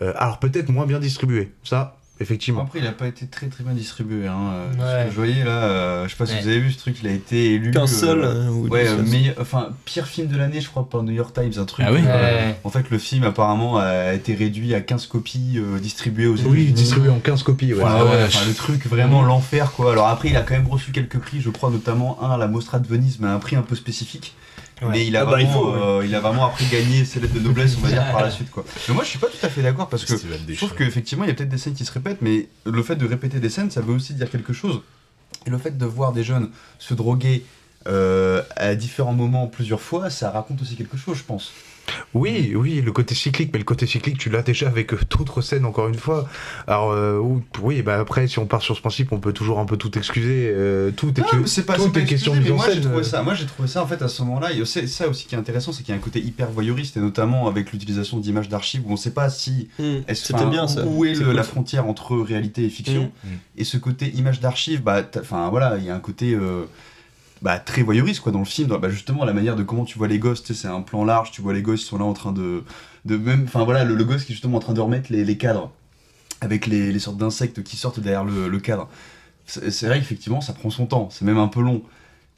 Euh, alors peut-être moins bien distribué. Ça, effectivement.
Après, il a pas été très très bien distribué. Hein. euh, ce
Ouais.
que je voyais là, euh, je sais pas si
Ouais.
vous avez vu ce truc, il a été élu. euh,
Qu'un seul, hein, ou
ouais,
deux
euh,
seuls.
meilleur- enfin, pire film de l'année, je crois, par New York Times, un truc.
Ah oui
euh,
Ouais.
En fait, le film apparemment a été réduit à 15 copies euh, distribuées aux
Ah, Oui,
États-Unis.
distribué en 15 copies. Ouais.
Ah ouais, enfin, le truc vraiment l'enfer quoi. Alors après il a quand même reçu quelques prix, je crois notamment un à la Mostra de Venise, mais un prix un peu spécifique.
Ouais.
Mais il a,
Ah bah,
vraiment,
il faut, ouais.
euh, il a vraiment après gagné ses lettres de noblesse, on va dire, par la suite. Quoi. Mais moi, je suis pas tout à fait d'accord parce que je trouve qu'effectivement, il y a peut-être des scènes qui se répètent, mais le fait de répéter des scènes, ça veut aussi dire quelque chose. Et le fait de voir des jeunes se droguer euh, à différents moments plusieurs fois, ça raconte aussi quelque chose, je pense.
Oui, oui, le côté cyclique, mais le côté cyclique, tu l'as déjà avec euh, d'autres scènes, encore une fois. Alors, euh, ou- oui, bah après, si on part sur ce principe, on peut toujours un peu tout excuser. euh, tout est,
Non, mais c'est pas,
tout
c'est pas
est question
excusé, mais
de mise en
moi, j'ai
scène.
trouvé ça. Moi, j'ai trouvé ça en fait à ce moment-là. et C'est ça aussi qui est intéressant, c'est qu'il y a un côté hyper voyeuriste et notamment avec l'utilisation d'images d'archives où on ne sait pas si
Hmm.
est-ce
c'était
enfin,
bien, ça.
où est
C'est
le-
cool,
la
ça.
frontière entre réalité et fiction.
Mm.
Et ce côté images d'archives, bah, t'as- enfin voilà, il y a un côté euh, bah, très voyeuriste quoi dans le film. dans- bah, justement, la manière de comment tu vois les gosses, tu sais, c'est un plan large. Tu vois les gosses, ils sont là en train de, de même, enfin voilà, le, le gosse qui est justement en train de remettre les, les cadres avec les, les sortes d'insectes qui sortent derrière le, le cadre. C'est c'est vrai qu'effectivement, ça prend son temps, c'est même un peu long.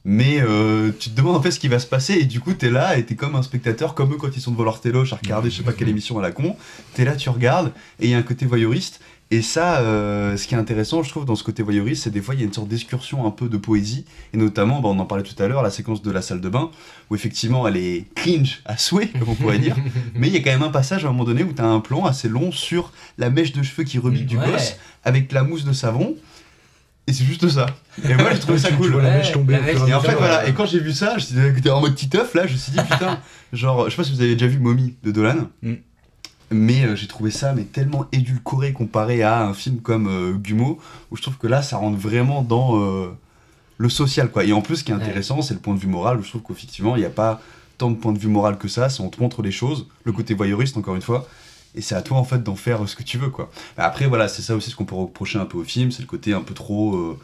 Mais euh, tu te demandes en fait ce qui va se passer, et du coup, t'es là, et t'es comme un spectateur, comme eux quand ils sont devant leur téloche à regarder, je sais pas quelle émission à la con. T'es là, tu regardes, et il y a un côté voyeuriste. Et ça, euh, ce qui est intéressant, je trouve, dans ce côté voyeuriste, c'est des fois, il y a une sorte d'excursion un peu de poésie, et notamment, bah, on en parlait tout à l'heure, la séquence de la salle de bain, où effectivement, elle est cringe à souhait, comme on pourrait dire, mais il y a quand même un passage à un moment donné où t'as un plan assez long sur la mèche de cheveux qui remue du
Ouais.
gosse, avec la mousse de savon, et c'est juste ça. Et moi, j'ai trouvé ça
Tu- tu
cool.
vois la mèche tomber au fur et à
et en fait,
mesure,
voilà.
ouais.
Et quand j'ai vu ça, j'étais en mode petit teuf, là, je me suis dit, putain, genre, je sais pas si vous avez déjà vu Mommy de Dolan.
Mm.
Mais euh, j'ai trouvé ça mais tellement édulcoré comparé à un film comme euh, Gumo, où je trouve que là, ça rentre vraiment dans euh, le social. quoi. Et en plus, ce qui est intéressant, c'est le point de vue moral, où je trouve qu'effectivement, il n'y a pas tant de points de vue moral que ça, c'est on te montre les choses, le côté voyeuriste, encore une fois, et c'est à toi, en fait, d'en faire euh, ce que tu veux. quoi. Bah, après, voilà, c'est ça aussi ce qu'on peut reprocher un peu au film, c'est le côté un peu trop... euh,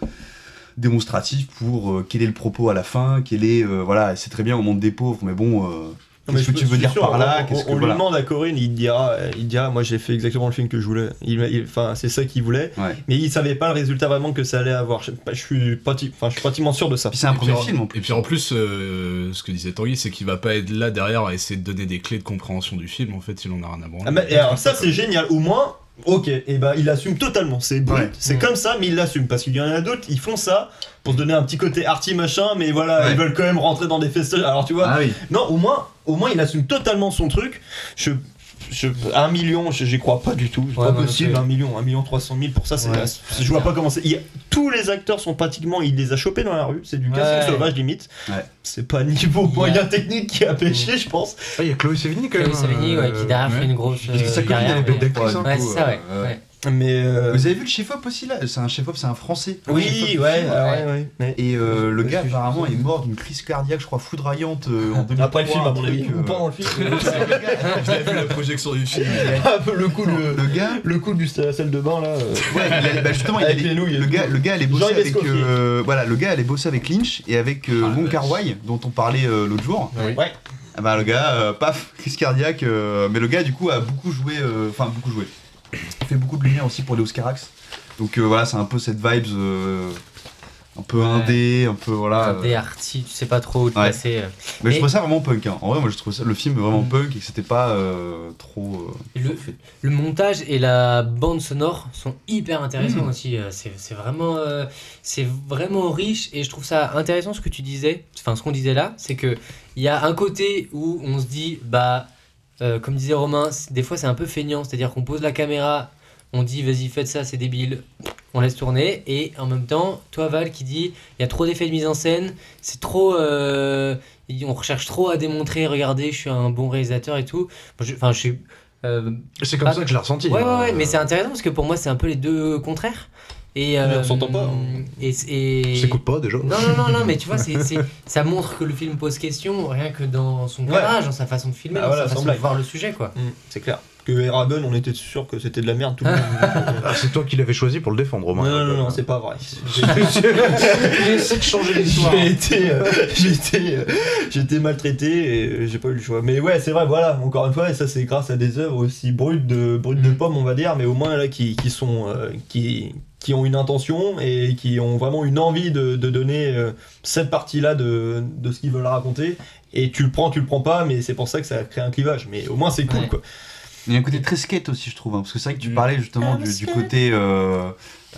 démonstratif pour euh, quel est le propos à la fin, quel est euh, voilà, c'est très bien on monte des pauvres mais bon euh, Non, mais
Qu'est-ce que tu
je suis
veux dire
sûr,
par là
on-
Qu'est-ce
On
que-
lui
voilà.
demande à Corinne, il dira, il dira, moi j'ai fait exactement le film que je voulais. Il, il- enfin, c'est ça qu'il voulait,
Ouais.
mais il savait pas le résultat vraiment que ça allait avoir. Je, je suis, prati- enfin, je suis pratiquement sûr de ça.
C'est un
Et puis en- Et puis en plus, euh, ce que disait Tanguy, c'est qu'il va pas être là derrière à essayer de donner des clés de compréhension du film. En fait, il en a rien à branler.
Ah bah, et alors ça c'est génial, au moins, ok, et ben il assume totalement, c'est brut, c'est
Mm.
comme ça, mais il l'assume, parce qu'il y en a d'autres, ils font ça pour se donner un petit côté arty machin, mais voilà, ils veulent quand même rentrer dans des festivals, alors tu vois,
Ah
non, au moins, au moins il assume totalement son truc, je... Je, un million, je- j'y crois pas du tout. C'est
Ouais,
pas
moi non
possible,
plus.
un million, un million trois cent mille pour ça, c'est
Ouais.
je vois pas comment c'est. il y a- Tous les acteurs sont pratiquement, il les a chopés dans la rue, c'est du casting
Ouais.
sauvage limite. C'est pas niveau moyen technique qui
Mm.
a pêché, je pense.
Il y a Chloé Sevigny hein.
quand Chloé même, Sevigny, euh, ouais, qui derrière fait une grosse,
J'ai dit ça euh, comme une carrière, anecdote mais- d'actrice, hein,
Ouais,
pour,
c'est ça, ouais.
euh,
ouais.
Mais
Vous avez vu le chef-op aussi là C'est un chef-op, c'est un français.
Oui,
Le chef-op du
ouais,
film.
ouais, ouais, ouais.
Et euh, le gars apparemment est mort d'une crise cardiaque, je crois, foudroyante euh, en 2003.
Après le film, à mon
un
avis,
truc,
ou
euh,
pas dans le film.
Vous avez vu la projection du film.
le coup le, le coup du la salle de bain là. euh,
Ouais, il allait- bah, justement, il
avec
allait-
les louilles.
le gars, le gars allait bosser
Jean-Yves
avec,
Escoffier. Ah,
euh, voilà, le gars allait bosser avec Lynch et avec euh, Wong Kar Wai, dont on parlait euh, l'autre jour.
Ouais.
Ah bah, le gars, euh, paf, crise cardiaque. euh, mais le gars, du coup, a beaucoup joué, euh, enfin beaucoup joué. Il fait beaucoup de lumière aussi pour les Oscarax. Donc euh, voilà, c'est un peu cette vibes, euh, un peu indé, un peu voilà. euh,
Des artis, tu sais pas trop où te euh.
Ouais.
passer.
Mais je trouvais ça vraiment punk. hein. En vrai, moi, je trouve ça, le film
Mm.
vraiment punk et que c'était pas euh, trop. euh,
Le, le montage et la bande sonore sont hyper intéressants aussi. euh, C'est c'est vraiment, euh, c'est vraiment riche et je trouve ça intéressant ce que tu disais, enfin ce qu'on disait là, c'est que il y a un côté où on se dit bah euh, comme disait Romain, c- des fois c'est un peu feignant, c'est-à-dire qu'on pose la caméra, on dit vas-y faites ça, c'est débile, on laisse tourner et en même temps toi Val qui dit il y a trop d'effets de mise en scène, c'est trop, euh, y- on recherche trop à démontrer, regardez je suis un bon réalisateur et tout, Moi, je- enfin je suis euh,
C'est comme
pas-
ça que je l'ai ressenti,
Ouais, ouais,
hein.
ouais, mais c'est intéressant parce que pour moi, c'est un peu les deux contraires. Et,
Mais on
euh,
s'entend pas,
Et, et-
On s'écoute pas, déjà.
Non, non, non, non, mais tu vois, c'est, c'est- ça montre que le film pose question rien que dans son
Ouais.
garage, dans sa façon de
Bah
filmer, dans
voilà,
sa
sans
façon de
blague.
voir le sujet, quoi.
Mm, c'est clair. Que Eraben, on était sûr que c'était de la merde tout le monde.
Ah, c'est toi qui l'avais choisi pour le défendre, Romain.
Non, non, non, c'est pas vrai.
J'ai essayé de changer l'histoire.
J'ai été, euh, j'ai été, euh, j'ai été maltraité et euh, j'ai pas eu le choix. Mais ouais, c'est vrai, voilà, encore une fois, et ça c'est grâce à des œuvres aussi brutes de, brutes de pommes, on va dire, mais au moins là qui, qui sont. euh, qui, qui ont une intention et qui ont vraiment une envie de, de donner euh, cette partie-là de, de ce qu'ils veulent raconter. Et tu le prends, tu le prends pas, mais c'est pour ça que ça crée un clivage. Mais au moins c'est cool, quoi.
Il y a un côté très skate aussi, je trouve, hein, parce que c'est vrai que tu parlais justement du, du côté, euh,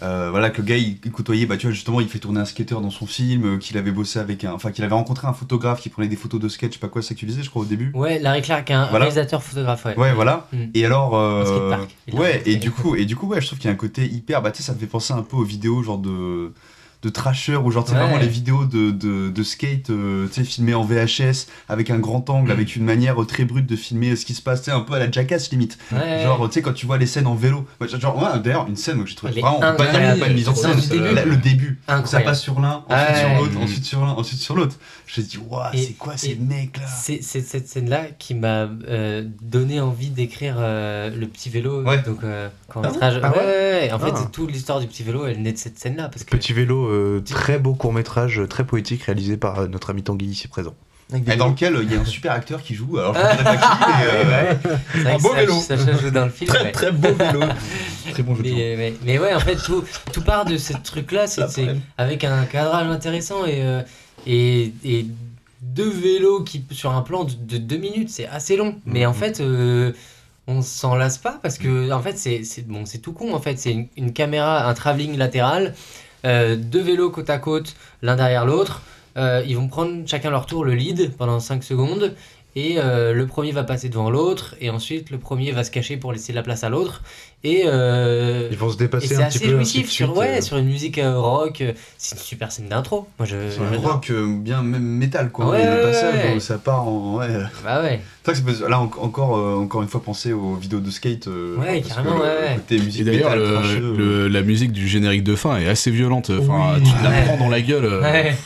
euh, voilà, que le gars il, il côtoyait, bah tu vois justement, il fait tourner un skater dans son film, euh, qu'il avait bossé avec un, enfin qu'il avait rencontré un photographe qui prenait des photos de skate, je sais pas quoi, c'est ça que tu disais, je crois au début.
Ouais, Larry Clark, un
Voilà.
réalisateur photographe, ouais.
Ouais, voilà.
Mm.
Et alors, euh,
skatepark. Il l'a
ouais, et du coup, et du coup, ouais, je trouve qu'il y a un côté hyper, bah tu sais, ça me fait penser un peu aux vidéos genre de de trasher ou genre tu sais,
Ouais.
vraiment les vidéos de, de, de skate euh, tu sais filmées en VHS avec un grand angle avec une manière euh, très brute de filmer ce qui se passait un peu à la jackass limite
Ouais.
genre tu sais quand tu vois les scènes en vélo Ouais, genre ouais, d'ailleurs une scène que j'ai trouvé
Elle est
vraiment pas il y a
incroyable.
pas de mise en scène
Dans le début.
Là, le début ça
Incroyable.
passe sur l'un ensuite sur
Ouais. Mm.
l'autre ensuite sur l'un ensuite sur l'autre j'ai dit waouh
Et-
c'est quoi ces
et
mecs là
C'est c'est cette scène-là qui m'a euh, donné envie d'écrire euh, le petit vélo. Donc, euh, court
Ah bon
métrage.
Ah
ouais,
ouais
ouais, ouais. En fait,
Ah.
c'est toute l'histoire du petit vélo, elle naît de cette scène-là. Parce que...
Petit vélo, euh, très beau court métrage, très poétique, réalisé par euh, notre ami Tanguy ici présent.
et dans lequel euh, il y a un super acteur qui joue alors je ne dirais pas qui mais euh,
C'est vrai que ça- Ça, joue dans le film.
Très,
ouais.
très beau vélo. Très bon jeu de
mais, euh, mais, mais ouais, en fait, tout, tout part de ce truc-là, c'est c'est avec un cadrage intéressant et, euh, et, et deux vélos qui, sur un plan de, de deux minutes, c'est assez long. Mais
Mhm.
en fait, euh, on s'en lasse pas parce que, en fait, c'est c'est- bon, c'est tout con. En fait, c'est une, une caméra, un travelling latéral, euh, deux vélos côte à côte, l'un derrière l'autre. Euh, ils vont prendre chacun leur tour le lead pendant 5 secondes. Et euh, le premier va passer devant l'autre, et ensuite le premier va se cacher pour laisser de la place à l'autre. Et euh,
Ils vont se dépasser
et c'est
un
assez
petit peu, ainsi
jouissif
de
sur,
suite,
ouais,
euh.
sur une musique euh, rock. euh, C'est une super scène d'intro. Moi, je.
C'est un
j'adore.
rock euh, bien même métal quoi.
Ah Ouais,
Il y a le
ouais,
passage
ouais.
où ça part en ouais.
Bah ouais.
C'est vrai que c'est pas- là en- encore euh, encore une fois penser aux vidéos de skate. euh,
Ouais,
parce
carrément,
que le
ouais, ouais.
Côté musique
Et d'ailleurs,
métal, euh,
le-
trasheux,
le- euh, la musique du générique de fin est assez violente. Enfin, tu te la prends dans la gueule. euh,
Ouais.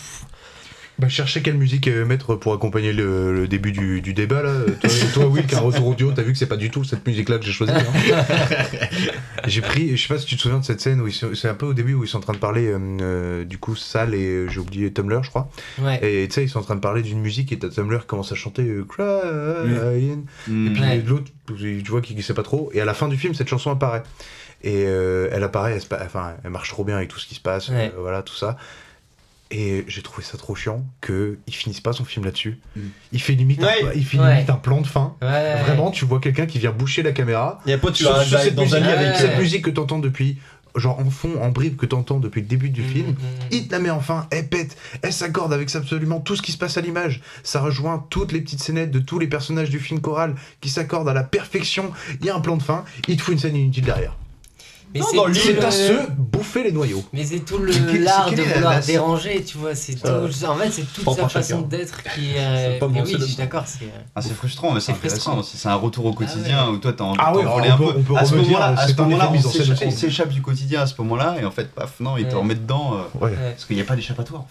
Bah, chercher quelle musique euh, mettre pour accompagner le, le début du, du débat là. Toi, toi Will, qui a un retour audio, t'as vu que c'est pas du tout cette musique là que j'ai choisie. hein. j'ai pris, je sais pas si tu te souviens de cette scène où ils sont- c'est un peu au début où ils sont en train de parler euh, euh, du coup Sal et euh, j'ai oublié Tumblr je crois.
Ouais.
Et tu sais ils sont en train de parler d'une musique et t'as Tumblr qui commence à chanter euh, Crying.
Mm.
Et puis
Ouais.
l'autre tu vois qui qui sait pas trop et à la fin du film cette chanson apparaît. Et euh, elle apparaît, elle, se pa- enfin, elle marche trop bien avec tout ce qui se passe,
Ouais.
euh, voilà tout ça. Et j'ai trouvé ça trop chiant qu'ils finissent pas son film là-dessus.
Mm.
Il fait limite, un, il fait
Ouais.
limite un plan de fin.
Ouais.
Vraiment, tu vois quelqu'un qui vient boucher la caméra.
Et après, tu
sur-
vas-
sur
vas
cette
être dans un lit
musique-
avec- euh,
cette
euh,
Ouais.
musique que t'entends depuis, genre en fond, en bribe que t'entends depuis le début du
Mm.
film. Il te la met enfin, elle pète, elle s'accorde avec absolument tout ce qui se passe à l'image. Ça rejoint toutes les petites scénettes de tous les personnages du film choral qui s'accordent à la perfection. Il y a un plan de fin, il te fout une scène inutile derrière.
Mais
Non,
c'est
dans le-
tout
c'est
le-
à se bouffer les noyaux.
Mais c'est tout
C'est
le
quel-
l'art
c'est
de
quelle est la-
vouloir
la-
déranger, tu vois. C'est tout.
Euh,
en fait, c'est toute
propre
sa
à
façon
chacun.
d'être qui. euh,
C'est pas
mais
mon
oui,
seul
je suis
avis.
d'accord. C'est. euh,
Ah, c'est frustrant, mais c'est intéressant aussi. C'est un retour au quotidien
Ah ouais.
où toi t'as envie
Ah
de
ouais,
t'envoler
on
un
peut-
peu.
on peut
à ce
revenir
moment-là,
à-
à
c'est
ce
pas
moment-là,
des
on
mises en scène
s'écha-
aussi.
on s'échappe du quotidien à ce moment-là, et en fait, paf, non, il te
Ouais.
remet dedans. euh,
Ouais.
Parce qu'il n'y a pas d'échappatoire.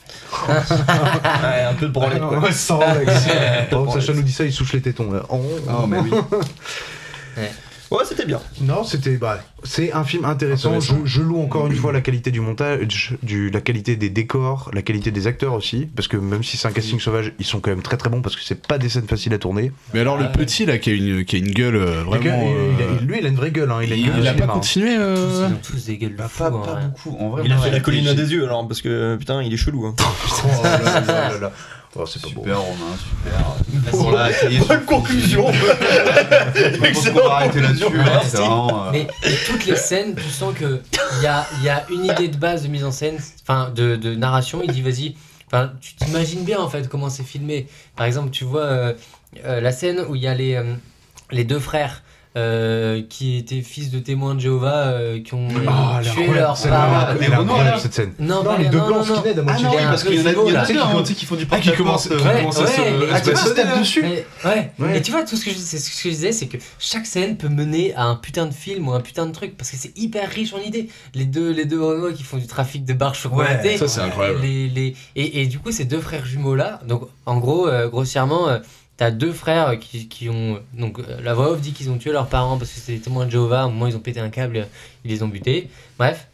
en fait.
un peu de branlette.
Ah,
quoi.
ouais, sans Rolex. Pendant que Sacha nous dit ça, il souffle les tétons. Là. Oh,
Ah, mais oui.
Ouais,
c'était bien.
Non, c'était. Bah, c'est un film intéressant.
Intéressant.
Je, je loue encore une fois la qualité du montage, du, la qualité des décors, la qualité des acteurs aussi. Parce que même si c'est un casting sauvage, ils sont quand même très très bons parce que c'est pas des scènes faciles à tourner.
Mais alors le
Ouais.
petit là qui a une, qui a une gueule euh,
Les gars,
vraiment.
il-
euh,
il a- lui, il a une vraie gueule. Hein, il a, une
il
gueule de
a pas
cinéma, hein.
continué. euh,
tous des
Bah,
gueules de fou.
bah,
hein,
Pas, pas beaucoup, en vrai.
Il a
moi,
fait la
j'ai-
colline
j'ai-
des yeux alors parce que putain il est chelou. Hein.
Oh là là là là là. Oh, c'est pas beau.
Super Romain, super.
Bon,
Voilà, ça y est,
bonne conclusion.
Je pense qu'on va arrêter là-dessus. hein, C'est vraiment. euh,
Mais mais toutes les scènes, tu sens que il y a, y a une idée de base de mise en scène, enfin de, de narration. Il dit vas-y, enfin tu t'imagines bien en fait comment c'est filmé. Par exemple, tu vois euh, euh, la scène où il y a les euh, les deux frères. euh, qui étaient fils de témoins de Jéhovah euh, qui ont
Ah, elle est
tué
incroyable,
leurs
celle-là,
parents.
elle est incroyable, cette scène.
Non,
Non,
pas
les deux blancs
non,
skinhead à
non.
moitié.
Ah non,
Ah,
oui,
parce qu'il y en a- il y en a
là.
qui font-
tu sais, qui font du
Ah, qui commencent-
porte-à-porte,
qui
euh,
commencent à se-
mais-
à se
hein. ah, tu vois,
bastonner,
c'est-
là. dessus.
Ouais, ouais.
Ouais.
Et tu vois, tout ce que je, c'est ce que je disais, c'est que chaque scène peut mener à un putain de film ou un putain de truc parce que c'est hyper riche en idées. Les deux, les deux Renault qui font du trafic de barres chocolatées.
Ouais, ça, c'est incroyable.
Les- les- et, et du coup, ces deux frères jumeaux là, donc en gros, euh, grossièrement. euh, T'as deux frères qui, qui ont. Donc, euh, la voix off dit qu'ils ont tué leurs parents parce que c'était des témoins de Jéhovah. À un moment, ils ont pété un câble, euh, ils les ont butés. Bref,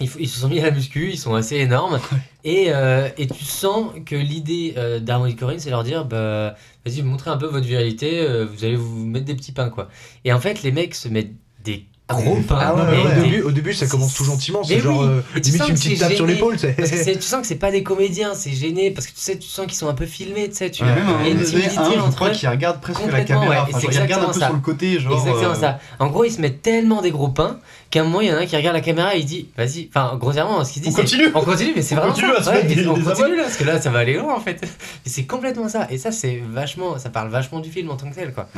ils, f- ils se sont mis à la muscu, ils sont assez énormes. Et, euh, et tu sens que l'idée euh, d'Harmony Corinne, c'est leur dire bah, vas-y, montrez un peu votre virilité, euh, vous allez vous mettre des petits pains, quoi. Et en fait, les mecs se mettent des gros pains.
Ah ouais,
mais
ouais,
des-
Au, début, au début, ça commence tout gentiment.
mais
C'est genre
oui.
euh,
Et tu
limite
sens
une
que
petite
c'est
tape sur
gêné,
l'épaule. c'est-
parce que c'est- tu sens que c'est pas des comédiens, c'est gêné parce que tu sais, tu sens qu'ils sont un peu filmés, tu sais. Tu,
Et même à un
il y a une
moment donné,
timidité
un, je
entre
crois
eux.
qu'il regarde presque la
Complètement,
caméra.
ouais,
Enfin,
et c'est
il regarde un peu
exactement ça.
sur le côté, genre.
Exactement
euh,
ça. En gros, ils se mettent tellement des gros pains qu'à un moment, il y en a un qui regarde la caméra et il dit Vas-y, enfin, grossièrement, ce qu'il dit,
On
c'est-
continue.
On continue, mais c'est
On
vraiment.
continue
ça.
à se mettre
et
des-
on
des
continue
abonnés.
là, parce que là, ça va aller loin en fait. Et c'est complètement ça. Et ça, c'est vachement. Ça parle vachement du film en tant que tel, quoi.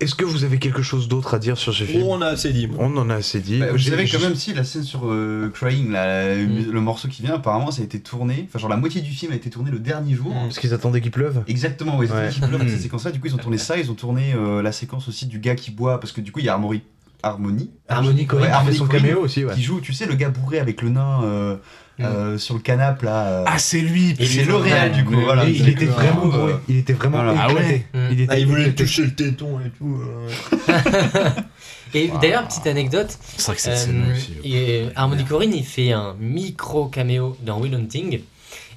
Est-ce que vous avez quelque chose d'autre à dire sur ce film
On a assez dit.
On en a assez dit.
Bah, vous
J'ai-
savez quand
j'ai-
même si la scène sur euh, Crying, là, la-
Mm.
le morceau qui vient, apparemment ça a été tourné, enfin genre la moitié du film a été tourné le dernier jour.
Mm.
Parce qu'ils attendaient qu'il pleuve.
Exactement, ouais, ils attendaient
Ouais.
qu'il
Hmm.
pleuve,
Mm.
cette séquence-là, du coup ils ont tourné ça, ils ont tourné euh, la séquence aussi du gars qui boit, parce que du coup il y a Harmony. Harmony.
Harmony Corinne qui fait son
Corinne
caméo aussi, ouais.
Qui joue, tu sais, le gars bourré avec le nain euh,
Hmm.
euh, sur le canapé là. euh.
Ah c'est lui.
Et c'est le réel du coup,
Mais
voilà.
Il était vraiment bourré. Il était vraiment
Voilà. Ah
éclaté. Il était éclaté.
le téton et tout.
Et d'ailleurs, petite anecdote.
C'est vrai que cette scène-là aussi,
et, euh, Harmony Corinne, il fait un micro caméo dans Will Hunting.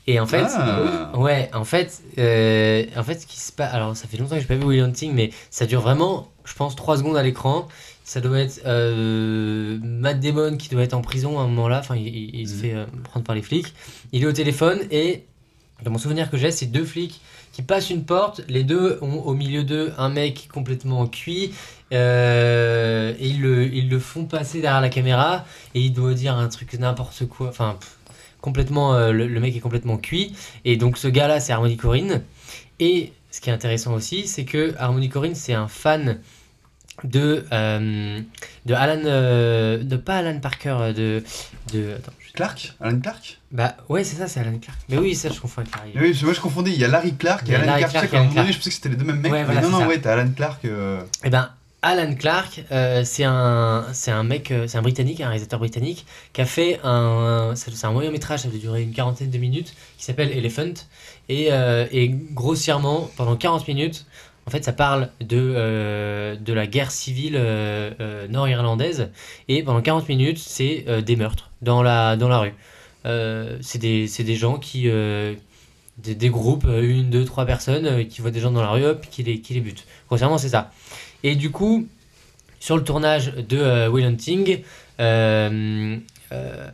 Et en fait,
Ah.
ouais, en fait, euh, en fait, ce qui se passe. Alors, ça fait longtemps que j'ai pas vu Will Hunting, mais ça dure vraiment, je pense, 3 secondes à l'écran. Ça doit être euh, Matt Damon qui doit être en prison à un moment-là. Enfin, il, il- il se fait euh, prendre par les flics. Il est au téléphone et dans mon souvenir que j'ai, c'est deux flics qui passent une porte. Les deux ont au milieu d'eux un mec complètement cuit. euh, et ils le, ils le font passer derrière la caméra. Et il doit dire un truc n'importe quoi. Enfin, pff, complètement, euh, le, le mec est complètement cuit. Et donc ce gars-là, c'est Harmony Corinne. Et ce qui est intéressant aussi, c'est que Harmony Corinne, c'est un fan de, euh, de Alan. euh, de pas Alan Parker, euh, de. de attends, je-
Clark Alan Clark
Bah ouais, c'est ça, c'est Alan Clark. Mais oui, ça, je confonds avec Larry.
Oui, parce que moi je confondais, il y a Larry Clark
Il y
et
a
Alan
Larry
Clark.
Clark
tu sais, qu'à
et
un
Alan
moment donné,
Clark.
je pensais que c'était les deux mêmes mecs.
Ouais,
mais
voilà,
non,
c'est
non,
ça.
ouais, t'as Alan Clark. euh,
Et ben, Alan Clark, euh, c'est un, c'est un mec, euh, c'est un britannique, un réalisateur britannique, qui a fait un, c'est c'est un moyen métrage, ça doit durer une quarantaine de minutes, qui s'appelle Elephant, et, euh, et grossièrement, pendant 40 minutes, en fait, ça parle de, euh, de la guerre civile euh, euh, nord-irlandaise, et pendant 40 minutes, c'est euh, des meurtres dans la, dans la rue. Euh, c'est des, c'est des gens qui, euh, des, des groupes, euh, une, deux, trois personnes euh, qui voient des gens dans la rue, hop, qui les, qui les butent. Grossièrement, c'est ça. Et du coup, sur le tournage de euh, Will Hunting, euh, euh,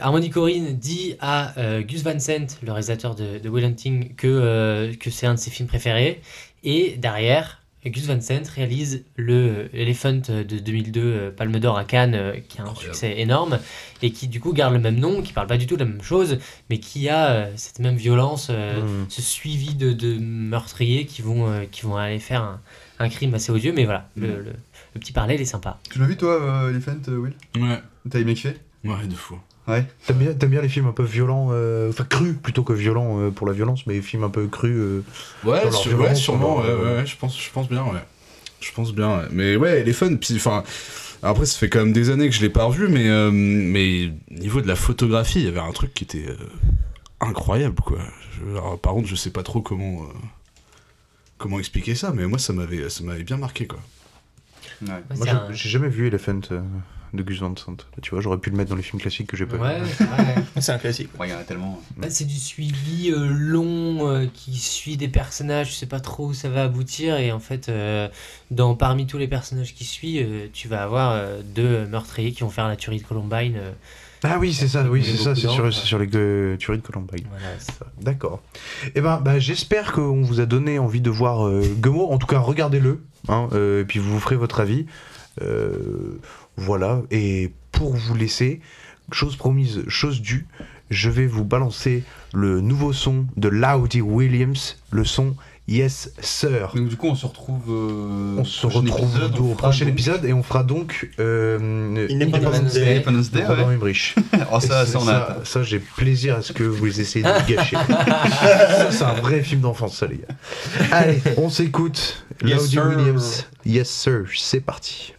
Harmony Corinne dit à euh, Gus Van Sant, le réalisateur de, de Will Hunting, que, euh, que c'est un de ses films préférés. Et derrière, Gus Van Sant réalise le euh, Elephant de 2002, euh, Palme d'Or à Cannes, euh, qui a un succès énorme, et qui du coup garde le même nom, qui parle pas du tout de la même chose, mais qui a euh, cette même violence, euh,
Mm.
ce suivi de, de meurtriers qui vont, euh, qui vont aller faire un, un crime assez odieux, mais voilà, le, le- le petit parallèle est sympa.
Tu l'as vu toi, euh, Elephant, euh, Will
Ouais.
T'as aimé kiffer
Ouais, de fou.
Ouais.
T'aimes bien, t'aimes bien les films un peu violents, euh, enfin crus plutôt que violents euh, pour la violence, mais les films un peu crus. euh,
Ouais,
dans leur euh,
sur- ouais,
violence,
sûrement,
dans
ouais,
leur-
ouais, ouais, je pense, je pense bien, ouais. Je pense bien, ouais. Mais ouais, elle est fun, puis enfin... Après, ça fait quand même des années que je l'ai pas revu, mais, euh, mais niveau de la photographie, il y avait un truc qui était euh, incroyable, quoi. Je- alors, par contre, je sais pas trop comment, euh, comment expliquer ça, mais moi, ça m'avait ça m'avait bien marqué, quoi.
Moi, j'ai- j'ai jamais vu Elephant euh, de Gus Van Sant. Tu vois, j'aurais pu le mettre dans les films classiques que j'ai pas.
Ouais,
vu.
c'est vrai.
C'est un classique.
Ouais, il y en a tellement.
Bah, c'est du suivi euh, long euh, qui suit des personnages, je sais pas trop où ça va aboutir et en fait euh, dans parmi tous les personnages qui suivent, euh, tu vas avoir euh, deux meurtriers qui vont faire la tuerie de Columbine. euh.
Ah oui, c'est ça, oui,
Il y en a
c'est ça,
beaucoup
c'est
dans,
sur,
ouais.
c'est sur les euh, tueries de Columbine.
Voilà, c'est ça.
D'accord. Eh ben, bah, j'espère qu'on vous a donné envie de voir euh, Gummo. En tout cas, regardez-le. hein, euh, et puis vous vous ferez votre avis. Euh, voilà. Et pour vous laisser, chose promise, chose due, je vais vous balancer le nouveau son de Laudie Williams, le son Yes Sir.
Donc du coup, on se retrouve. euh,
On se
prochain
retrouve
épisode, on
au
fera
prochain
donc-
épisode et on fera donc euh,
Independence Day. Independence Day,
de Roland
ouais.
Emmerich.
Oh, ça,
Et
ça, on a
ça,
hâte.
ça, j'ai plaisir à ce que vous essayez de me gâcher. ça, c'est un vrai film d'enfance, ça, les gars. Allez, on s'écoute.
Yes,
Laudie
sir.
Williams. Yes, sir. C'est parti.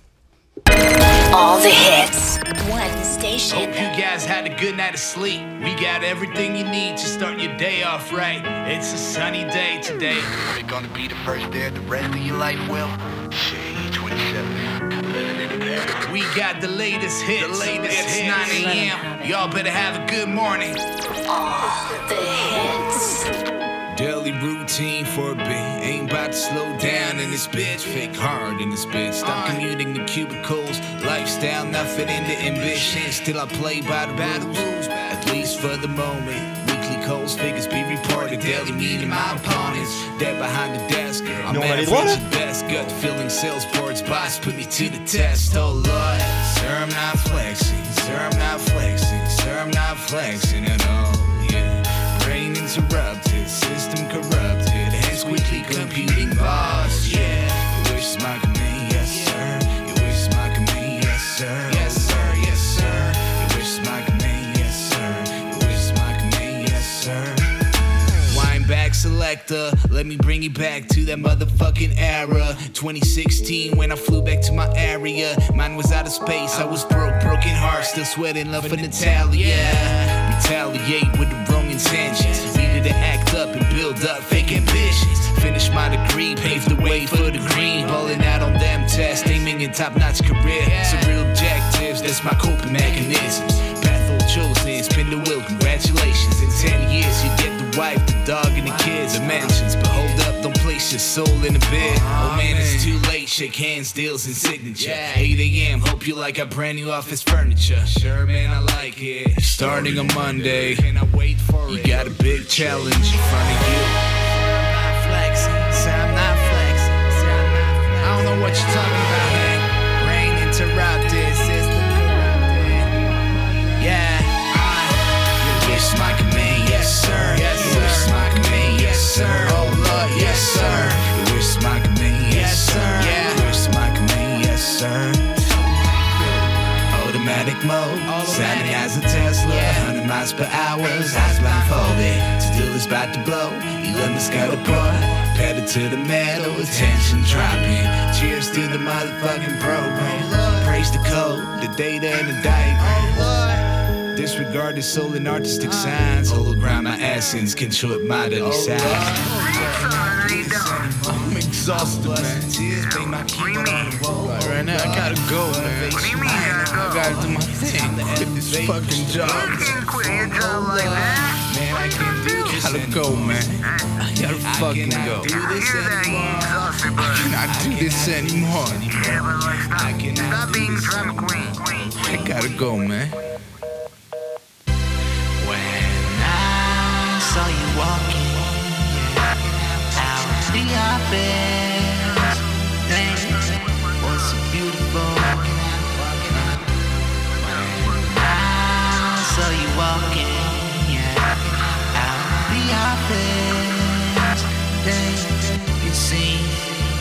All the hits. One station.
Hope you guys had a good night of sleep. We got everything you need to start your day off right. It's a sunny day today. It's gonna be the first day of the rest of your life, Will. Shit, 27. We got the latest hits. The latest it's 9 a.m. Y'all better have a good morning. Daily routine for a bit. Ain't about to slow down in this bitch. Fake hard in this bitch. Stop commuting to cubicles. Lifestyle, nothing in the ambition. Still, I play by the rules. At least for the moment. Weekly calls, figures be reported. Daily meeting my opponents. Dead behind the desk. I'm
Non, on a les
average
droits, là?
at best. Gut feeling sales boards. Boss put me to the test. Oh, Lord. Sir, I'm not flexing. Sir, I'm not flexing. Sir, I'm not flexing at all. Yeah. Brain interrupted, system corrupted, hands quickly computing lost. Yeah, your wish is my command, yes sir. Your wish is my command, yes sir. Yes sir, yes sir. Your wish is my command, yes sir. Your wish is my command, yes sir. Wineback selector, let me bring you back to that motherfucking era. 2016, when I flew back to my area, mine was out of space. I was broke, broken heart, still sweating love for Natalia. Retaliate with the wrong intentions. Needed to act up and build up fake ambitions. Finish my degree, paved the way for the green. Balling out on them tests, aiming in top notch career. Surreal objectives, that's my coping mechanisms. Path all chosen, spin the wheel, congratulations. In 10 years, you get the wife, the dog, and the kids. Dimensions, but hold up, don't place your soul in the bed. Oh man, it's too late, shake hands, deals, and signature. 8 a.m., hope you like our brand new office furniture. Sure, man, I like it. Starting on Monday, and I wait for it. You got a big challenge in front of you. I don't know what you're talking about, man. Brain interrupted, system corrupted. Yeah, I. Your wish my command, yes sir. Yes, your wish my command, yes sir. Oh Lord, yes sir. Your wish my command, yes sir. Yeah, your wish my command, yes sir. Automatic mode, sounding as a Tesla, 100 miles per hour, eyes blindfolded. To do is about to blow, you let me scout abroad. Pedal to the metal, attention dropping. Cheers to the motherfucking program. Praise the code, the data, and the diagram. Disregard the soul and artistic signs. Hologram my essence, control my daily signs. I'm exhausted, man. Tears be my key Like right now, I gotta go, man. What do you mean you gotta go? I gotta do my thing. Quit this fucking job. You can't quit your job like that. Man, I can't do this. Gotta go, man. I gotta fucking go. I cannot do this anymore. Yeah, but like, stop, stop being drama queen. I gotta go, man. When I saw you walking out the office, things was so beautiful. When I saw you walking out the office, things it seemed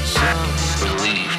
so believe.